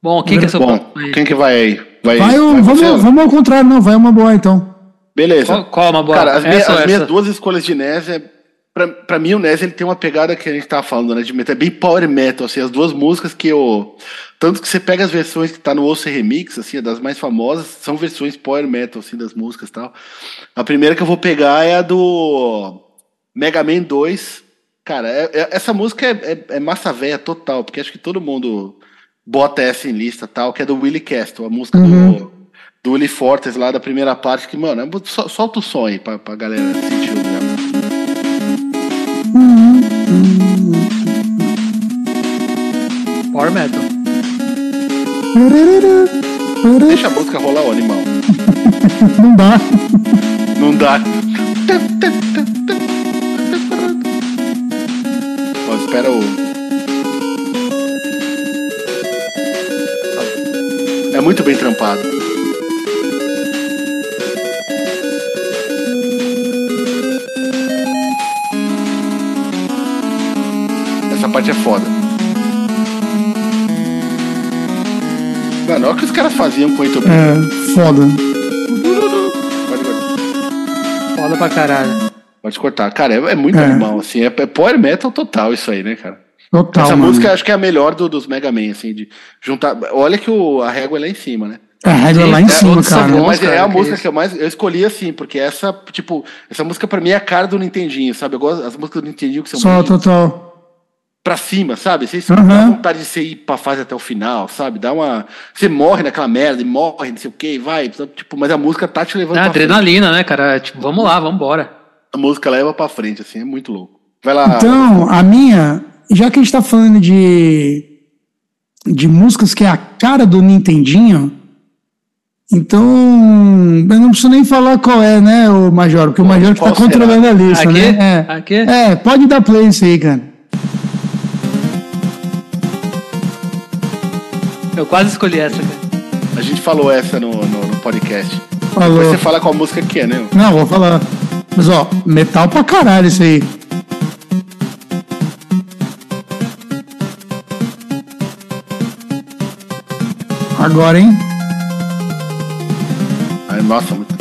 [SPEAKER 3] Bom, quem que é seu
[SPEAKER 2] Bom,
[SPEAKER 3] próximo aí? um,
[SPEAKER 2] quem que vai aí? É Vai,
[SPEAKER 1] Vai, o-
[SPEAKER 2] você?
[SPEAKER 1] vamos, vamos ao contrário, não. Vai uma boa, então.
[SPEAKER 2] Beleza.
[SPEAKER 3] Qual, qual é uma boa?
[SPEAKER 2] Cara, as, minhas,
[SPEAKER 3] Essa ou
[SPEAKER 2] as minhas
[SPEAKER 3] essa?
[SPEAKER 2] duas escolhas de NES é. Pra, pra mim, o NES ele tem uma pegada que a gente tava falando, né? De metal, é bem power metal, assim, as duas músicas que eu. Tanto que você pega as versões que tá no Oce Remix, assim, das mais famosas, são versões power metal, assim, das músicas e tal. A primeira que eu vou pegar é a do Mega Man 2. Cara, é- é- essa música é, é- é massa véia total, porque acho que todo mundo bota essa em lista tal, que é do Willie Castle, a música do, do Willie Fortes lá da primeira parte, que, mano, é muito- sol- solta o som aí pra, pra galera sentir o né? grau.
[SPEAKER 3] Power Metal.
[SPEAKER 2] Deixa a música rolar, o animal.
[SPEAKER 1] Não dá.
[SPEAKER 2] Não dá. Ó, espera o. É muito bem trampado. Essa parte é foda. Mano, olha o que os caras faziam com o Eitor
[SPEAKER 1] É, foda.
[SPEAKER 2] Pode, cortar.
[SPEAKER 3] Foda pra caralho.
[SPEAKER 2] Pode cortar. Cara, é, é muito
[SPEAKER 1] É.
[SPEAKER 2] animal, assim. É, é power metal total isso aí, né, cara?
[SPEAKER 1] Total,
[SPEAKER 2] Essa
[SPEAKER 1] mano.
[SPEAKER 2] música eu acho que é a melhor do- dos Mega Man, assim, de juntar. Olha que o, a régua é lá em cima, né?
[SPEAKER 1] A regra tá lá
[SPEAKER 3] É,
[SPEAKER 1] em cima,
[SPEAKER 3] outro
[SPEAKER 1] cara.
[SPEAKER 3] sabor.
[SPEAKER 2] Mas é
[SPEAKER 3] cara,
[SPEAKER 2] a
[SPEAKER 3] que
[SPEAKER 2] música
[SPEAKER 3] isso.
[SPEAKER 2] que eu mais. Eu escolhi assim, porque essa, tipo, essa música pra mim é a cara do Nintendinho, sabe? Eu gosto as músicas do Nintendinho que são
[SPEAKER 1] Só
[SPEAKER 2] muito
[SPEAKER 1] total.
[SPEAKER 2] pra cima, sabe? Você
[SPEAKER 1] Aham.
[SPEAKER 2] dá vontade de você ir pra fase até o final, sabe? Dá uma. Você morre naquela merda, e morre, não sei o que, vai. sabe? Tipo, mas a música tá te levando
[SPEAKER 3] É
[SPEAKER 2] pra frente.
[SPEAKER 3] adrenalina, né, cara? Tipo, vamos lá, vamos embora.
[SPEAKER 2] A música leva pra frente, assim, é muito louco. Vai lá.
[SPEAKER 1] Então, a minha, já que a gente tá falando de de músicas que é a cara do Nintendinho, então eu não preciso nem falar qual é, né, o Major, porque o Major que tá
[SPEAKER 2] qual será?
[SPEAKER 1] controlando a lista,
[SPEAKER 3] Aqui?
[SPEAKER 1] né? É.
[SPEAKER 3] Aqui?
[SPEAKER 1] é, pode dar play isso aí, cara.
[SPEAKER 3] Eu quase escolhi essa, cara.
[SPEAKER 2] a gente falou essa no, no, no podcast.
[SPEAKER 1] Falou.
[SPEAKER 2] Depois você fala qual música que é, né?
[SPEAKER 1] Não, vou falar. Mas ó, metal pra caralho isso aí. Agora, hein?
[SPEAKER 2] Ai, nossa, muito.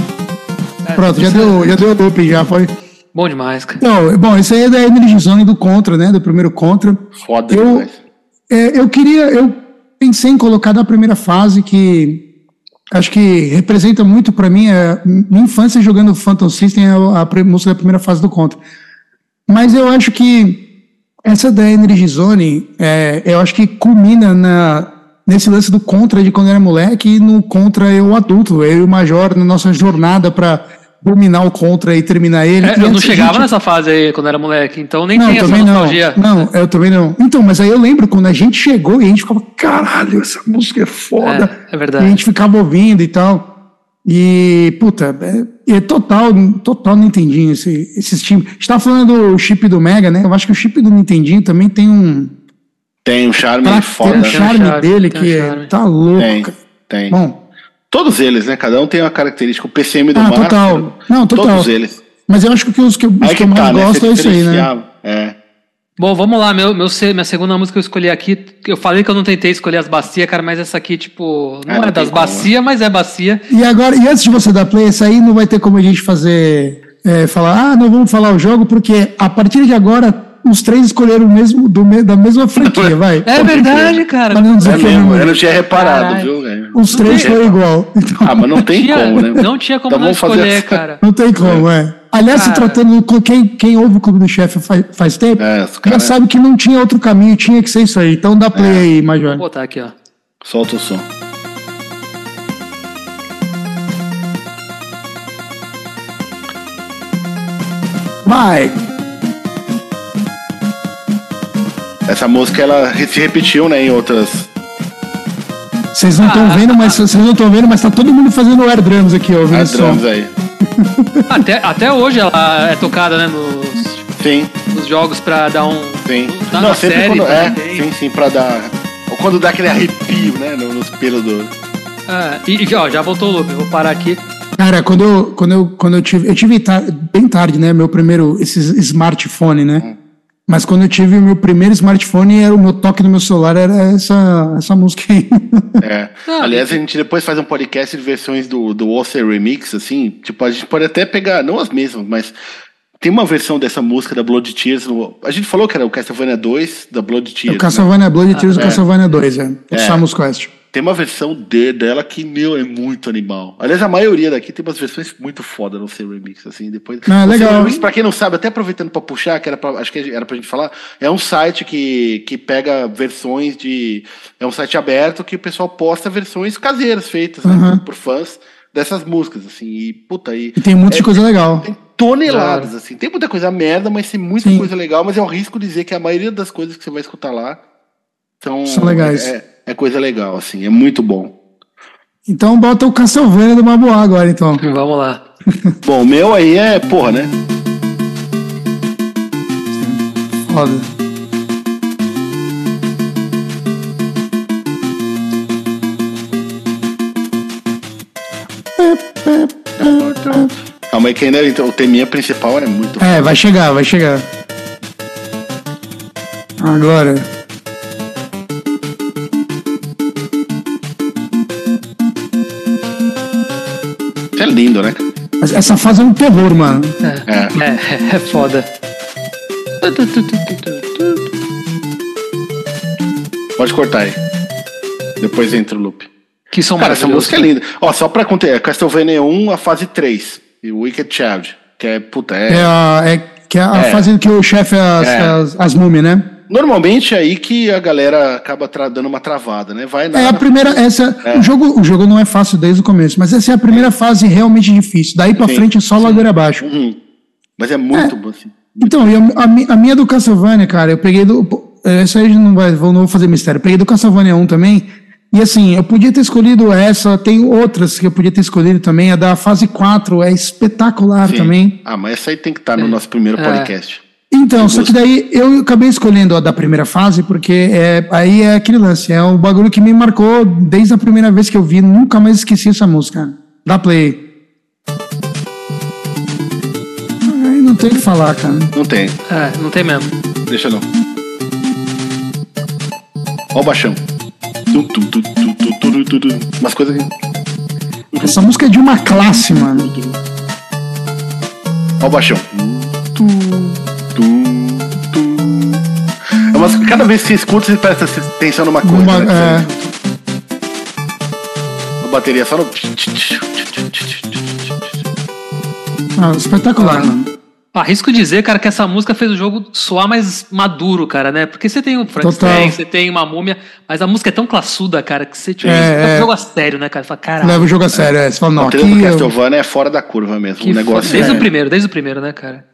[SPEAKER 3] É,
[SPEAKER 1] Pronto, já deu, já deu loop, já foi.
[SPEAKER 3] Bom demais, cara.
[SPEAKER 1] Não, bom, isso aí é da Energy Zone do Contra, né? Do primeiro Contra.
[SPEAKER 2] Foda
[SPEAKER 1] Eu-
[SPEAKER 2] demais.
[SPEAKER 1] É, eu queria, eu pensei em colocar da primeira fase que acho que representa muito pra mim a minha infância jogando Phantom System é a, pre- música da primeira fase do Contra. Mas eu acho que essa da Energy Zone, é, eu acho que culmina na, nesse lance do Contra de quando eu era moleque e no Contra eu adulto, eu e o Major na nossa jornada pra dominar o Contra e terminar ele. E
[SPEAKER 3] É, eu não
[SPEAKER 1] antes a
[SPEAKER 3] chegava
[SPEAKER 1] gente-
[SPEAKER 3] nessa fase aí quando era moleque, então nem
[SPEAKER 1] não,
[SPEAKER 3] tem essa
[SPEAKER 1] também não.
[SPEAKER 3] nostalgia.
[SPEAKER 1] Não, eu também não. Então, mas aí eu lembro quando a gente chegou e a gente ficava, caralho, essa música é foda.
[SPEAKER 3] É, é verdade.
[SPEAKER 1] E a gente ficava ouvindo e tal. E, puta, é, é total, total Nintendinho esse, esses times. A gente tava falando do chip do Mega, né? Eu acho que o chip do Nintendinho também tem um,
[SPEAKER 2] Tem um charme
[SPEAKER 1] pra-
[SPEAKER 2] foda,
[SPEAKER 1] tem um
[SPEAKER 2] né?
[SPEAKER 1] charme
[SPEAKER 3] Tem um charme,
[SPEAKER 1] dele
[SPEAKER 3] tem um
[SPEAKER 1] que é-
[SPEAKER 3] charme.
[SPEAKER 1] tá louco.
[SPEAKER 2] Tem,
[SPEAKER 1] cara.
[SPEAKER 2] tem.
[SPEAKER 1] Bom,
[SPEAKER 2] Todos eles, né? Cada um tem uma característica. O PCM do
[SPEAKER 1] Ah,
[SPEAKER 2] Master,
[SPEAKER 1] total. Não, total.
[SPEAKER 2] Todos eles.
[SPEAKER 1] mas eu acho que os que eu, os
[SPEAKER 2] Aí
[SPEAKER 1] que
[SPEAKER 2] que
[SPEAKER 1] eu mais
[SPEAKER 2] tá, né?
[SPEAKER 1] gosto
[SPEAKER 2] Você
[SPEAKER 1] é isso aí, né?
[SPEAKER 2] diferenciava. É.
[SPEAKER 3] Bom, vamos lá, meu, meu, se- minha segunda música que eu escolhi aqui. Eu falei que eu não tentei escolher as bacias, cara, mas essa aqui, tipo, não
[SPEAKER 2] Ah, não
[SPEAKER 3] é
[SPEAKER 2] tem
[SPEAKER 3] das
[SPEAKER 2] como,
[SPEAKER 3] bacias, mas é bacia.
[SPEAKER 1] E agora, e antes de você dar play, isso aí não vai ter como a gente fazer é, falar, ah, não vamos falar o jogo, porque a partir de agora os três escolheram o mesmo do me- da mesma franquia, vai.
[SPEAKER 3] É verdade, cara.
[SPEAKER 1] Pra não dizer
[SPEAKER 2] É
[SPEAKER 1] que é
[SPEAKER 2] mesmo, eu
[SPEAKER 1] mesmo.
[SPEAKER 2] não tinha reparado,
[SPEAKER 3] Caralho.
[SPEAKER 2] viu, velho?
[SPEAKER 1] os três foram igual. Então,
[SPEAKER 2] Ah, mas não tem
[SPEAKER 3] Tinha-
[SPEAKER 2] como, né?
[SPEAKER 3] Não tinha como
[SPEAKER 2] Então
[SPEAKER 3] não
[SPEAKER 2] vamos fazer
[SPEAKER 3] escolher,
[SPEAKER 2] essa-
[SPEAKER 3] cara.
[SPEAKER 1] não tem como, é. Aliás, se
[SPEAKER 3] Cara.
[SPEAKER 1] tratando do clube, quem, quem ouve o Clube do Chefe faz, faz tempo,
[SPEAKER 2] É, os
[SPEAKER 1] já
[SPEAKER 2] caras-
[SPEAKER 1] sabe que não tinha outro caminho, tinha que ser isso aí. Então dá play
[SPEAKER 2] É.
[SPEAKER 1] aí, Major.
[SPEAKER 3] Vou botar tá aqui, ó.
[SPEAKER 2] Solta o som.
[SPEAKER 1] Vai!
[SPEAKER 2] Essa música, ela re- se repetiu, né, em outras...
[SPEAKER 1] Vocês não estão
[SPEAKER 3] Ah.
[SPEAKER 1] vendo, mas vocês não estão vendo, mas tá todo mundo fazendo air drums aqui, ó, ouvindo
[SPEAKER 2] Ah,
[SPEAKER 1] esse som.
[SPEAKER 2] drums aí.
[SPEAKER 3] Até, até hoje ela é tocada, né, nos,
[SPEAKER 2] Sim,
[SPEAKER 3] nos jogos pra dar um.
[SPEAKER 2] sim.
[SPEAKER 3] Na,
[SPEAKER 2] não,
[SPEAKER 3] na
[SPEAKER 2] sempre
[SPEAKER 3] série.
[SPEAKER 2] quando... É,
[SPEAKER 3] também.
[SPEAKER 2] sim, sim, pra dar... Ou quando dá aquele arrepio, né, no- nos pelos do...
[SPEAKER 3] Ah, e, e, ó, já voltou o loop, eu vou parar aqui.
[SPEAKER 1] Cara, quando eu, quando eu, quando eu tive. Eu tive ta- bem tarde, né? Meu primeiro esse smartphone, né?
[SPEAKER 2] Hum.
[SPEAKER 1] Mas quando eu tive o meu primeiro smartphone, era o meu toque do meu celular era essa, essa música aí.
[SPEAKER 2] É.
[SPEAKER 3] Não,
[SPEAKER 2] Aliás, a gente depois faz um podcast de versões do, do Oscar Remix, assim. Tipo, a gente pode até pegar, não as mesmas, mas tem uma versão dessa música da Blood Tears. no- a gente falou que era o Castlevania 2 da Blood
[SPEAKER 1] É o
[SPEAKER 2] Tears. né?
[SPEAKER 1] Castlevania Blood e Tears do Castlevania 2, é. O
[SPEAKER 2] É.
[SPEAKER 1] Samus Quest.
[SPEAKER 2] Tem uma versão de, dela que, meu, é muito animal. Aliás, a maioria daqui tem umas versões muito foda no seu remix, assim, depois...
[SPEAKER 1] Ah,
[SPEAKER 2] O
[SPEAKER 1] legal.
[SPEAKER 2] Seu Remix, pra quem não sabe, até aproveitando pra puxar, que era pra, acho que era pra gente falar, é um site que, que pega versões de... É um site aberto que o pessoal posta versões caseiras feitas né,
[SPEAKER 1] Uhum.
[SPEAKER 2] por fãs dessas músicas, assim, e puta, aí...
[SPEAKER 1] E tem um monte de coisa legal.
[SPEAKER 2] Tem toneladas, assim. Tem muita coisa merda, mas tem muita
[SPEAKER 1] Sim.
[SPEAKER 2] coisa legal, mas eu arrisco dizer que a maioria das coisas que você vai escutar lá são...
[SPEAKER 1] São legais.
[SPEAKER 2] É, é coisa legal, assim, é muito bom.
[SPEAKER 1] Então bota o Castlevania do Maboá agora, então.
[SPEAKER 3] Vamos lá.
[SPEAKER 2] Bom, o meu aí é, porra, né?
[SPEAKER 1] Foda.
[SPEAKER 2] Calma aí que ainda então, o teminha principal é muito.
[SPEAKER 1] É, vai chegar, vai chegar. Agora.
[SPEAKER 2] lindo, né? cara?
[SPEAKER 1] Mas essa fase é um terror, mano.
[SPEAKER 2] É.
[SPEAKER 3] É, é foda.
[SPEAKER 2] Pode cortar aí. Depois entra o loop.
[SPEAKER 3] Que som
[SPEAKER 2] Cara, essa
[SPEAKER 3] maravilhoso.
[SPEAKER 2] música é linda. Ó, só pra contar, é Castlevania 1, a fase 3. E Wicked Child. Que é, puta, é.
[SPEAKER 1] É a, é que é a
[SPEAKER 2] É.
[SPEAKER 1] fase que o chefe é as,
[SPEAKER 2] É.
[SPEAKER 1] as, as múmias, né?
[SPEAKER 2] Normalmente é aí que a galera acaba tra- dando uma travada, né? Vai na.
[SPEAKER 1] É a primeira. Essa, O, jogo, o jogo não é fácil desde o começo, mas essa é a primeira fase realmente difícil. Daí pra
[SPEAKER 2] Sim,
[SPEAKER 1] frente é só ladeira abaixo.
[SPEAKER 2] Uhum. Mas é muito bom, assim.
[SPEAKER 1] Então, e a, a mi- a minha do Castlevania, cara, eu peguei do. pô, Essa aí não, vai, vou- não vou fazer mistério. Eu peguei do Castlevania 1 também. E assim, eu podia ter escolhido essa, tem outras que eu podia ter escolhido também. A da fase 4 é espetacular
[SPEAKER 2] Sim.
[SPEAKER 1] também.
[SPEAKER 2] Ah, mas essa aí tem que estar no nosso primeiro
[SPEAKER 3] É.
[SPEAKER 2] podcast.
[SPEAKER 1] Então,
[SPEAKER 2] Eu
[SPEAKER 1] só que daí eu acabei escolhendo a da primeira fase, porque é, aí é aquele lance, é um bagulho que me marcou desde a primeira vez que eu vi, nunca mais esqueci essa música. Dá play. Aí não tem o que falar, cara.
[SPEAKER 2] Não tem.
[SPEAKER 3] É, não tem mesmo.
[SPEAKER 2] Deixa não. Ó o baixão. Tum, tum, tum, tum, tum, tum, tum, tum. Umas coisas assim. que.
[SPEAKER 1] Essa música é de uma classe, mano.
[SPEAKER 2] Ó o baixão. Tum, tum, tum. É umas- cada vez que você escuta, você presta atenção numa coisa.
[SPEAKER 1] Uma-
[SPEAKER 2] né?
[SPEAKER 1] é,
[SPEAKER 2] A bateria é só no.
[SPEAKER 1] ah, espetacular, mano.
[SPEAKER 3] Arrisco dizer, cara, que essa música fez o jogo soar mais maduro, cara, né? Porque você tem o
[SPEAKER 1] Total.
[SPEAKER 3] Frankenstein, você tem uma múmia, mas a música é tão classuda, cara, que você tipo,
[SPEAKER 1] É,
[SPEAKER 3] você leva
[SPEAKER 1] é.
[SPEAKER 3] o jogo a sério, né, cara? Você Fala, caralho.
[SPEAKER 1] Leva o jogo a sério, é. Você fala, não,
[SPEAKER 2] A
[SPEAKER 1] aqui
[SPEAKER 2] trilha do
[SPEAKER 1] eu...
[SPEAKER 2] Castlevania é fora da curva mesmo.
[SPEAKER 3] que
[SPEAKER 2] um negócio.
[SPEAKER 3] foda. desde
[SPEAKER 2] é.
[SPEAKER 3] o primeiro, desde o primeiro, né, cara?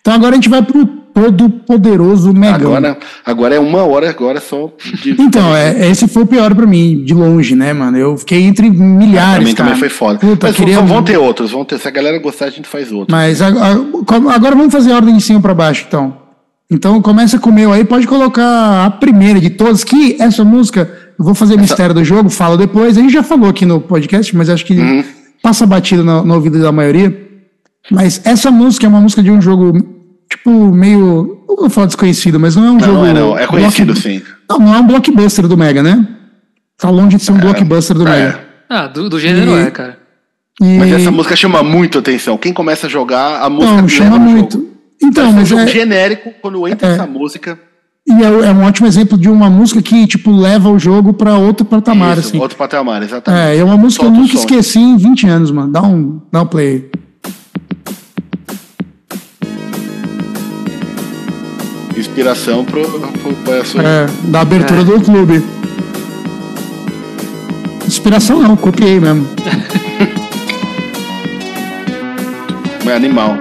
[SPEAKER 1] Então agora a gente vai pro todo poderoso Megão.
[SPEAKER 2] Agora, agora é uma hora, agora só. De...
[SPEAKER 1] Então, é, esse foi o pior pra mim, de longe, né, mano? Eu fiquei entre milhares,
[SPEAKER 2] É, Pra mim
[SPEAKER 1] cara.
[SPEAKER 2] também foi foda.
[SPEAKER 1] Puta,
[SPEAKER 2] Mas
[SPEAKER 1] queria... um-
[SPEAKER 2] vão- vão ter outros, vão ter. Se a galera gostar, a gente faz outro.
[SPEAKER 1] Mas a- a- como- agora vamos fazer a ordem de cima pra baixo, então. Então começa com o meu aí, pode colocar a primeira de todas, que essa música, eu vou fazer mistério do jogo, falo depois, a gente já falou aqui no podcast, mas acho que
[SPEAKER 2] Uhum.
[SPEAKER 1] passa batido no, no ouvido da maioria. Mas essa música é uma música de um jogo, tipo, meio. Não vou falar desconhecido, mas não é um
[SPEAKER 2] Não,
[SPEAKER 1] jogo.
[SPEAKER 2] não é não. É conhecido,
[SPEAKER 1] block-
[SPEAKER 2] sim.
[SPEAKER 1] Não, não é um blockbuster do Mega, né? Tá longe de ser um blockbuster do
[SPEAKER 2] é.
[SPEAKER 1] Mega.
[SPEAKER 3] Ah, do, do gênero
[SPEAKER 1] E-
[SPEAKER 3] é, cara.
[SPEAKER 1] E-
[SPEAKER 2] Mas essa música chama muito atenção. Quem começa a jogar, a música
[SPEAKER 1] não,
[SPEAKER 2] leva
[SPEAKER 1] então, chama
[SPEAKER 2] no
[SPEAKER 1] muito.
[SPEAKER 2] jogo.
[SPEAKER 1] Então,
[SPEAKER 2] Parece
[SPEAKER 1] mas
[SPEAKER 2] um jogo
[SPEAKER 1] é,
[SPEAKER 2] genérico, quando entra
[SPEAKER 1] É.
[SPEAKER 2] essa música,
[SPEAKER 1] E é, é um ótimo exemplo de uma música que, tipo, leva o jogo pra outro patamar,
[SPEAKER 2] isso,
[SPEAKER 1] assim.
[SPEAKER 2] outro patamar, exatamente.
[SPEAKER 1] É, é uma música que eu
[SPEAKER 2] Solta o
[SPEAKER 1] nunca
[SPEAKER 2] som.
[SPEAKER 1] esqueci em 20 anos, mano. Dá um, dá um play.
[SPEAKER 2] Inspiração pro, pro, pro Yasui.
[SPEAKER 1] É, da abertura
[SPEAKER 3] É.
[SPEAKER 1] do clube. Inspiração não, copiei mesmo.
[SPEAKER 2] É animal.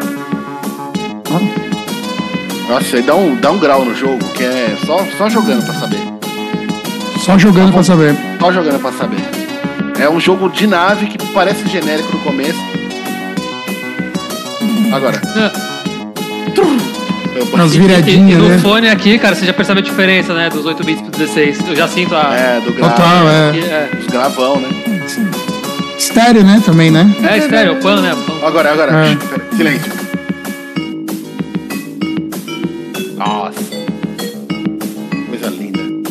[SPEAKER 2] Nossa, aí dá um, dá um grau no jogo, que é só, só jogando pra saber.
[SPEAKER 1] Só jogando pra saber.
[SPEAKER 2] Só jogando pra saber. É um jogo de nave que parece genérico no começo. Agora.
[SPEAKER 1] As
[SPEAKER 3] E, e
[SPEAKER 1] viradinhas,
[SPEAKER 3] no
[SPEAKER 1] né?
[SPEAKER 3] fone aqui, cara, você já percebe a diferença, né? Dos 8 bits pro 16. Eu já sinto a.
[SPEAKER 2] É, do grau.
[SPEAKER 1] Total,
[SPEAKER 3] que-
[SPEAKER 1] é.
[SPEAKER 3] é.
[SPEAKER 2] Os gravão, né?
[SPEAKER 1] Estéreo, né, também, né?
[SPEAKER 3] É, estéreo, pan, né? Pan.
[SPEAKER 2] Agora, agora.
[SPEAKER 1] É.
[SPEAKER 2] Pera, Silêncio. Nossa. Coisa linda.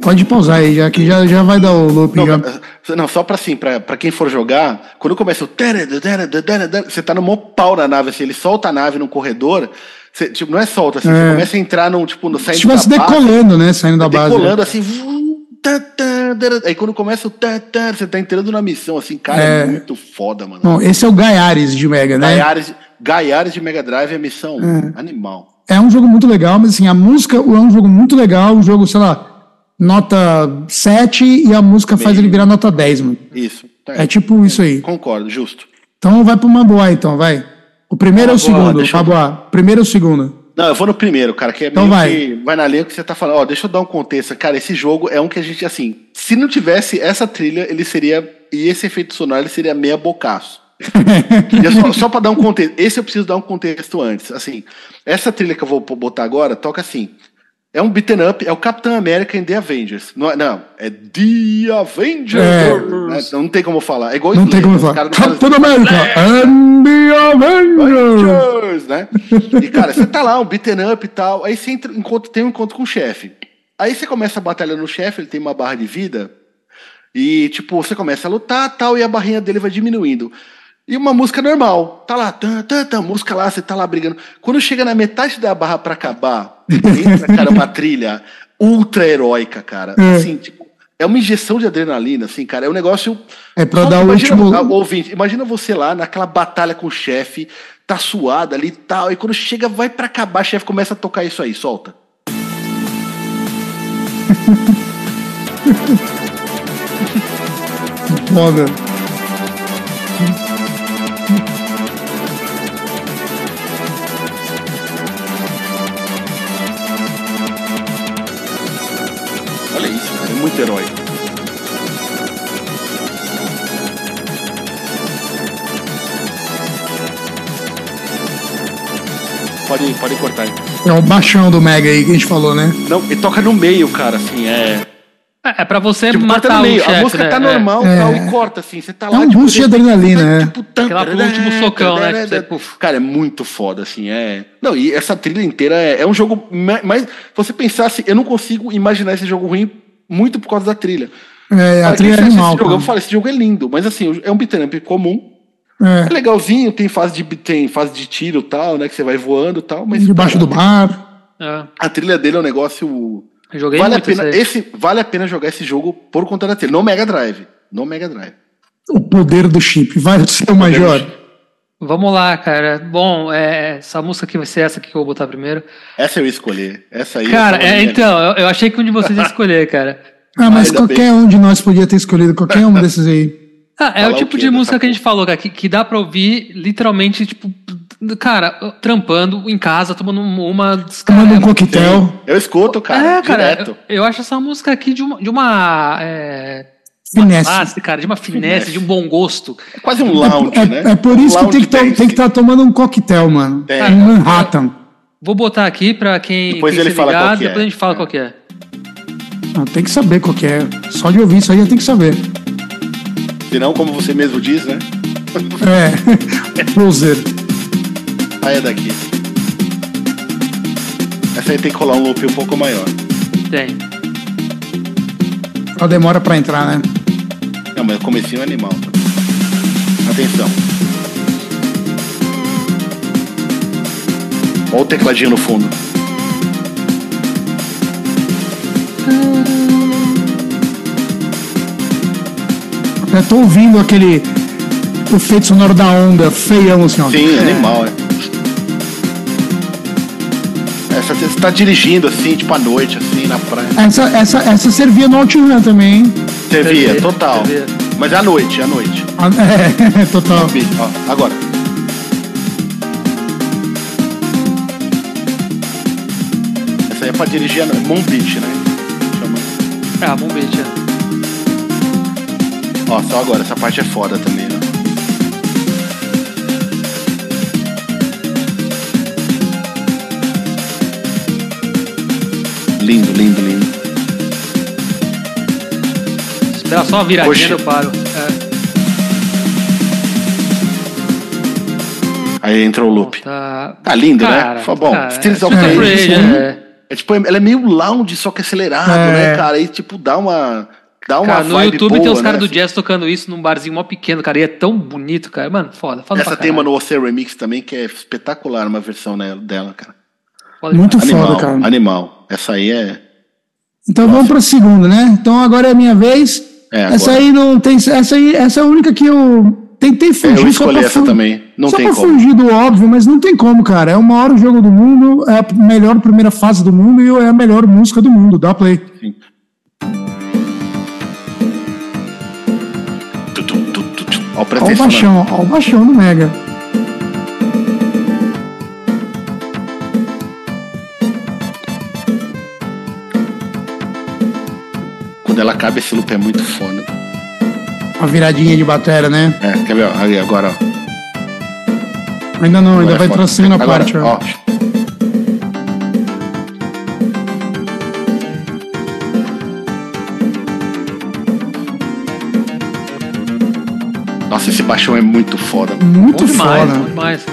[SPEAKER 1] Pode pausar aí, já que já, já vai dar o looping.
[SPEAKER 2] Não,
[SPEAKER 1] já.
[SPEAKER 2] pra- não, só pra assim, pra, pra quem for jogar, quando começa o. tarará, tarará, tarará, Você tá no mó pau na nave, assim, ele solta a nave num corredor. você, tipo, não é solta, assim,
[SPEAKER 1] É.
[SPEAKER 2] você começa a entrar num, tipo, no
[SPEAKER 1] Se
[SPEAKER 2] saindo
[SPEAKER 1] estivesse
[SPEAKER 2] da base,
[SPEAKER 1] decolando, né, saindo da base.
[SPEAKER 2] decolando assim. vum, tá, tá, tarará. Aí quando começa o. tá, tá, Você tá entrando na missão, assim, cara, é,
[SPEAKER 1] É.
[SPEAKER 2] muito foda, mano.
[SPEAKER 1] Bom, esse é o Gaiares de Mega, né?
[SPEAKER 2] Gaiares, Gaiares de Mega Drive é missão animal.
[SPEAKER 1] é um jogo muito legal, mas assim, a música é um jogo muito legal, um jogo, sei lá, nota 7 e a música faz ele virar nota 10, mano.
[SPEAKER 2] Isso. Tá aí.
[SPEAKER 1] É tipo isso aí.
[SPEAKER 2] Concordo, justo.
[SPEAKER 1] Então vai pro Maboá, então, vai. O primeiro é o
[SPEAKER 2] Maboá,
[SPEAKER 1] segundo,
[SPEAKER 2] deixa eu-
[SPEAKER 1] Maboá. Primeiro é o segundo.
[SPEAKER 2] Não, eu vou no primeiro, cara, que é
[SPEAKER 1] Então
[SPEAKER 2] meio
[SPEAKER 1] vai.
[SPEAKER 2] que vai na linha que você tá falando. Ó, deixa eu dar um contexto. Cara, esse jogo é um que a gente, assim, se não tivesse essa trilha, ele seria. E esse efeito sonoro, ele seria meia bocaço. E eu só, só pra dar um contexto. Esse eu preciso dar um contexto antes. Assim, essa trilha que eu vou pô- botar agora toca assim. É um beaten up, é o Capitão América em The Avengers. Não, é- não, é The Avengers. Né?
[SPEAKER 1] É.
[SPEAKER 2] Não tem como falar. É igual
[SPEAKER 1] Não
[SPEAKER 2] Slayer,
[SPEAKER 1] tem como
[SPEAKER 2] os
[SPEAKER 1] falar.
[SPEAKER 2] caras não falam-
[SPEAKER 1] Capitão América! And the Avengers!
[SPEAKER 2] Avengers, né? E, cara, você tá lá, um beaten up e tal. Aí você entra, encontra- tem um encontro com o chefe. Aí você começa a batalha no chefe, ele tem uma barra de vida. E, tipo, você começa a lutar tal, e a barrinha dele vai diminuindo. E uma música normal. Tá lá, tan, tan, tan, música lá, você tá lá brigando. Quando chega na metade da barra para acabar, entra, cara, uma trilha ultra heróica, cara. É. Assim, tipo, é uma injeção de adrenalina, assim, cara. É um negócio.
[SPEAKER 1] É pra Só dar
[SPEAKER 2] imagina,
[SPEAKER 1] o último.
[SPEAKER 2] Ouvinte, imagina você lá naquela batalha com o chefe, tá suado ali e tal. E quando chega, vai para acabar, o chefe começa a tocar isso aí, solta.
[SPEAKER 1] Foda.
[SPEAKER 2] Olha isso, cara, é muito herói. Pode, pode cortar. aí.
[SPEAKER 1] É o baixão do Mega aí que a gente falou, né?
[SPEAKER 2] Não, ele toca no meio, cara, assim, é.
[SPEAKER 3] É, é pra você
[SPEAKER 2] Tipo, corta
[SPEAKER 3] matar
[SPEAKER 2] no
[SPEAKER 3] o
[SPEAKER 2] meio.
[SPEAKER 3] chefe,
[SPEAKER 2] a música
[SPEAKER 3] né?
[SPEAKER 2] tá
[SPEAKER 3] É.
[SPEAKER 2] normal
[SPEAKER 1] É.
[SPEAKER 2] tal, e corta, assim. Você tá
[SPEAKER 1] É
[SPEAKER 2] lá.
[SPEAKER 1] um boost de adrenalina, né?
[SPEAKER 2] tam,
[SPEAKER 3] Aquela pro último
[SPEAKER 2] tarará,
[SPEAKER 3] socão, né, que
[SPEAKER 2] tarará.
[SPEAKER 3] você, puf.
[SPEAKER 2] Cara, é muito foda, assim. É... Não, e essa trilha inteira é, é um jogo. ma- Mas você pensar assim, eu não consigo imaginar esse jogo ruim muito por causa da trilha.
[SPEAKER 1] É, a
[SPEAKER 2] Cara, quem
[SPEAKER 1] trilha é
[SPEAKER 2] fez esse
[SPEAKER 1] animal.
[SPEAKER 2] jogo, Ah, eu
[SPEAKER 1] cara.
[SPEAKER 2] falo, esse jogo é lindo, mas assim, é um beat'em up comum. É
[SPEAKER 1] É,
[SPEAKER 2] legalzinho, tem fase de, tem fase de tiro e tal, né? Que você vai voando e tal, mas.
[SPEAKER 1] debaixo do
[SPEAKER 2] cara,
[SPEAKER 1] bar.
[SPEAKER 3] É.
[SPEAKER 2] A trilha dele é um negócio.
[SPEAKER 3] Eu joguei
[SPEAKER 2] vale a
[SPEAKER 3] muito
[SPEAKER 2] pena,
[SPEAKER 3] isso aí.
[SPEAKER 2] esse, vale a pena jogar esse jogo por conta da trilha. No Mega Drive. No Mega Drive.
[SPEAKER 1] O poder do chip. Vai ser o Major.
[SPEAKER 3] Vamos lá, cara. Bom, é, essa música aqui vai ser essa aqui que eu vou botar primeiro.
[SPEAKER 2] Essa eu escolhi. Essa aí. eu
[SPEAKER 3] Cara,
[SPEAKER 2] tava
[SPEAKER 3] é,
[SPEAKER 2] ligado.
[SPEAKER 3] então, eu, eu achei que um de vocês ia escolher, cara.
[SPEAKER 1] Ah, mas
[SPEAKER 2] Ainda
[SPEAKER 1] qualquer um de nós podia ter escolhido qualquer um desses aí.
[SPEAKER 3] Ah, é
[SPEAKER 2] Falar
[SPEAKER 3] o
[SPEAKER 2] o
[SPEAKER 3] tipo
[SPEAKER 2] quê
[SPEAKER 3] de
[SPEAKER 2] dessa
[SPEAKER 3] música que a gente falou, cara, que, que dá pra ouvir literalmente, tipo, cara, trampando em casa, tomando uma
[SPEAKER 1] Tomando um
[SPEAKER 3] descarga.
[SPEAKER 1] coquetel.
[SPEAKER 2] Eu escuto, cara.
[SPEAKER 3] é, cara,
[SPEAKER 2] Direto.
[SPEAKER 3] eu, eu acho essa música aqui de uma, de uma, é,
[SPEAKER 1] Finesse.
[SPEAKER 3] classe, cara, de uma finesse,
[SPEAKER 2] Finesse.
[SPEAKER 3] de um bom gosto.
[SPEAKER 2] É quase um lounge,
[SPEAKER 1] É,
[SPEAKER 2] né?
[SPEAKER 1] é por isso que tem que
[SPEAKER 2] Lounge dance.
[SPEAKER 1] estar tomando um coquetel, mano.
[SPEAKER 2] É.
[SPEAKER 1] Em Manhattan.
[SPEAKER 3] Vou botar aqui pra quem,
[SPEAKER 2] Depois
[SPEAKER 3] quem
[SPEAKER 2] ele
[SPEAKER 3] se
[SPEAKER 2] fala
[SPEAKER 3] ligar,
[SPEAKER 2] qual que é.
[SPEAKER 3] depois a gente fala qual que é.
[SPEAKER 1] Não, tem que saber qual que é. Só de ouvir isso aí já tem que saber.
[SPEAKER 2] Senão, como você mesmo diz, né?
[SPEAKER 1] É. Closer.
[SPEAKER 2] Saia daqui. Essa aí tem que colar um loop um pouco maior.
[SPEAKER 3] Tem.
[SPEAKER 1] Ela demora pra entrar, né?
[SPEAKER 2] Não, mas o comecinho é animal. Atenção. Olha o tecladinho no fundo.
[SPEAKER 1] Eu tô ouvindo aquele efeito sonoro da onda, feião assim, ó.
[SPEAKER 2] Sim,
[SPEAKER 1] É.
[SPEAKER 2] animal, é. Essa você tá dirigindo assim, tipo à noite, assim, na praia.
[SPEAKER 1] Essa, essa, essa servia no OutRun também, hein?
[SPEAKER 2] Você via,
[SPEAKER 3] vê,
[SPEAKER 2] total.
[SPEAKER 3] você vê.
[SPEAKER 2] Mas é à noite, é à noite.
[SPEAKER 1] Ah, É, total.
[SPEAKER 2] Vi, ó, agora. Essa aí é pra dirigir a noite. Moon Beach, né? Chama.
[SPEAKER 3] Ah, bom beijo.
[SPEAKER 2] Ó, só agora, essa parte é foda também, né? Lindo, lindo, lindo.
[SPEAKER 3] Espera só uma viradinha,
[SPEAKER 2] Oxi.
[SPEAKER 3] eu paro. É,
[SPEAKER 2] Aí entra o loop.
[SPEAKER 3] tá...
[SPEAKER 2] Tá lindo,
[SPEAKER 3] Cara,
[SPEAKER 2] né? Foi bom.
[SPEAKER 3] cara,
[SPEAKER 2] Streets of
[SPEAKER 3] Streets of
[SPEAKER 2] Rage,
[SPEAKER 3] Rage,
[SPEAKER 2] né?
[SPEAKER 3] é.
[SPEAKER 2] É tipo, ela é meio lounge, só que acelerado,
[SPEAKER 1] É.
[SPEAKER 2] né, cara? E tipo, dá uma. Dá É uma
[SPEAKER 3] Cara, no
[SPEAKER 2] vibe
[SPEAKER 3] YouTube
[SPEAKER 2] boa,
[SPEAKER 3] tem os
[SPEAKER 2] né?
[SPEAKER 3] caras do jazz tocando isso num barzinho mó pequeno, cara, e é tão bonito, cara. Mano, foda, foda
[SPEAKER 2] Essa
[SPEAKER 3] pra
[SPEAKER 2] tem uma
[SPEAKER 3] caralho.
[SPEAKER 2] no Ocean Remix também, que é espetacular uma versão né, dela, cara.
[SPEAKER 3] Foda
[SPEAKER 1] Muito
[SPEAKER 3] demais.
[SPEAKER 2] Animal,
[SPEAKER 1] foda, cara.
[SPEAKER 2] animal. Essa aí é.
[SPEAKER 1] Então vamos pra segunda, né? Então agora é minha vez.
[SPEAKER 2] É, agora.
[SPEAKER 1] essa aí não tem. Essa aí, essa é a única que eu tentei
[SPEAKER 2] É,
[SPEAKER 1] fugir.
[SPEAKER 2] eu
[SPEAKER 1] só
[SPEAKER 2] escolhi
[SPEAKER 1] pra
[SPEAKER 2] essa
[SPEAKER 1] fu-
[SPEAKER 2] também. Não
[SPEAKER 1] só
[SPEAKER 2] tem
[SPEAKER 1] pra
[SPEAKER 2] como.
[SPEAKER 1] fugir do óbvio, mas não tem como, cara. É o maior jogo do mundo, é a melhor primeira fase do mundo e é a melhor música do mundo. Dá play.
[SPEAKER 2] Sim. Tu, tu, tu, tu, tu. Ó, presta
[SPEAKER 1] Olha o
[SPEAKER 2] atenção, né?
[SPEAKER 1] baixão, olha o baixão do Mega.
[SPEAKER 2] Quando ela acaba, esse loop é muito foda.
[SPEAKER 1] A viradinha de bateria, né?
[SPEAKER 2] É, quer ver? ó? Aí, agora, ó.
[SPEAKER 1] Ainda não, ainda
[SPEAKER 2] Agora
[SPEAKER 1] vai
[SPEAKER 2] é foda.
[SPEAKER 1] tracinho na
[SPEAKER 2] Agora,
[SPEAKER 1] parte. ó.
[SPEAKER 2] ó. Nossa, esse baixão é muito foda. mano.
[SPEAKER 1] Muito
[SPEAKER 3] Bom demais,
[SPEAKER 1] foda.
[SPEAKER 3] bom demais.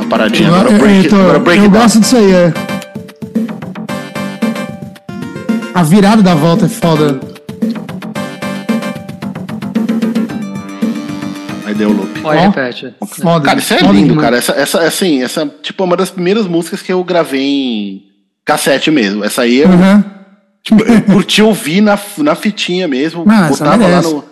[SPEAKER 2] A paradinha.
[SPEAKER 1] Eu,
[SPEAKER 2] Agora o
[SPEAKER 1] é, então, eu-
[SPEAKER 2] break,
[SPEAKER 1] eu tô-
[SPEAKER 2] agora o break
[SPEAKER 1] eu
[SPEAKER 2] down.
[SPEAKER 1] gosto disso aí, é. a virada da volta é foda.
[SPEAKER 2] Aí deu o loop.
[SPEAKER 3] Olha,
[SPEAKER 1] Ó.
[SPEAKER 3] repete.
[SPEAKER 1] Foda.
[SPEAKER 2] Cara, isso é
[SPEAKER 1] foda
[SPEAKER 2] lindo,
[SPEAKER 1] demais.
[SPEAKER 2] cara. Essa, essa, assim, essa, tipo, é uma das primeiras músicas que eu gravei em cassete mesmo. Essa aí é
[SPEAKER 1] Uhum.
[SPEAKER 2] eu,
[SPEAKER 1] Aham.
[SPEAKER 2] tipo, eu curti ouvir na, na fitinha mesmo.
[SPEAKER 1] Ah, essa
[SPEAKER 2] botava lá
[SPEAKER 1] merece.
[SPEAKER 2] no.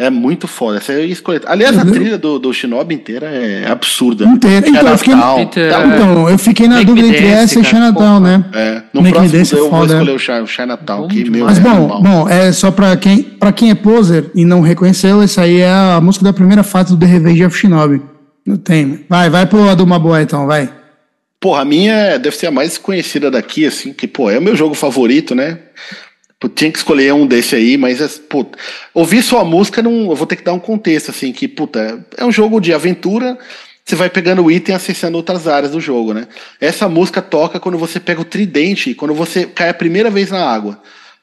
[SPEAKER 2] É muito foda. Essa eu ia escolher. Aliás, a
[SPEAKER 1] Uhum.
[SPEAKER 2] trilha do, do Shinobi inteira é absurda.
[SPEAKER 1] Inteira.
[SPEAKER 2] É
[SPEAKER 1] Então, eu fiquei-
[SPEAKER 2] Natal,
[SPEAKER 3] Inteira,
[SPEAKER 2] tá-
[SPEAKER 3] é.
[SPEAKER 1] Então, eu fiquei na
[SPEAKER 3] Make
[SPEAKER 1] dúvida
[SPEAKER 3] me
[SPEAKER 1] entre
[SPEAKER 3] dance,
[SPEAKER 1] essa e
[SPEAKER 3] cara,
[SPEAKER 1] Chinatown, né?
[SPEAKER 2] É,
[SPEAKER 1] Make
[SPEAKER 2] no
[SPEAKER 1] me
[SPEAKER 2] próximo
[SPEAKER 1] dance é
[SPEAKER 2] eu vou
[SPEAKER 1] foda.
[SPEAKER 2] escolher o Chai, o Chai Natal,
[SPEAKER 3] Bom
[SPEAKER 2] que meu
[SPEAKER 1] Mas
[SPEAKER 2] é
[SPEAKER 1] bom,
[SPEAKER 2] animal.
[SPEAKER 1] bom, é só pra quem, pra quem é poser e não reconheceu, essa aí é a música da primeira fase do The Revenge of Shinobi. Não tem. né? Vai, vai pro Aduma Boy então, vai.
[SPEAKER 2] Porra, a minha é- deve ser a mais conhecida daqui, assim, que, pô, é o meu jogo favorito, né? Pô, tinha que escolher um desse aí, mas, é, pô, ouvir só a música, não, eu vou ter que dar um contexto, assim, que, puta, é um jogo de aventura, você vai pegando o item e acessando outras áreas do jogo, né? Essa música toca quando você pega o tridente, e quando você cai a primeira vez na água.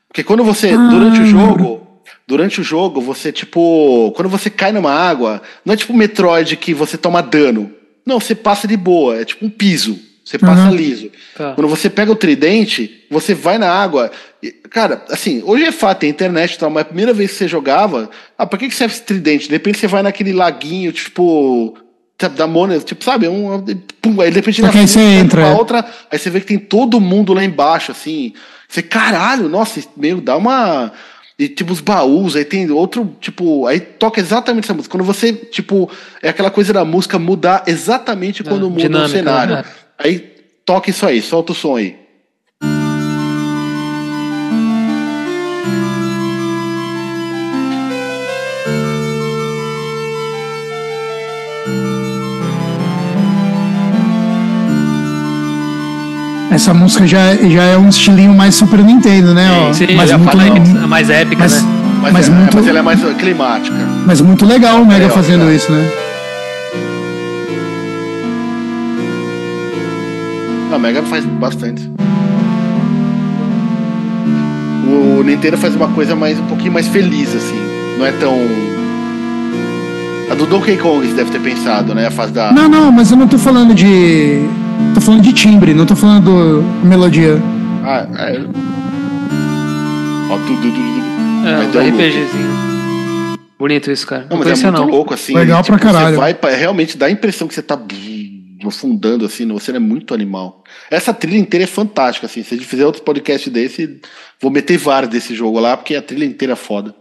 [SPEAKER 2] Porque quando você, durante o jogo, durante o jogo, você, tipo, quando você cai numa água, não é tipo Metroid que você toma dano. Não, você passa de boa, é tipo um piso. Você passa
[SPEAKER 1] Uhum.
[SPEAKER 2] liso.
[SPEAKER 3] Tá.
[SPEAKER 2] Quando você pega o tridente, você vai na água. e, cara, assim, hoje é fato, tem internet e tal, mas a primeira vez que você jogava, ah, pra que, que serve esse tridente? De repente você vai naquele laguinho, tipo. sabe, Da Mona, tipo, sabe? Um, pum, aí de repente
[SPEAKER 1] Porque aí você
[SPEAKER 2] frente,
[SPEAKER 1] entra,
[SPEAKER 2] pra
[SPEAKER 1] é.
[SPEAKER 2] outra, aí você vê que tem todo mundo lá embaixo, assim. Você, caralho, nossa, isso meio dá uma. E tipo, os baús, aí tem outro, tipo, aí toca exatamente essa música. Quando você, tipo, é aquela coisa da música mudar exatamente quando muda o
[SPEAKER 3] dinâmica,
[SPEAKER 2] cenário.
[SPEAKER 3] né?
[SPEAKER 2] Aí toca isso aí, solta o som aí.
[SPEAKER 1] Essa música já, é- já é um estilinho mais Super Nintendo, né? ó?
[SPEAKER 3] Sim,
[SPEAKER 1] mas,
[SPEAKER 3] já
[SPEAKER 1] muito,
[SPEAKER 3] falei que
[SPEAKER 1] mas,
[SPEAKER 3] é mais épica,
[SPEAKER 1] mas,
[SPEAKER 3] né?
[SPEAKER 2] Mas, é-
[SPEAKER 1] muito,
[SPEAKER 2] mas ela é mais climática.
[SPEAKER 1] mas muito legal o Mega
[SPEAKER 2] Aí, ó,
[SPEAKER 1] fazendo
[SPEAKER 2] tá.
[SPEAKER 1] isso, né?
[SPEAKER 2] A Mega faz bastante. O Nintendo faz uma coisa mais um pouquinho mais feliz, assim. Não é tão. A do Donkey Kong você deve ter pensado, né? A fase da.
[SPEAKER 1] Não, não, mas eu não tô falando de. Tô falando de timbre, não tô falando do melodia.
[SPEAKER 2] Ah, é. Ó, tu, tu, tu, tu.
[SPEAKER 3] É,
[SPEAKER 2] Aí
[SPEAKER 3] um
[SPEAKER 2] deu loop.
[SPEAKER 3] RPGzinho. Bonito isso, cara.
[SPEAKER 2] Não,
[SPEAKER 3] Não
[SPEAKER 2] mas é
[SPEAKER 3] conhecia,
[SPEAKER 2] muito
[SPEAKER 3] não.
[SPEAKER 2] louco, assim.
[SPEAKER 1] Legal pra caralho.
[SPEAKER 2] Você vai, pra- é realmente dá a impressão que você tá afundando, assim, você é muito animal. Essa trilha inteira é fantástica, assim. Se a gente fizer outro podcast desse, vou meter vários desse jogo lá, porque a trilha inteira é foda.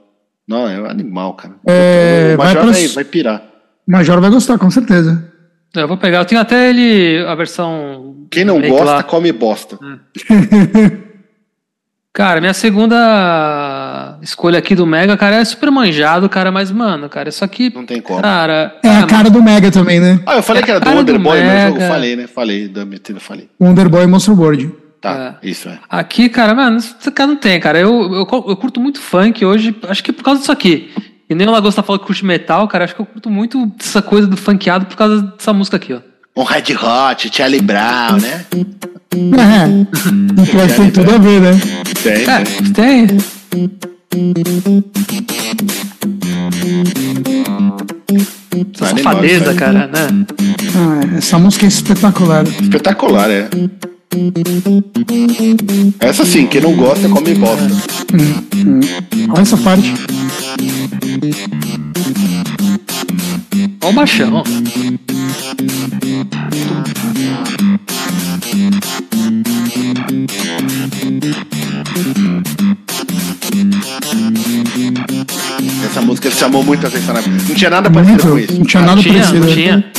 [SPEAKER 2] Não, é um animal, cara.
[SPEAKER 1] É,
[SPEAKER 2] o
[SPEAKER 1] vai
[SPEAKER 2] Major
[SPEAKER 1] pra-
[SPEAKER 2] vai, vai pirar.
[SPEAKER 1] Major vai gostar, com certeza.
[SPEAKER 3] Eu vou pegar. Eu tenho até ele, a versão.
[SPEAKER 2] Quem não
[SPEAKER 3] remake
[SPEAKER 2] gosta,
[SPEAKER 3] lá. Hum.
[SPEAKER 2] come bosta.
[SPEAKER 3] Cara, minha segunda escolha aqui do Mega, cara, é super manjado, cara, mas, mano, cara, isso aqui.
[SPEAKER 2] Não tem como.
[SPEAKER 3] Cara.
[SPEAKER 1] É a cara do Mega também, né?
[SPEAKER 2] Ah, eu falei que era do
[SPEAKER 3] É Cara do
[SPEAKER 2] Wonder Boy, meu jogo.
[SPEAKER 3] Mega.
[SPEAKER 2] Falei, né? Falei, da metida, falei.
[SPEAKER 1] Wonder Boy e Monster Board.
[SPEAKER 2] Tá, isso é.
[SPEAKER 3] Aqui, cara, mano, isso cara não tem, cara. Eu, eu, co- eu curto muito funk hoje, acho que é por causa disso aqui. E nem o Lagosta falou que curte metal, cara, acho que eu curto muito essa coisa do funkeado por causa dessa música aqui, ó.
[SPEAKER 2] Um Red Hot, Charlie Brown, né?
[SPEAKER 1] É. Mas tem tudo a ver, né?
[SPEAKER 2] Tem,
[SPEAKER 3] É,
[SPEAKER 2] né?
[SPEAKER 3] tem. Essa
[SPEAKER 2] Vale
[SPEAKER 3] safadeza,
[SPEAKER 2] nós,
[SPEAKER 3] cara, né?
[SPEAKER 1] Ah, essa música é espetacular.
[SPEAKER 2] Espetacular, é. Essa sim, quem não gosta, come bosta.
[SPEAKER 1] Olha essa parte.
[SPEAKER 3] Ó o baixão.
[SPEAKER 2] Essa música chamou muita atenção na época. Não tinha
[SPEAKER 3] Tá
[SPEAKER 2] nada parecido
[SPEAKER 1] Muito.
[SPEAKER 2] com
[SPEAKER 1] Não
[SPEAKER 2] isso.
[SPEAKER 1] tinha nada
[SPEAKER 3] Ah, tinha,
[SPEAKER 1] parecido. né?
[SPEAKER 3] não tinha.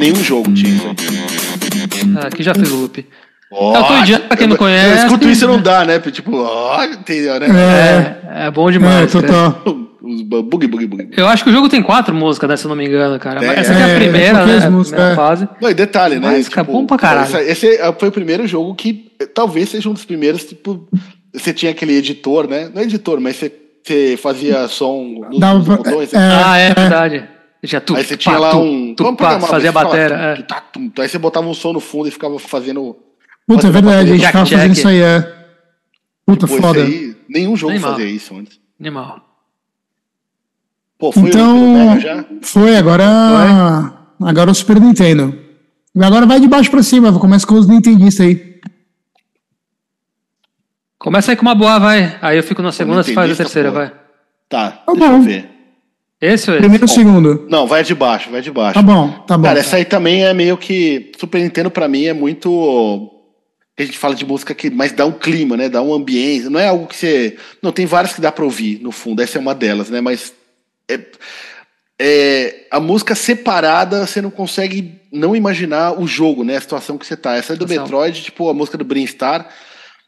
[SPEAKER 2] Nenhum jogo tinha isso. aí.
[SPEAKER 3] Ah, Aqui já fez o loop.
[SPEAKER 2] Ó,
[SPEAKER 3] Eu tô indiano pra quem não
[SPEAKER 2] eu-
[SPEAKER 3] conhece.
[SPEAKER 2] Eu escuto isso e não dá, né? Tipo, ó, entendeu, né?
[SPEAKER 1] É,
[SPEAKER 3] É, é bom
[SPEAKER 1] é,
[SPEAKER 3] demais. cara.
[SPEAKER 1] total.
[SPEAKER 2] Os bu- bug, bug, bug.
[SPEAKER 3] Eu acho que o jogo tem quatro músicas, né? Se eu não me engano, cara.
[SPEAKER 2] Tem,
[SPEAKER 3] Mas essa aqui é
[SPEAKER 1] é,
[SPEAKER 3] a primeira,
[SPEAKER 1] tem
[SPEAKER 3] né?
[SPEAKER 1] poucas
[SPEAKER 3] A
[SPEAKER 1] músicas,
[SPEAKER 3] primeira
[SPEAKER 1] é.
[SPEAKER 3] fase.
[SPEAKER 2] Não, e detalhe, né?
[SPEAKER 3] Mas fica bom pra caralho.
[SPEAKER 2] essa- Esse, é- foi o primeiro jogo que eh, talvez seja um dos primeiros, tipo, você tinha aquele editor, né? Não é editor, mas você, você fazia som nos,
[SPEAKER 1] Dava
[SPEAKER 2] nos
[SPEAKER 1] pra-
[SPEAKER 2] botões.
[SPEAKER 1] é,
[SPEAKER 3] Ah, é verdade. Já tu,
[SPEAKER 2] Aí você tinha
[SPEAKER 3] pá,
[SPEAKER 2] lá
[SPEAKER 3] tu,
[SPEAKER 2] um.
[SPEAKER 3] Tu,
[SPEAKER 2] Como
[SPEAKER 3] pá,
[SPEAKER 2] programava?
[SPEAKER 3] fazia
[SPEAKER 2] Você fala,
[SPEAKER 3] batera.
[SPEAKER 2] tum,
[SPEAKER 3] é.
[SPEAKER 2] tá, tum, tum. Aí você botava um som no fundo e ficava fazendo.
[SPEAKER 1] Puta, é verdade. A gente
[SPEAKER 3] Jack
[SPEAKER 1] tava fazendo
[SPEAKER 3] Jack.
[SPEAKER 1] isso aí, é. Puta,
[SPEAKER 2] Pô, isso
[SPEAKER 1] foda.
[SPEAKER 2] aí, nenhum jogo
[SPEAKER 3] Animal.
[SPEAKER 2] fazia isso antes.
[SPEAKER 3] Animal.
[SPEAKER 2] Pô, foi o
[SPEAKER 1] Então,
[SPEAKER 2] Mega já?
[SPEAKER 1] foi, agora. Agora é o Super Nintendo. Agora vai de baixo pra cima, começa com os Nintendistas aí.
[SPEAKER 3] Começa aí com uma boa, vai. Aí eu fico na segunda, você faz a terceira,
[SPEAKER 2] porra.
[SPEAKER 3] vai.
[SPEAKER 2] Tá,
[SPEAKER 1] Tá
[SPEAKER 2] deixa eu
[SPEAKER 1] bom.
[SPEAKER 2] ver.
[SPEAKER 3] Esse ou esse?
[SPEAKER 1] Primeiro ou segundo?
[SPEAKER 2] Não, vai de baixo, vai de baixo.
[SPEAKER 1] Tá bom, tá bom.
[SPEAKER 2] Cara, essa aí também é meio que. Super Nintendo pra mim é muito. A gente fala de música que mais dá um clima, né? Dá um ambiente. Não é algo que você. Não, tem várias que dá pra ouvir, no fundo. Essa é uma delas, né? Mas. É, é- a música separada, você não consegue não imaginar o jogo, né? A situação que você tá. Essa é do
[SPEAKER 3] Situação.
[SPEAKER 2] Metroid, tipo, a música do Brinstar.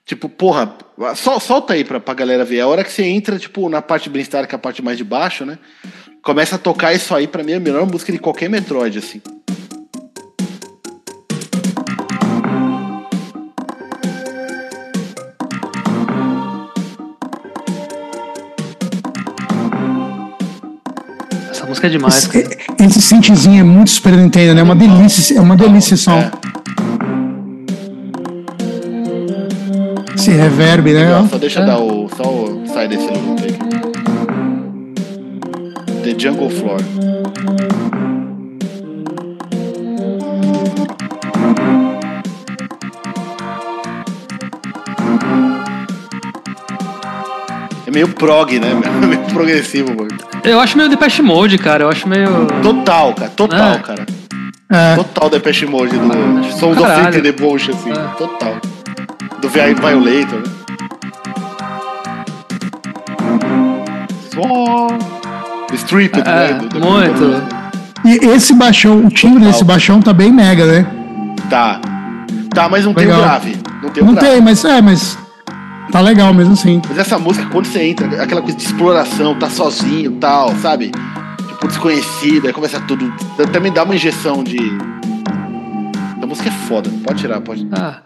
[SPEAKER 2] Tipo, porra, sol- solta aí pra, pra galera ver. A hora que você entra, tipo, na parte de Brinstar, que é a parte mais de baixo, né? Começa a tocar isso aí, pra mim, é a melhor música de qualquer Metroid, assim.
[SPEAKER 3] Essa música é demais. cara.
[SPEAKER 1] Esse, esse synthzinho é muito Super Nintendo, né? É uma delícia, é uma delícia esse som. Esse reverb, né?
[SPEAKER 2] Não, só deixa eu dar o. Só o, sai desse lugar aqui. The Jungle Floor. É meio prog, né? É meio progressivo, mano.
[SPEAKER 3] Eu acho meio Depeche Mode, cara. Eu acho meio.
[SPEAKER 2] Total, cara. Total,
[SPEAKER 3] É.
[SPEAKER 2] cara.
[SPEAKER 1] É.
[SPEAKER 2] Total Depeche Mode do
[SPEAKER 3] Caralho.
[SPEAKER 2] Sons of Fate and Devotion, assim.
[SPEAKER 3] É.
[SPEAKER 2] Total. Do VI Violator, né? Só... Stripped,
[SPEAKER 3] É,
[SPEAKER 2] né? Do- do-
[SPEAKER 3] muito.
[SPEAKER 1] E esse baixão, o timbre desse baixão tá bem mega, né?
[SPEAKER 2] Tá. Tá, mas não tem o
[SPEAKER 1] Legal.
[SPEAKER 2] grave. Não tem o
[SPEAKER 1] Não
[SPEAKER 2] grave.
[SPEAKER 1] tem, mas é, mas tá legal mesmo assim.
[SPEAKER 2] Mas essa música, quando você entra, aquela coisa de exploração, tá sozinho e tal, sabe? Tipo, desconhecido, aí começa tudo. Também dá uma injeção de. A música é foda. Pode tirar, pode.
[SPEAKER 3] Ah,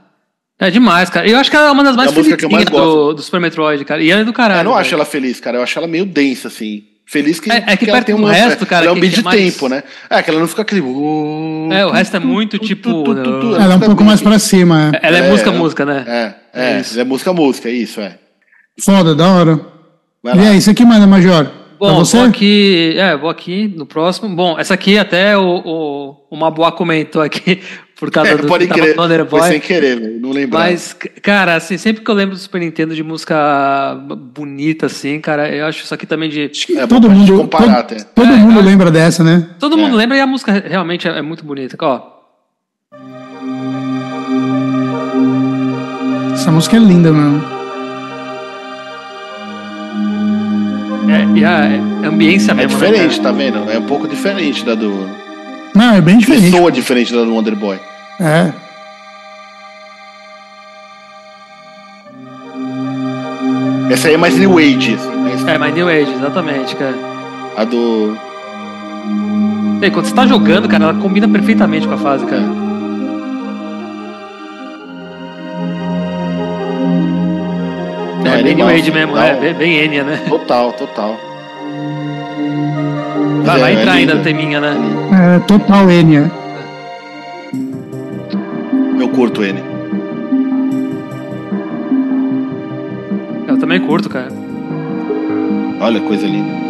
[SPEAKER 3] é demais, cara. Eu acho que ela é uma das mais
[SPEAKER 2] É a música que eu mais
[SPEAKER 3] felizinhas do, do Super Metroid, cara. E ela é do caralho.
[SPEAKER 2] Eu não
[SPEAKER 3] velho.
[SPEAKER 2] acho ela feliz, cara. Eu acho ela meio densa, assim. Feliz que,
[SPEAKER 3] É- é que
[SPEAKER 2] ela
[SPEAKER 3] perto do resto, cara,
[SPEAKER 2] Ela é um
[SPEAKER 3] que-
[SPEAKER 2] beat
[SPEAKER 3] que é
[SPEAKER 2] de
[SPEAKER 3] mais-
[SPEAKER 2] tempo, né? É, que ela não fica aquele. uh,
[SPEAKER 3] É, o resto é muito tipo.
[SPEAKER 2] tu-
[SPEAKER 1] Ela é um pouco mais pra cima. é.
[SPEAKER 3] Ela é,
[SPEAKER 2] É,
[SPEAKER 3] música,
[SPEAKER 2] eu-
[SPEAKER 3] música, né?
[SPEAKER 2] É, é,
[SPEAKER 3] É
[SPEAKER 2] é,
[SPEAKER 3] isso.
[SPEAKER 2] música, música, é isso, é.
[SPEAKER 1] Foda, da hora.
[SPEAKER 2] Vai
[SPEAKER 1] E
[SPEAKER 2] lá. É,
[SPEAKER 1] aí, isso aqui manda, Major? pra
[SPEAKER 3] Bom,
[SPEAKER 1] você?
[SPEAKER 3] vou aqui. É, vou aqui no próximo. Bom, essa aqui até o, o, o Maboá comentou aqui por causa
[SPEAKER 2] É,
[SPEAKER 3] do
[SPEAKER 2] pode
[SPEAKER 3] que tava
[SPEAKER 2] crer.
[SPEAKER 3] no Wonder
[SPEAKER 2] Foi
[SPEAKER 3] Boy.
[SPEAKER 2] sem querer, velho, não lembro.
[SPEAKER 3] Mas, c- cara, assim, sempre que eu lembro do Super Nintendo de música bonita, assim, cara, eu acho isso aqui também de.
[SPEAKER 1] Acho que
[SPEAKER 2] É bom
[SPEAKER 1] todo
[SPEAKER 2] pra gente
[SPEAKER 1] mundo,
[SPEAKER 2] comparar
[SPEAKER 1] todo,
[SPEAKER 2] até.
[SPEAKER 1] todo
[SPEAKER 3] É,
[SPEAKER 1] mundo
[SPEAKER 3] eu-
[SPEAKER 1] lembra dessa, né?
[SPEAKER 3] Todo
[SPEAKER 2] É.
[SPEAKER 3] mundo lembra e a música re- realmente é é muito bonita. Ó,
[SPEAKER 1] Essa música é linda, mano.
[SPEAKER 3] é, e a- é ambiência
[SPEAKER 2] É
[SPEAKER 3] mesmo. né,
[SPEAKER 2] diferente, tá vendo? É um pouco diferente da do.
[SPEAKER 1] Não, é bem
[SPEAKER 2] Que
[SPEAKER 1] diferente.
[SPEAKER 2] soa diferente da do Wonder Boy.
[SPEAKER 1] É.
[SPEAKER 2] Essa aí é mais New Age, assim, né?
[SPEAKER 3] cara? É, mas New Age, exatamente, cara.
[SPEAKER 2] A do.
[SPEAKER 3] E quando você tá jogando, cara, ela combina perfeitamente com a fase, cara.
[SPEAKER 2] Não,
[SPEAKER 3] é bem New
[SPEAKER 2] animal,
[SPEAKER 3] Age mesmo,
[SPEAKER 2] total.
[SPEAKER 3] é, bem, bem Enya, né?
[SPEAKER 2] Total, total. Mas
[SPEAKER 3] Vai, vai
[SPEAKER 2] é- é
[SPEAKER 3] entrar ainda
[SPEAKER 2] linda.
[SPEAKER 3] o teminha, né?
[SPEAKER 1] É total Enya.
[SPEAKER 2] Eu curto ele.
[SPEAKER 3] Eu também curto, cara.
[SPEAKER 2] Olha que coisa linda.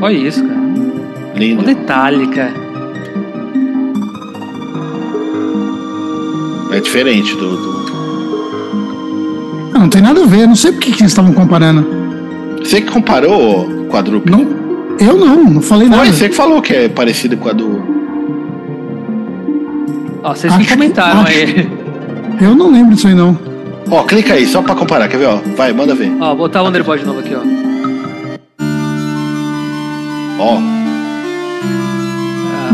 [SPEAKER 3] Olha isso, cara. Um
[SPEAKER 2] Lindo.
[SPEAKER 3] detalhe, cara.
[SPEAKER 2] É diferente do. do...
[SPEAKER 1] Ah, Não tem nada a ver, não sei por que que eles estavam comparando.
[SPEAKER 2] Você que comparou o quadrúpede?
[SPEAKER 1] Não, eu não, não falei nada.
[SPEAKER 2] Foi, você que falou que é parecido com a do.
[SPEAKER 3] Ó, vocês
[SPEAKER 1] Acho
[SPEAKER 3] que
[SPEAKER 1] que-
[SPEAKER 3] comentaram
[SPEAKER 1] acho.
[SPEAKER 3] aí.
[SPEAKER 1] Eu não lembro disso aí, não.
[SPEAKER 2] Ó, clica aí, só pra comparar, quer ver? Ó, vai, manda ver.
[SPEAKER 3] Ó, botar o Wonderboy de novo aqui, ó.
[SPEAKER 1] Então,
[SPEAKER 2] Ó,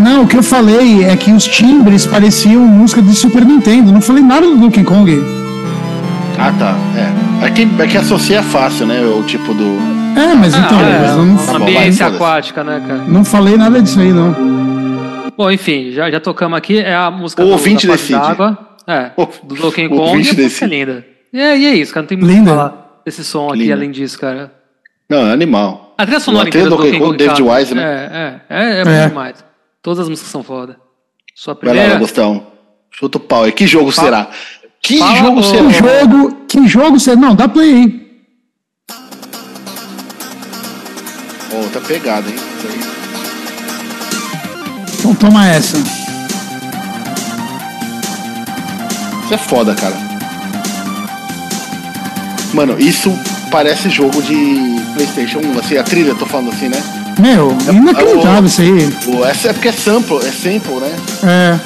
[SPEAKER 1] Não, o que eu falei é que os timbres pareciam música de Super Nintendo. Não falei nada do Donkey Kong.
[SPEAKER 2] ah tá, é. É que, é que associar fácil, né? O tipo do.
[SPEAKER 1] É, mas então,
[SPEAKER 3] é,
[SPEAKER 1] mas eu
[SPEAKER 3] uma
[SPEAKER 1] não,
[SPEAKER 2] bom, vai,
[SPEAKER 3] ambiência
[SPEAKER 2] foda-se.
[SPEAKER 3] aquática, né, cara?
[SPEAKER 1] não falei nada disso aí, não.
[SPEAKER 3] Bom, enfim, já, já tocamos aqui. É a música
[SPEAKER 2] O ouvinte
[SPEAKER 3] da Face
[SPEAKER 2] decide.
[SPEAKER 3] d'água. É,
[SPEAKER 2] O-
[SPEAKER 3] do Donkey
[SPEAKER 2] o
[SPEAKER 3] Kong.
[SPEAKER 2] ouvinte
[SPEAKER 3] e a música é
[SPEAKER 2] decide.
[SPEAKER 3] linda. E é, e é isso, cara. Não tem muito o que
[SPEAKER 1] Linda.
[SPEAKER 3] falar desse som aqui,
[SPEAKER 2] Linda.
[SPEAKER 3] além disso, cara.
[SPEAKER 2] Não, é animal.
[SPEAKER 3] A trilha sonora
[SPEAKER 2] Não, tem
[SPEAKER 3] inteira
[SPEAKER 2] o
[SPEAKER 3] do
[SPEAKER 2] Donkey
[SPEAKER 3] Donkey
[SPEAKER 2] Kong,
[SPEAKER 3] Kong.
[SPEAKER 2] David
[SPEAKER 3] cara,
[SPEAKER 2] Wise, né?
[SPEAKER 3] É, é. É, é bom
[SPEAKER 1] É.
[SPEAKER 3] demais. Todas as músicas são foda. Sua
[SPEAKER 2] Vai lá,
[SPEAKER 3] primeira...
[SPEAKER 2] Gostão. Chuta o pau. E que jogo
[SPEAKER 3] é. Fala-
[SPEAKER 2] será? Que
[SPEAKER 3] Fala
[SPEAKER 2] jogo
[SPEAKER 1] Que
[SPEAKER 3] do-
[SPEAKER 2] será?
[SPEAKER 1] jogo, que jogo você... Não, dá play, hein?
[SPEAKER 2] Ó, tá pegado, hein?
[SPEAKER 1] Então toma essa.
[SPEAKER 2] Isso é foda, cara. Mano, isso parece jogo de PlayStation 1, assim, a trilha, tô falando assim, né?
[SPEAKER 1] Meu, inacreditável isso aí.
[SPEAKER 2] Pô, essa é porque é sample, é sample, né?
[SPEAKER 1] É.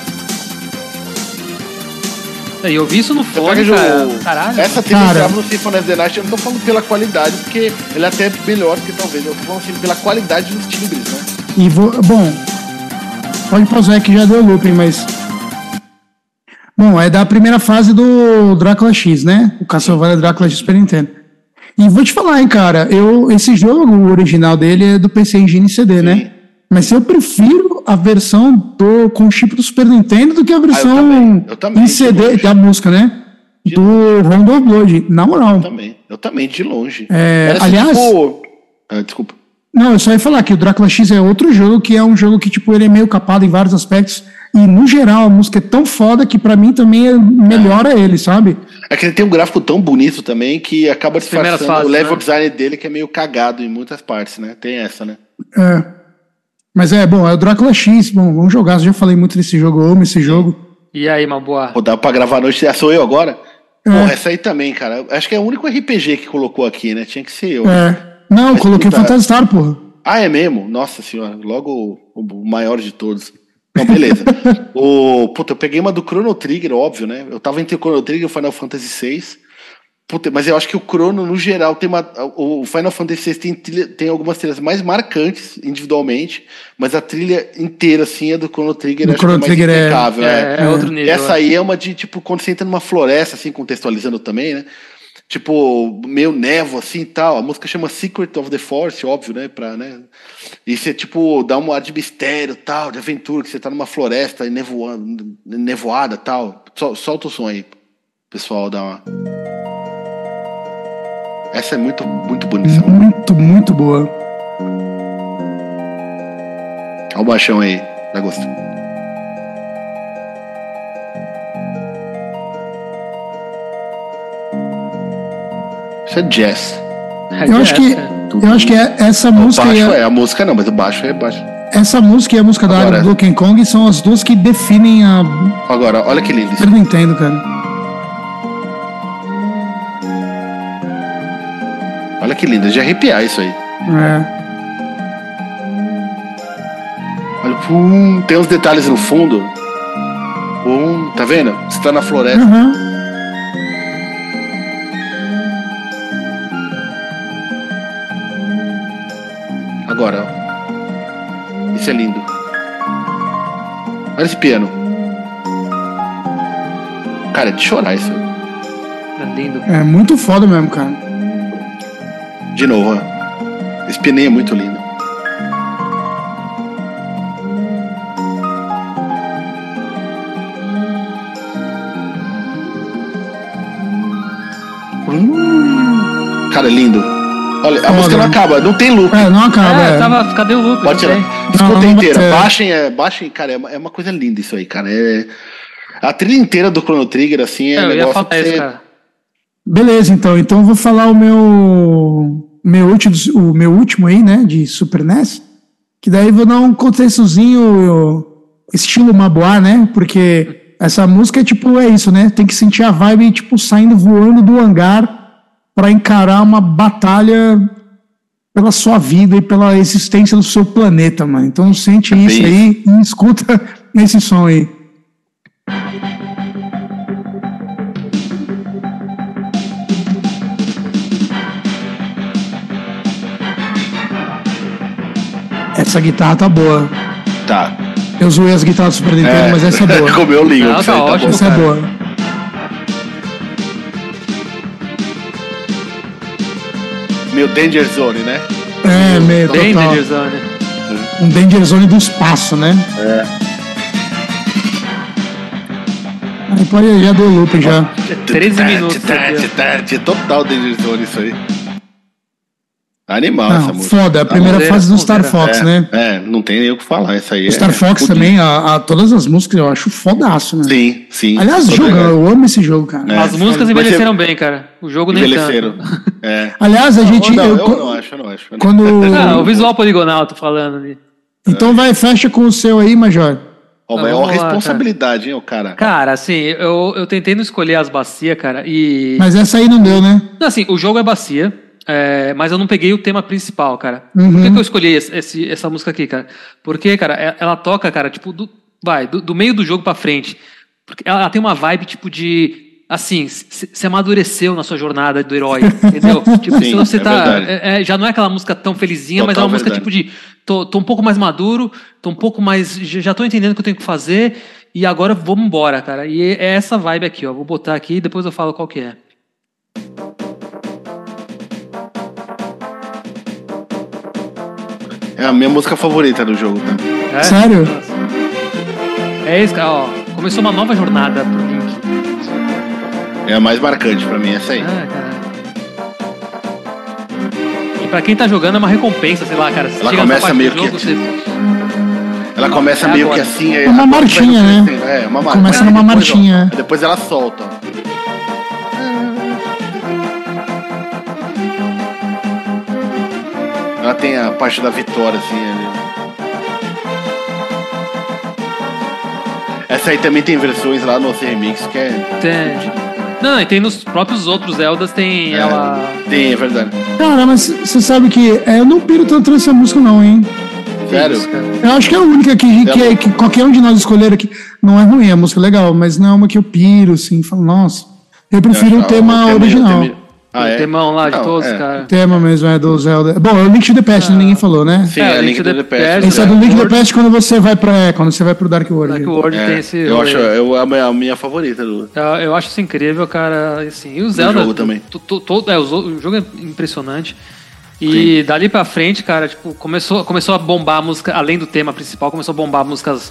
[SPEAKER 3] E eu vi isso no
[SPEAKER 2] Você
[SPEAKER 3] fone,
[SPEAKER 2] pega
[SPEAKER 3] cara.
[SPEAKER 2] o-
[SPEAKER 3] Caralho.
[SPEAKER 2] Essa trilha
[SPEAKER 1] Cara.
[SPEAKER 2] entrava no Symphony of the Night, eu não tô falando pela qualidade, porque ela é até melhor que talvez, eu tô falando assim, pela qualidade dos timbres, né?
[SPEAKER 1] E vou, bom, pode pausar que já deu looping, mas. Bom, é da primeira fase do Drácula X, né? O Castlevania Drácula X Super Nintendo. E vou te falar, hein, cara, eu, esse jogo, o original dele é do PC Engine CD, né? Mas eu prefiro a versão do, com chip do Super Nintendo do que a versão
[SPEAKER 2] Ah, também, eu também,
[SPEAKER 1] em
[SPEAKER 2] de
[SPEAKER 1] CD
[SPEAKER 2] longe.
[SPEAKER 1] da música, né? Do Rondo of Blood, na moral.
[SPEAKER 2] Eu também, eu também, de longe.
[SPEAKER 1] É,
[SPEAKER 2] Parece,
[SPEAKER 1] aliás-
[SPEAKER 2] tipo- Ah, desculpa.
[SPEAKER 1] Não, eu só ia falar que o Drácula X é outro jogo que é um jogo que, tipo, ele é meio capado em vários aspectos. E, no geral, a música é tão foda que, pra mim, também é- melhora ele, sabe?
[SPEAKER 2] É que ele tem um gráfico tão bonito também que acaba
[SPEAKER 3] primeiras
[SPEAKER 2] disfarçando o
[SPEAKER 3] fases,
[SPEAKER 2] level
[SPEAKER 3] né?
[SPEAKER 2] design dele que é meio cagado em muitas partes, né? Tem essa, né?
[SPEAKER 1] É. Mas é, bom, é o Drácula X. Bom, vamos jogar. Eu já falei muito desse jogo, eu amo esse jogo.
[SPEAKER 3] E aí, Maboa?
[SPEAKER 2] Pô, dá pra gravar a noite. Ah, sou eu agora? Porra, essa aí também, cara. Acho que é o único RPG que colocou aqui, né? Tinha que ser eu.
[SPEAKER 1] É. Não, eu coloquei
[SPEAKER 2] tá.
[SPEAKER 1] Phantastar, porra.
[SPEAKER 2] Ah, é mesmo? Nossa senhora, logo o- o maior de todos. Não, beleza. o, puta, eu peguei uma do Chrono Trigger, óbvio, né? Eu tava entre o Chrono Trigger e o Final Fantasy VI. Puta, mas eu acho que o Chrono, no geral, tem uma. O Final Fantasy VI tem, trilha- tem algumas trilhas mais marcantes individualmente, mas a trilha inteira, assim, é do Chrono Trigger.
[SPEAKER 1] Do
[SPEAKER 2] acho que
[SPEAKER 1] Chrono Trigger é-
[SPEAKER 2] mais impecável,
[SPEAKER 3] é, é outro nível.
[SPEAKER 2] Essa aí é uma de, tipo, quando você entra numa floresta, assim, contextualizando também, né? Tipo, meio névoa, assim e tal. A música chama Secret of the Force, óbvio, né? Pra, né? E você, tipo, dá um ar de mistério, tal, de aventura, que você tá numa floresta e nevoando, nevoada, tal. Sol- solta o som aí, pessoal, dá uma... Essa é muito, muito bonita. essa música.
[SPEAKER 1] Muito, muito boa.
[SPEAKER 2] Olha o baixão aí, dá gosto. Isso é jazz.
[SPEAKER 3] é
[SPEAKER 1] Eu acho que, eu acho que é- essa
[SPEAKER 2] O
[SPEAKER 1] música e
[SPEAKER 2] baixo
[SPEAKER 1] a,
[SPEAKER 2] é, a música não, mas o baixo é baixo.
[SPEAKER 1] essa música e a música da
[SPEAKER 2] Agora- é.
[SPEAKER 1] área do Donkey Kong são as duas que definem a
[SPEAKER 2] Agora, olha que lindo isso.
[SPEAKER 1] Super Nintendo, cara.
[SPEAKER 2] Olha que lindo, é de arrepiar isso aí.
[SPEAKER 1] É.
[SPEAKER 2] Olha, pum, tem uns detalhes no fundo. Pum, tá vendo? Você tá na floresta.
[SPEAKER 1] Aham.
[SPEAKER 2] Agora, ó. Isso é lindo. Olha esse piano. Cara, é de chorar isso.
[SPEAKER 3] É lindo.
[SPEAKER 1] É muito foda mesmo, cara.
[SPEAKER 2] De novo, ó. Esse pianinho é muito lindo. Hum. Cara, é lindo. Olha, a
[SPEAKER 1] Foda,
[SPEAKER 2] música não
[SPEAKER 1] né?
[SPEAKER 2] acaba, não tem loop.
[SPEAKER 1] É, não acaba.
[SPEAKER 3] Ah,
[SPEAKER 1] é.
[SPEAKER 3] tava, cadê o loop?
[SPEAKER 2] Pode
[SPEAKER 3] Não
[SPEAKER 2] tirar.
[SPEAKER 3] tem.
[SPEAKER 1] Não,
[SPEAKER 2] Escuta
[SPEAKER 1] não
[SPEAKER 2] inteira.
[SPEAKER 1] vai ter.
[SPEAKER 2] Baixem, é, baixem, cara, é uma, é uma coisa linda isso aí, cara. É, a trilha inteira do Chrono Trigger, assim, é
[SPEAKER 3] É, eu ia
[SPEAKER 2] negócio
[SPEAKER 3] falar
[SPEAKER 2] que
[SPEAKER 3] isso,
[SPEAKER 2] você-
[SPEAKER 3] cara.
[SPEAKER 1] Beleza, então. Então eu vou falar o meu meu último, o meu último aí, né, de Super NES, que daí vou dar um contextozinho eu- estilo Maboá, né? Porque essa música é tipo é isso, né? Tem que sentir a vibe tipo saindo voando do hangar pra encarar uma batalha pela sua vida e pela existência do seu planeta, mano. Então sente isso
[SPEAKER 2] bem
[SPEAKER 1] aí e escuta esse som aí. Essa guitarra tá boa.
[SPEAKER 2] Tá.
[SPEAKER 1] Eu zoei as guitarras do Super Nintendo, mas essa é boa.
[SPEAKER 2] Comeu o língua.
[SPEAKER 3] Não,
[SPEAKER 2] isso aí
[SPEAKER 3] tá
[SPEAKER 2] bom.
[SPEAKER 3] ótimo.
[SPEAKER 1] essa é
[SPEAKER 3] cara.
[SPEAKER 1] boa.
[SPEAKER 2] Meu Danger Zone, né?
[SPEAKER 1] É, meio
[SPEAKER 3] Bem,
[SPEAKER 1] total.
[SPEAKER 3] Danger Zone.
[SPEAKER 1] Um Danger Zone do espaço, né? É. Aí pode, já deu loop já.
[SPEAKER 3] 13 minutos,
[SPEAKER 2] Tete, tete, Total Danger Zone isso aí. Animal essa
[SPEAKER 1] Não,
[SPEAKER 2] música.
[SPEAKER 1] foda, é a primeira
[SPEAKER 3] Pulseira,
[SPEAKER 1] fase do Star
[SPEAKER 3] pulseira.
[SPEAKER 1] Fox,
[SPEAKER 2] é,
[SPEAKER 1] né?
[SPEAKER 2] É, não tem nem o que falar. Essa aí
[SPEAKER 1] O Star
[SPEAKER 2] é,
[SPEAKER 1] Fox
[SPEAKER 2] é,
[SPEAKER 1] também, a, a- todas as músicas eu acho fodaço, né?
[SPEAKER 2] Sim, sim.
[SPEAKER 1] Aliás,
[SPEAKER 2] Toda-
[SPEAKER 1] jogo, eu amo esse jogo, cara.
[SPEAKER 2] É,
[SPEAKER 3] As músicas
[SPEAKER 2] mas
[SPEAKER 3] envelheceram bem, cara. O jogo nem tanto.
[SPEAKER 2] Envelheceram. É.
[SPEAKER 1] Aliás, a gente.
[SPEAKER 2] não,
[SPEAKER 1] eu-
[SPEAKER 2] eu, não acho, eu não acho. eu não-
[SPEAKER 1] Quando-
[SPEAKER 3] Ah, o visual poligonal, tô falando ali.
[SPEAKER 1] Então vai, fecha com o seu aí, Major.
[SPEAKER 2] Ó,
[SPEAKER 3] Tá,
[SPEAKER 2] mas é uma
[SPEAKER 3] vamos lá, cara.
[SPEAKER 2] responsabilidade, hein, o cara.
[SPEAKER 3] Cara, assim, eu, eu tentei não escolher as bacias, cara, e.
[SPEAKER 1] Mas essa aí não deu, né?
[SPEAKER 3] Não, Assim, o jogo é bacia, é, mas eu não peguei o tema principal, cara.
[SPEAKER 1] Uhum.
[SPEAKER 3] Por que, que eu escolhi esse- esse- essa música aqui, cara? Porque, cara, é- ela toca, cara, tipo, do, vai, do, do meio do jogo pra frente. Porque ela, ela tem uma vibe, tipo, de. Assim, você amadureceu na sua jornada do herói, entendeu? tipo,
[SPEAKER 2] Sim,
[SPEAKER 3] senão você
[SPEAKER 2] é
[SPEAKER 3] tá.
[SPEAKER 2] verdade.
[SPEAKER 3] é- é, já não é aquela música tão felizinha, mas é
[SPEAKER 2] Total
[SPEAKER 3] uma música tipo
[SPEAKER 2] verdade.
[SPEAKER 3] de. Tô, tô um pouco mais maduro, tô um pouco mais. Já já tô entendendo o que eu tenho que fazer, e agora vamos embora, cara. E é essa vibe aqui, ó. Vou botar aqui e depois eu falo qual que é.
[SPEAKER 2] É a minha música favorita do jogo, tá?
[SPEAKER 3] É?
[SPEAKER 1] Sério?
[SPEAKER 3] É isso, cara. Ó, começou uma nova jornada pro Link.
[SPEAKER 2] É a mais marcante pra mim, essa aí.
[SPEAKER 3] Ah, cara. E pra quem tá jogando é uma recompensa, sei lá, cara. Você
[SPEAKER 2] Ela
[SPEAKER 3] chega
[SPEAKER 2] começa
[SPEAKER 3] nessa parte do
[SPEAKER 2] meio que-
[SPEAKER 3] você-
[SPEAKER 2] Ela começa
[SPEAKER 3] é
[SPEAKER 2] meio
[SPEAKER 3] agora.
[SPEAKER 2] que assim. É
[SPEAKER 1] Uma
[SPEAKER 2] a-
[SPEAKER 1] marchinha,
[SPEAKER 2] vai
[SPEAKER 1] né?
[SPEAKER 2] crescendo, É, uma marchinha.
[SPEAKER 1] Começa numa marchinha, né?
[SPEAKER 2] Depois ela solta, ó. Ela tem a parte da vitória, assim, ali. Essa aí também tem versões lá no C-Remix, que é...
[SPEAKER 3] Tem... Não, e tem nos próprios outros Zeldas, tem
[SPEAKER 2] É.
[SPEAKER 3] ela.
[SPEAKER 2] Tem, é verdade.
[SPEAKER 1] Cara, mas você sabe que é, eu não piro tanto nessa música, não, hein?
[SPEAKER 2] Sério?
[SPEAKER 3] Isso, cara.
[SPEAKER 1] Eu acho que é a única que, que, é- que qualquer um de nós escolher aqui. Não é ruim, é música legal, mas não é uma que eu piro, assim, falo, nossa. Eu prefiro o
[SPEAKER 2] Eu acho- é
[SPEAKER 1] tema
[SPEAKER 2] eu também- eu
[SPEAKER 1] original.
[SPEAKER 2] também- Ah,
[SPEAKER 3] o
[SPEAKER 2] é?
[SPEAKER 3] temão lá de
[SPEAKER 2] Não,
[SPEAKER 3] todos,
[SPEAKER 2] é.
[SPEAKER 1] O
[SPEAKER 3] cara.
[SPEAKER 1] tema mesmo é do Zelda. Bom, é o Link to the Past, né? ninguém falou, né?
[SPEAKER 2] Sim,
[SPEAKER 3] É,
[SPEAKER 2] é,
[SPEAKER 3] Link
[SPEAKER 2] Link
[SPEAKER 3] to
[SPEAKER 2] to the
[SPEAKER 3] the
[SPEAKER 2] Past.
[SPEAKER 1] Esse é
[SPEAKER 2] né?
[SPEAKER 1] do Link to the
[SPEAKER 3] World-
[SPEAKER 1] Past quando você vai pra. é, Quando você vai pro Dark World.
[SPEAKER 3] Dark World tem
[SPEAKER 2] É,
[SPEAKER 3] esse.
[SPEAKER 2] eu acho eu, é a minha favorita do...
[SPEAKER 3] Eu, eu acho isso incrível, cara. Assim, e o Zelda.
[SPEAKER 2] jogo também.
[SPEAKER 3] to- to- todo- é, o zo- o jogo é impressionante. E dali pra frente, cara, tipo, começou, começou a bombar a música, além do tema principal, começou a bombar músicas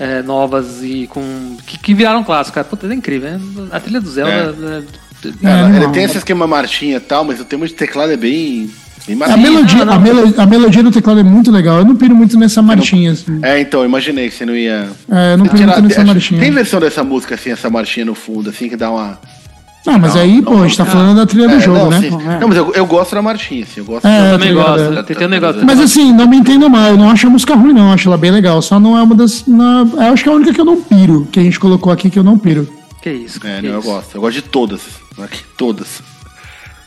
[SPEAKER 3] é, novas e com. que, que viraram clássicos, cara. Puta, é incrível, né? A trilha do Zelda.
[SPEAKER 2] É.
[SPEAKER 3] né?
[SPEAKER 1] É,
[SPEAKER 2] Ela, ele
[SPEAKER 1] não.
[SPEAKER 2] tem esse esquema marchinha e tal, mas o tema de teclado é bem... bem
[SPEAKER 1] É A
[SPEAKER 2] marchinha.
[SPEAKER 1] melodia,
[SPEAKER 3] não,
[SPEAKER 1] a, melo- a melodia do teclado é muito legal. Eu não piro muito nessa marchinha, assim.
[SPEAKER 2] É, então, imaginei que você não ia...
[SPEAKER 1] É, eu não piro
[SPEAKER 2] Tirar-
[SPEAKER 1] muito nessa
[SPEAKER 2] acho-
[SPEAKER 1] marchinha.
[SPEAKER 2] Tem versão dessa música, assim, essa marchinha no fundo, assim, que dá uma.
[SPEAKER 1] Não, mas
[SPEAKER 2] Não,
[SPEAKER 1] aí,
[SPEAKER 2] não,
[SPEAKER 1] pô, a gente tá falando da trilha do
[SPEAKER 2] É,
[SPEAKER 1] jogo,
[SPEAKER 2] não,
[SPEAKER 1] né?
[SPEAKER 2] assim,
[SPEAKER 1] Pô, é.
[SPEAKER 2] Não, mas eu, eu gosto da marchinha, assim, eu gosto.
[SPEAKER 1] É,
[SPEAKER 2] da-
[SPEAKER 1] eu
[SPEAKER 3] Também
[SPEAKER 1] tá ligado,
[SPEAKER 3] gosto,
[SPEAKER 2] é.
[SPEAKER 3] tem, tem um negócio.
[SPEAKER 1] Mas assim, não me entenda mal, eu não acho a música ruim, não. Eu acho ela bem legal. Só não é uma das. na- eu acho que é a única que eu não piro, que a gente colocou aqui que eu não piro.
[SPEAKER 3] Que isso, cara.
[SPEAKER 2] É,
[SPEAKER 3] que
[SPEAKER 2] não, eu
[SPEAKER 3] isso.
[SPEAKER 2] gosto. Eu gosto de todas. Aqui, todas.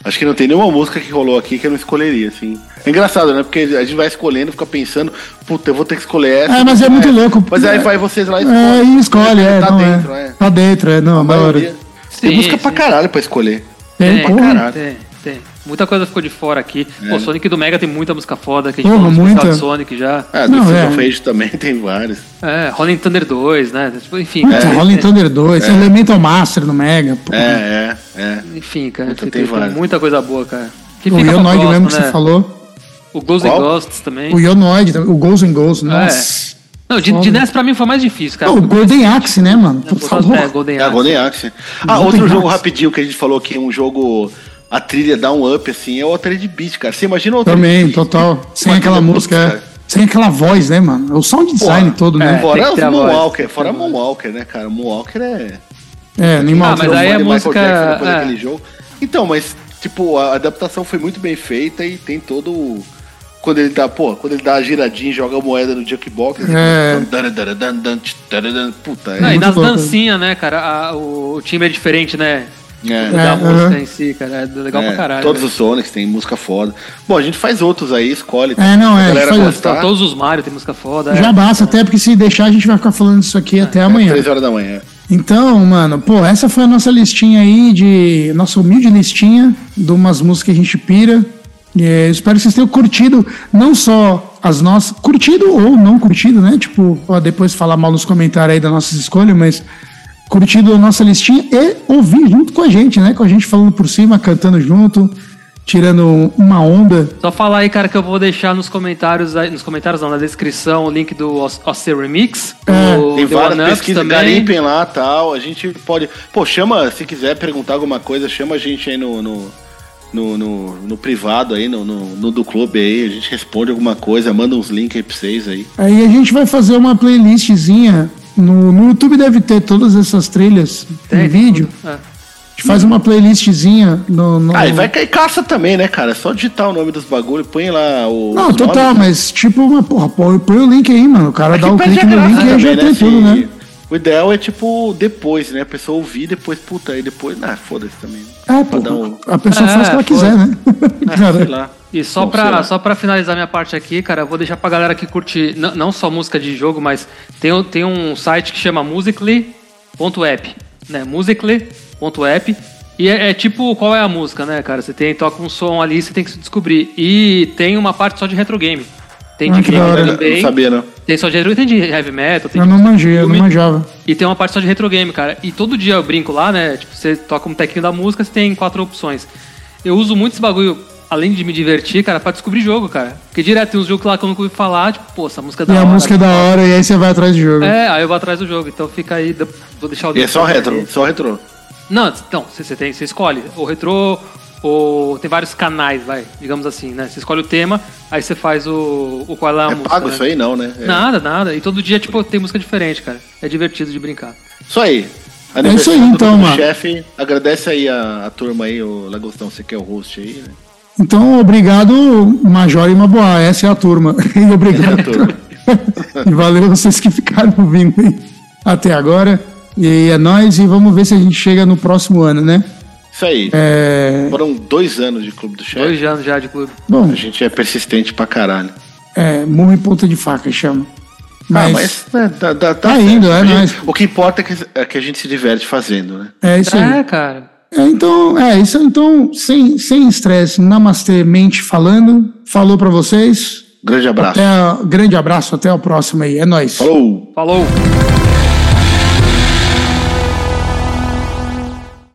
[SPEAKER 2] Acho que não tem nenhuma música que rolou aqui que eu não escolheria, assim. É engraçado, né? Porque a gente vai escolhendo, fica pensando, puta, eu vou ter que escolher essa.
[SPEAKER 1] É, mas é muito louco.
[SPEAKER 2] Mas aí vai vocês lá e
[SPEAKER 1] É, e escolhe, é.
[SPEAKER 2] Tá
[SPEAKER 1] não,
[SPEAKER 2] dentro,
[SPEAKER 1] é.
[SPEAKER 2] é. um
[SPEAKER 1] Tá dentro, é. Não, da hora.
[SPEAKER 2] maioria. Tem
[SPEAKER 3] Sim,
[SPEAKER 2] música pra
[SPEAKER 3] sim.
[SPEAKER 2] caralho pra escolher.
[SPEAKER 1] Tem,
[SPEAKER 3] Tem,
[SPEAKER 1] porra.
[SPEAKER 2] caralho.
[SPEAKER 3] tem, tem. Muita coisa ficou de fora aqui.
[SPEAKER 2] É.
[SPEAKER 3] Pô, Sonic do Mega tem muita música foda que a gente
[SPEAKER 1] Porra,
[SPEAKER 3] falou no especial
[SPEAKER 1] muita.
[SPEAKER 3] de Sonic já.
[SPEAKER 2] Ah,
[SPEAKER 1] Não,
[SPEAKER 2] do
[SPEAKER 1] é.
[SPEAKER 2] Season of Age também tem vários.
[SPEAKER 3] É, Rolling Thunder 2, né? Tipo, enfim.
[SPEAKER 1] Puta,
[SPEAKER 3] cara,
[SPEAKER 1] Rolling Thunder 2, Elemental Master no Mega. Pô.
[SPEAKER 2] É, é, é.
[SPEAKER 3] Enfim, cara,
[SPEAKER 2] Puta,
[SPEAKER 3] tem,
[SPEAKER 2] tem
[SPEAKER 3] tem
[SPEAKER 2] várias.
[SPEAKER 3] muita coisa boa, cara. Que
[SPEAKER 1] O
[SPEAKER 3] fica pra
[SPEAKER 1] Yonoid
[SPEAKER 3] próxima,
[SPEAKER 1] mesmo que
[SPEAKER 3] né?
[SPEAKER 1] você falou.
[SPEAKER 3] O Ghosts and
[SPEAKER 2] Qual?
[SPEAKER 3] Ghosts também.
[SPEAKER 1] O Yonoid, o Ghosts and Ghosts, nossa.
[SPEAKER 3] Não, de, de NES pra mim foi mais difícil, É, cara.
[SPEAKER 1] Não, o Golden Axe, né, mano? Tu
[SPEAKER 3] Eu botava
[SPEAKER 1] falou.
[SPEAKER 3] até Golden
[SPEAKER 2] É a
[SPEAKER 3] Axe.
[SPEAKER 2] Golden Axe. Ah,
[SPEAKER 1] Golden
[SPEAKER 2] outro jogo
[SPEAKER 1] Axe.
[SPEAKER 2] rapidinho que a gente falou que é um jogo. A trilha dá um up, assim, é o Altered de Beat, cara. Você imagina o Altered
[SPEAKER 1] Também, então tá
[SPEAKER 2] Beast?
[SPEAKER 1] total. Sem
[SPEAKER 2] Uma
[SPEAKER 1] aquela
[SPEAKER 2] trilha
[SPEAKER 1] música,
[SPEAKER 2] puta, cara.
[SPEAKER 1] é. sem aquela voz, né, mano? O sound design
[SPEAKER 2] Porra,
[SPEAKER 1] todo, né?
[SPEAKER 3] É, tem que
[SPEAKER 2] Fora os
[SPEAKER 3] ter a voz,
[SPEAKER 2] Moonwalker,
[SPEAKER 3] tem que
[SPEAKER 2] fora
[SPEAKER 3] ter a voz.
[SPEAKER 2] Moonwalker, né, cara? Moonwalker é.
[SPEAKER 1] É, animal.
[SPEAKER 3] Ah, mas
[SPEAKER 1] total.
[SPEAKER 3] aí a
[SPEAKER 2] Michael
[SPEAKER 3] música-
[SPEAKER 2] Jackson depois
[SPEAKER 3] é.
[SPEAKER 2] daquele jogo. Então, mas, tipo, a adaptação foi muito bem feita e tem todo. o- Quando ele dá, pô, quando ele dá a giradinha e joga a moeda no Junkbox. assim,
[SPEAKER 1] É.
[SPEAKER 2] dan, dan, dan, dan, tch, dan, dan, Puta,
[SPEAKER 3] Não,
[SPEAKER 2] é.
[SPEAKER 3] e
[SPEAKER 1] muito
[SPEAKER 3] nas
[SPEAKER 1] bom, cara.
[SPEAKER 3] dancinhas, né, cara? a- o, o time é diferente, né?
[SPEAKER 2] é.
[SPEAKER 3] Da
[SPEAKER 1] É,
[SPEAKER 3] música
[SPEAKER 1] aham.
[SPEAKER 3] em si, cara. É legal
[SPEAKER 2] É,
[SPEAKER 3] pra caralho.
[SPEAKER 2] Todos
[SPEAKER 3] velho.
[SPEAKER 2] os Sonics tem música foda. Bom, a gente faz outros aí, escolhe.
[SPEAKER 1] É, não, é,
[SPEAKER 2] A galera
[SPEAKER 1] faz outros,
[SPEAKER 2] gostar.
[SPEAKER 3] Tá Todos os Mario tem música foda.
[SPEAKER 1] Já
[SPEAKER 3] é.
[SPEAKER 1] basta, até porque se deixar a gente vai ficar falando disso aqui até
[SPEAKER 2] É,
[SPEAKER 1] amanhã.
[SPEAKER 2] 3 horas da manhã.
[SPEAKER 1] Então, mano, pô, essa foi a nossa listinha aí de. Nossa humilde listinha de umas músicas que a gente pira. É, espero que vocês tenham curtido não só as nossas. Curtido ou não curtido, né? Tipo, ó, depois falar mal nos comentários aí das nossas escolhas, mas curtido a nossa listinha e ouvir junto com a gente, né? Com a gente falando por cima, cantando junto, tirando uma onda.
[SPEAKER 3] Só falar aí, cara, que eu vou deixar nos comentários, aí- nos comentários não, na descrição, o link do Os- OC Remix.
[SPEAKER 1] É,
[SPEAKER 3] do
[SPEAKER 2] Tem
[SPEAKER 3] The
[SPEAKER 2] várias
[SPEAKER 3] One Ups
[SPEAKER 2] pesquisas,
[SPEAKER 3] também.
[SPEAKER 2] garimpem lá tal. A gente pode. Pô, chama, se quiser perguntar alguma coisa, chama a gente aí no. no... No, no, no privado aí, no, no, no do clube aí, a gente responde alguma coisa, manda uns links aí pra vocês aí.
[SPEAKER 1] Aí a gente vai fazer uma playlistzinha. No, no YouTube deve ter todas essas trilhas
[SPEAKER 3] Tem,
[SPEAKER 1] em vídeo.
[SPEAKER 3] tudo. É.
[SPEAKER 1] A gente faz uma playlistzinha no. no...
[SPEAKER 2] Ah, e vai cair caça também, né, cara? É só digitar o nome dos bagulho, põe lá o.
[SPEAKER 1] Não,
[SPEAKER 2] os
[SPEAKER 1] total,
[SPEAKER 2] nomes.
[SPEAKER 1] mas tipo, uma, porra, põe põe o link aí, mano. O cara dá o
[SPEAKER 2] perde
[SPEAKER 1] um clique no
[SPEAKER 2] a é graça
[SPEAKER 1] link e aí já tem
[SPEAKER 2] Se-
[SPEAKER 1] tudo, né?
[SPEAKER 2] O ideal é tipo depois, né? A pessoa ouvir depois, puta, aí depois. Ah, foda-se também. né?
[SPEAKER 1] É,
[SPEAKER 2] Pra dar um-
[SPEAKER 1] pô, a pessoa
[SPEAKER 3] É,
[SPEAKER 1] faz o que ela
[SPEAKER 3] foi.
[SPEAKER 1] quiser, né?
[SPEAKER 2] Ah,
[SPEAKER 1] Cara,
[SPEAKER 2] sei lá.
[SPEAKER 3] E só
[SPEAKER 2] Bom, sei
[SPEAKER 3] pra,
[SPEAKER 2] lá.
[SPEAKER 3] só pra finalizar minha parte aqui, cara, eu vou deixar pra galera que curte n- não só música de jogo, mas tem, um- tem um site que chama musically.app, né? musically.app e é, é tipo qual é a música, né, cara? Você tem, toca um som ali, você tem que se descobrir. E tem uma parte só de retro game. Tem de
[SPEAKER 1] Ah, que da
[SPEAKER 3] game
[SPEAKER 1] hora.
[SPEAKER 2] Não
[SPEAKER 3] também.
[SPEAKER 2] sabia, não.
[SPEAKER 3] Tem só de retro, tem de heavy metal, tem
[SPEAKER 1] eu
[SPEAKER 3] de
[SPEAKER 1] não manjei, eu não
[SPEAKER 3] filme.
[SPEAKER 1] manjava.
[SPEAKER 3] E tem uma parte só de retro game, cara. E todo dia eu brinco lá, né? Tipo, você toca um tequinho da música, você tem quatro opções. Eu uso muito esse bagulho, além de me divertir, cara, pra descobrir jogo, cara. Porque direto tem uns jogos lá que eu nunca ouvi falar, tipo, pô, essa música é da
[SPEAKER 1] E a
[SPEAKER 3] hora.
[SPEAKER 1] música é
[SPEAKER 2] né?
[SPEAKER 1] da hora, e aí você vai atrás do jogo.
[SPEAKER 3] É, aí eu vou atrás do jogo. Então fica aí, dá- vou deixar o
[SPEAKER 2] E é
[SPEAKER 3] link
[SPEAKER 2] só
[SPEAKER 3] pra
[SPEAKER 2] retro,
[SPEAKER 3] vocês.
[SPEAKER 2] só retro.
[SPEAKER 3] Tá Não, então, você, você tem, você escolhe. Ou retrô, ou tem vários canais, vai, digamos assim, né? Você escolhe o tema, aí você faz o, o qual é
[SPEAKER 2] É
[SPEAKER 3] a música.
[SPEAKER 2] pago
[SPEAKER 3] né?
[SPEAKER 2] isso aí, não, né? É.
[SPEAKER 3] Nada, nada. E todo dia, tipo, tem música diferente, cara. É divertido de brincar.
[SPEAKER 2] Isso aí.
[SPEAKER 1] É isso aí,
[SPEAKER 2] Aniversário do
[SPEAKER 1] então,
[SPEAKER 2] Grupo
[SPEAKER 1] mano.
[SPEAKER 2] Chefe, agradece aí a, a turma aí, o Lagostão, você que é o host aí, né?
[SPEAKER 1] Então, obrigado, Major e Maboá. Essa é a turma. E obrigado.
[SPEAKER 2] Essa é a turma.
[SPEAKER 1] e valeu vocês que ficaram ouvindo aí até agora. E é nóis, e vamos ver se a gente chega no próximo ano, né?
[SPEAKER 2] Isso aí.
[SPEAKER 1] É,
[SPEAKER 2] Foram dois anos de Clube do Chefe.
[SPEAKER 3] Dois anos já de clube.
[SPEAKER 1] Bom,
[SPEAKER 2] A gente é persistente pra caralho.
[SPEAKER 1] é, murro e ponta de faca chama.
[SPEAKER 2] Ah,
[SPEAKER 1] Mas,
[SPEAKER 2] mas né, tá, tá,
[SPEAKER 1] Tá indo, é
[SPEAKER 2] A gente-
[SPEAKER 1] nóis.
[SPEAKER 2] O que importa é que, é que a gente se diverte fazendo, né?
[SPEAKER 1] é isso aí.
[SPEAKER 3] É, cara.
[SPEAKER 1] É, então, é isso. Então, sem sem estresse, namastê, mente falando. Falou pra vocês.
[SPEAKER 2] Grande abraço.
[SPEAKER 1] Até, grande abraço, até o próximo aí. É nóis.
[SPEAKER 2] Falou!
[SPEAKER 3] Falou!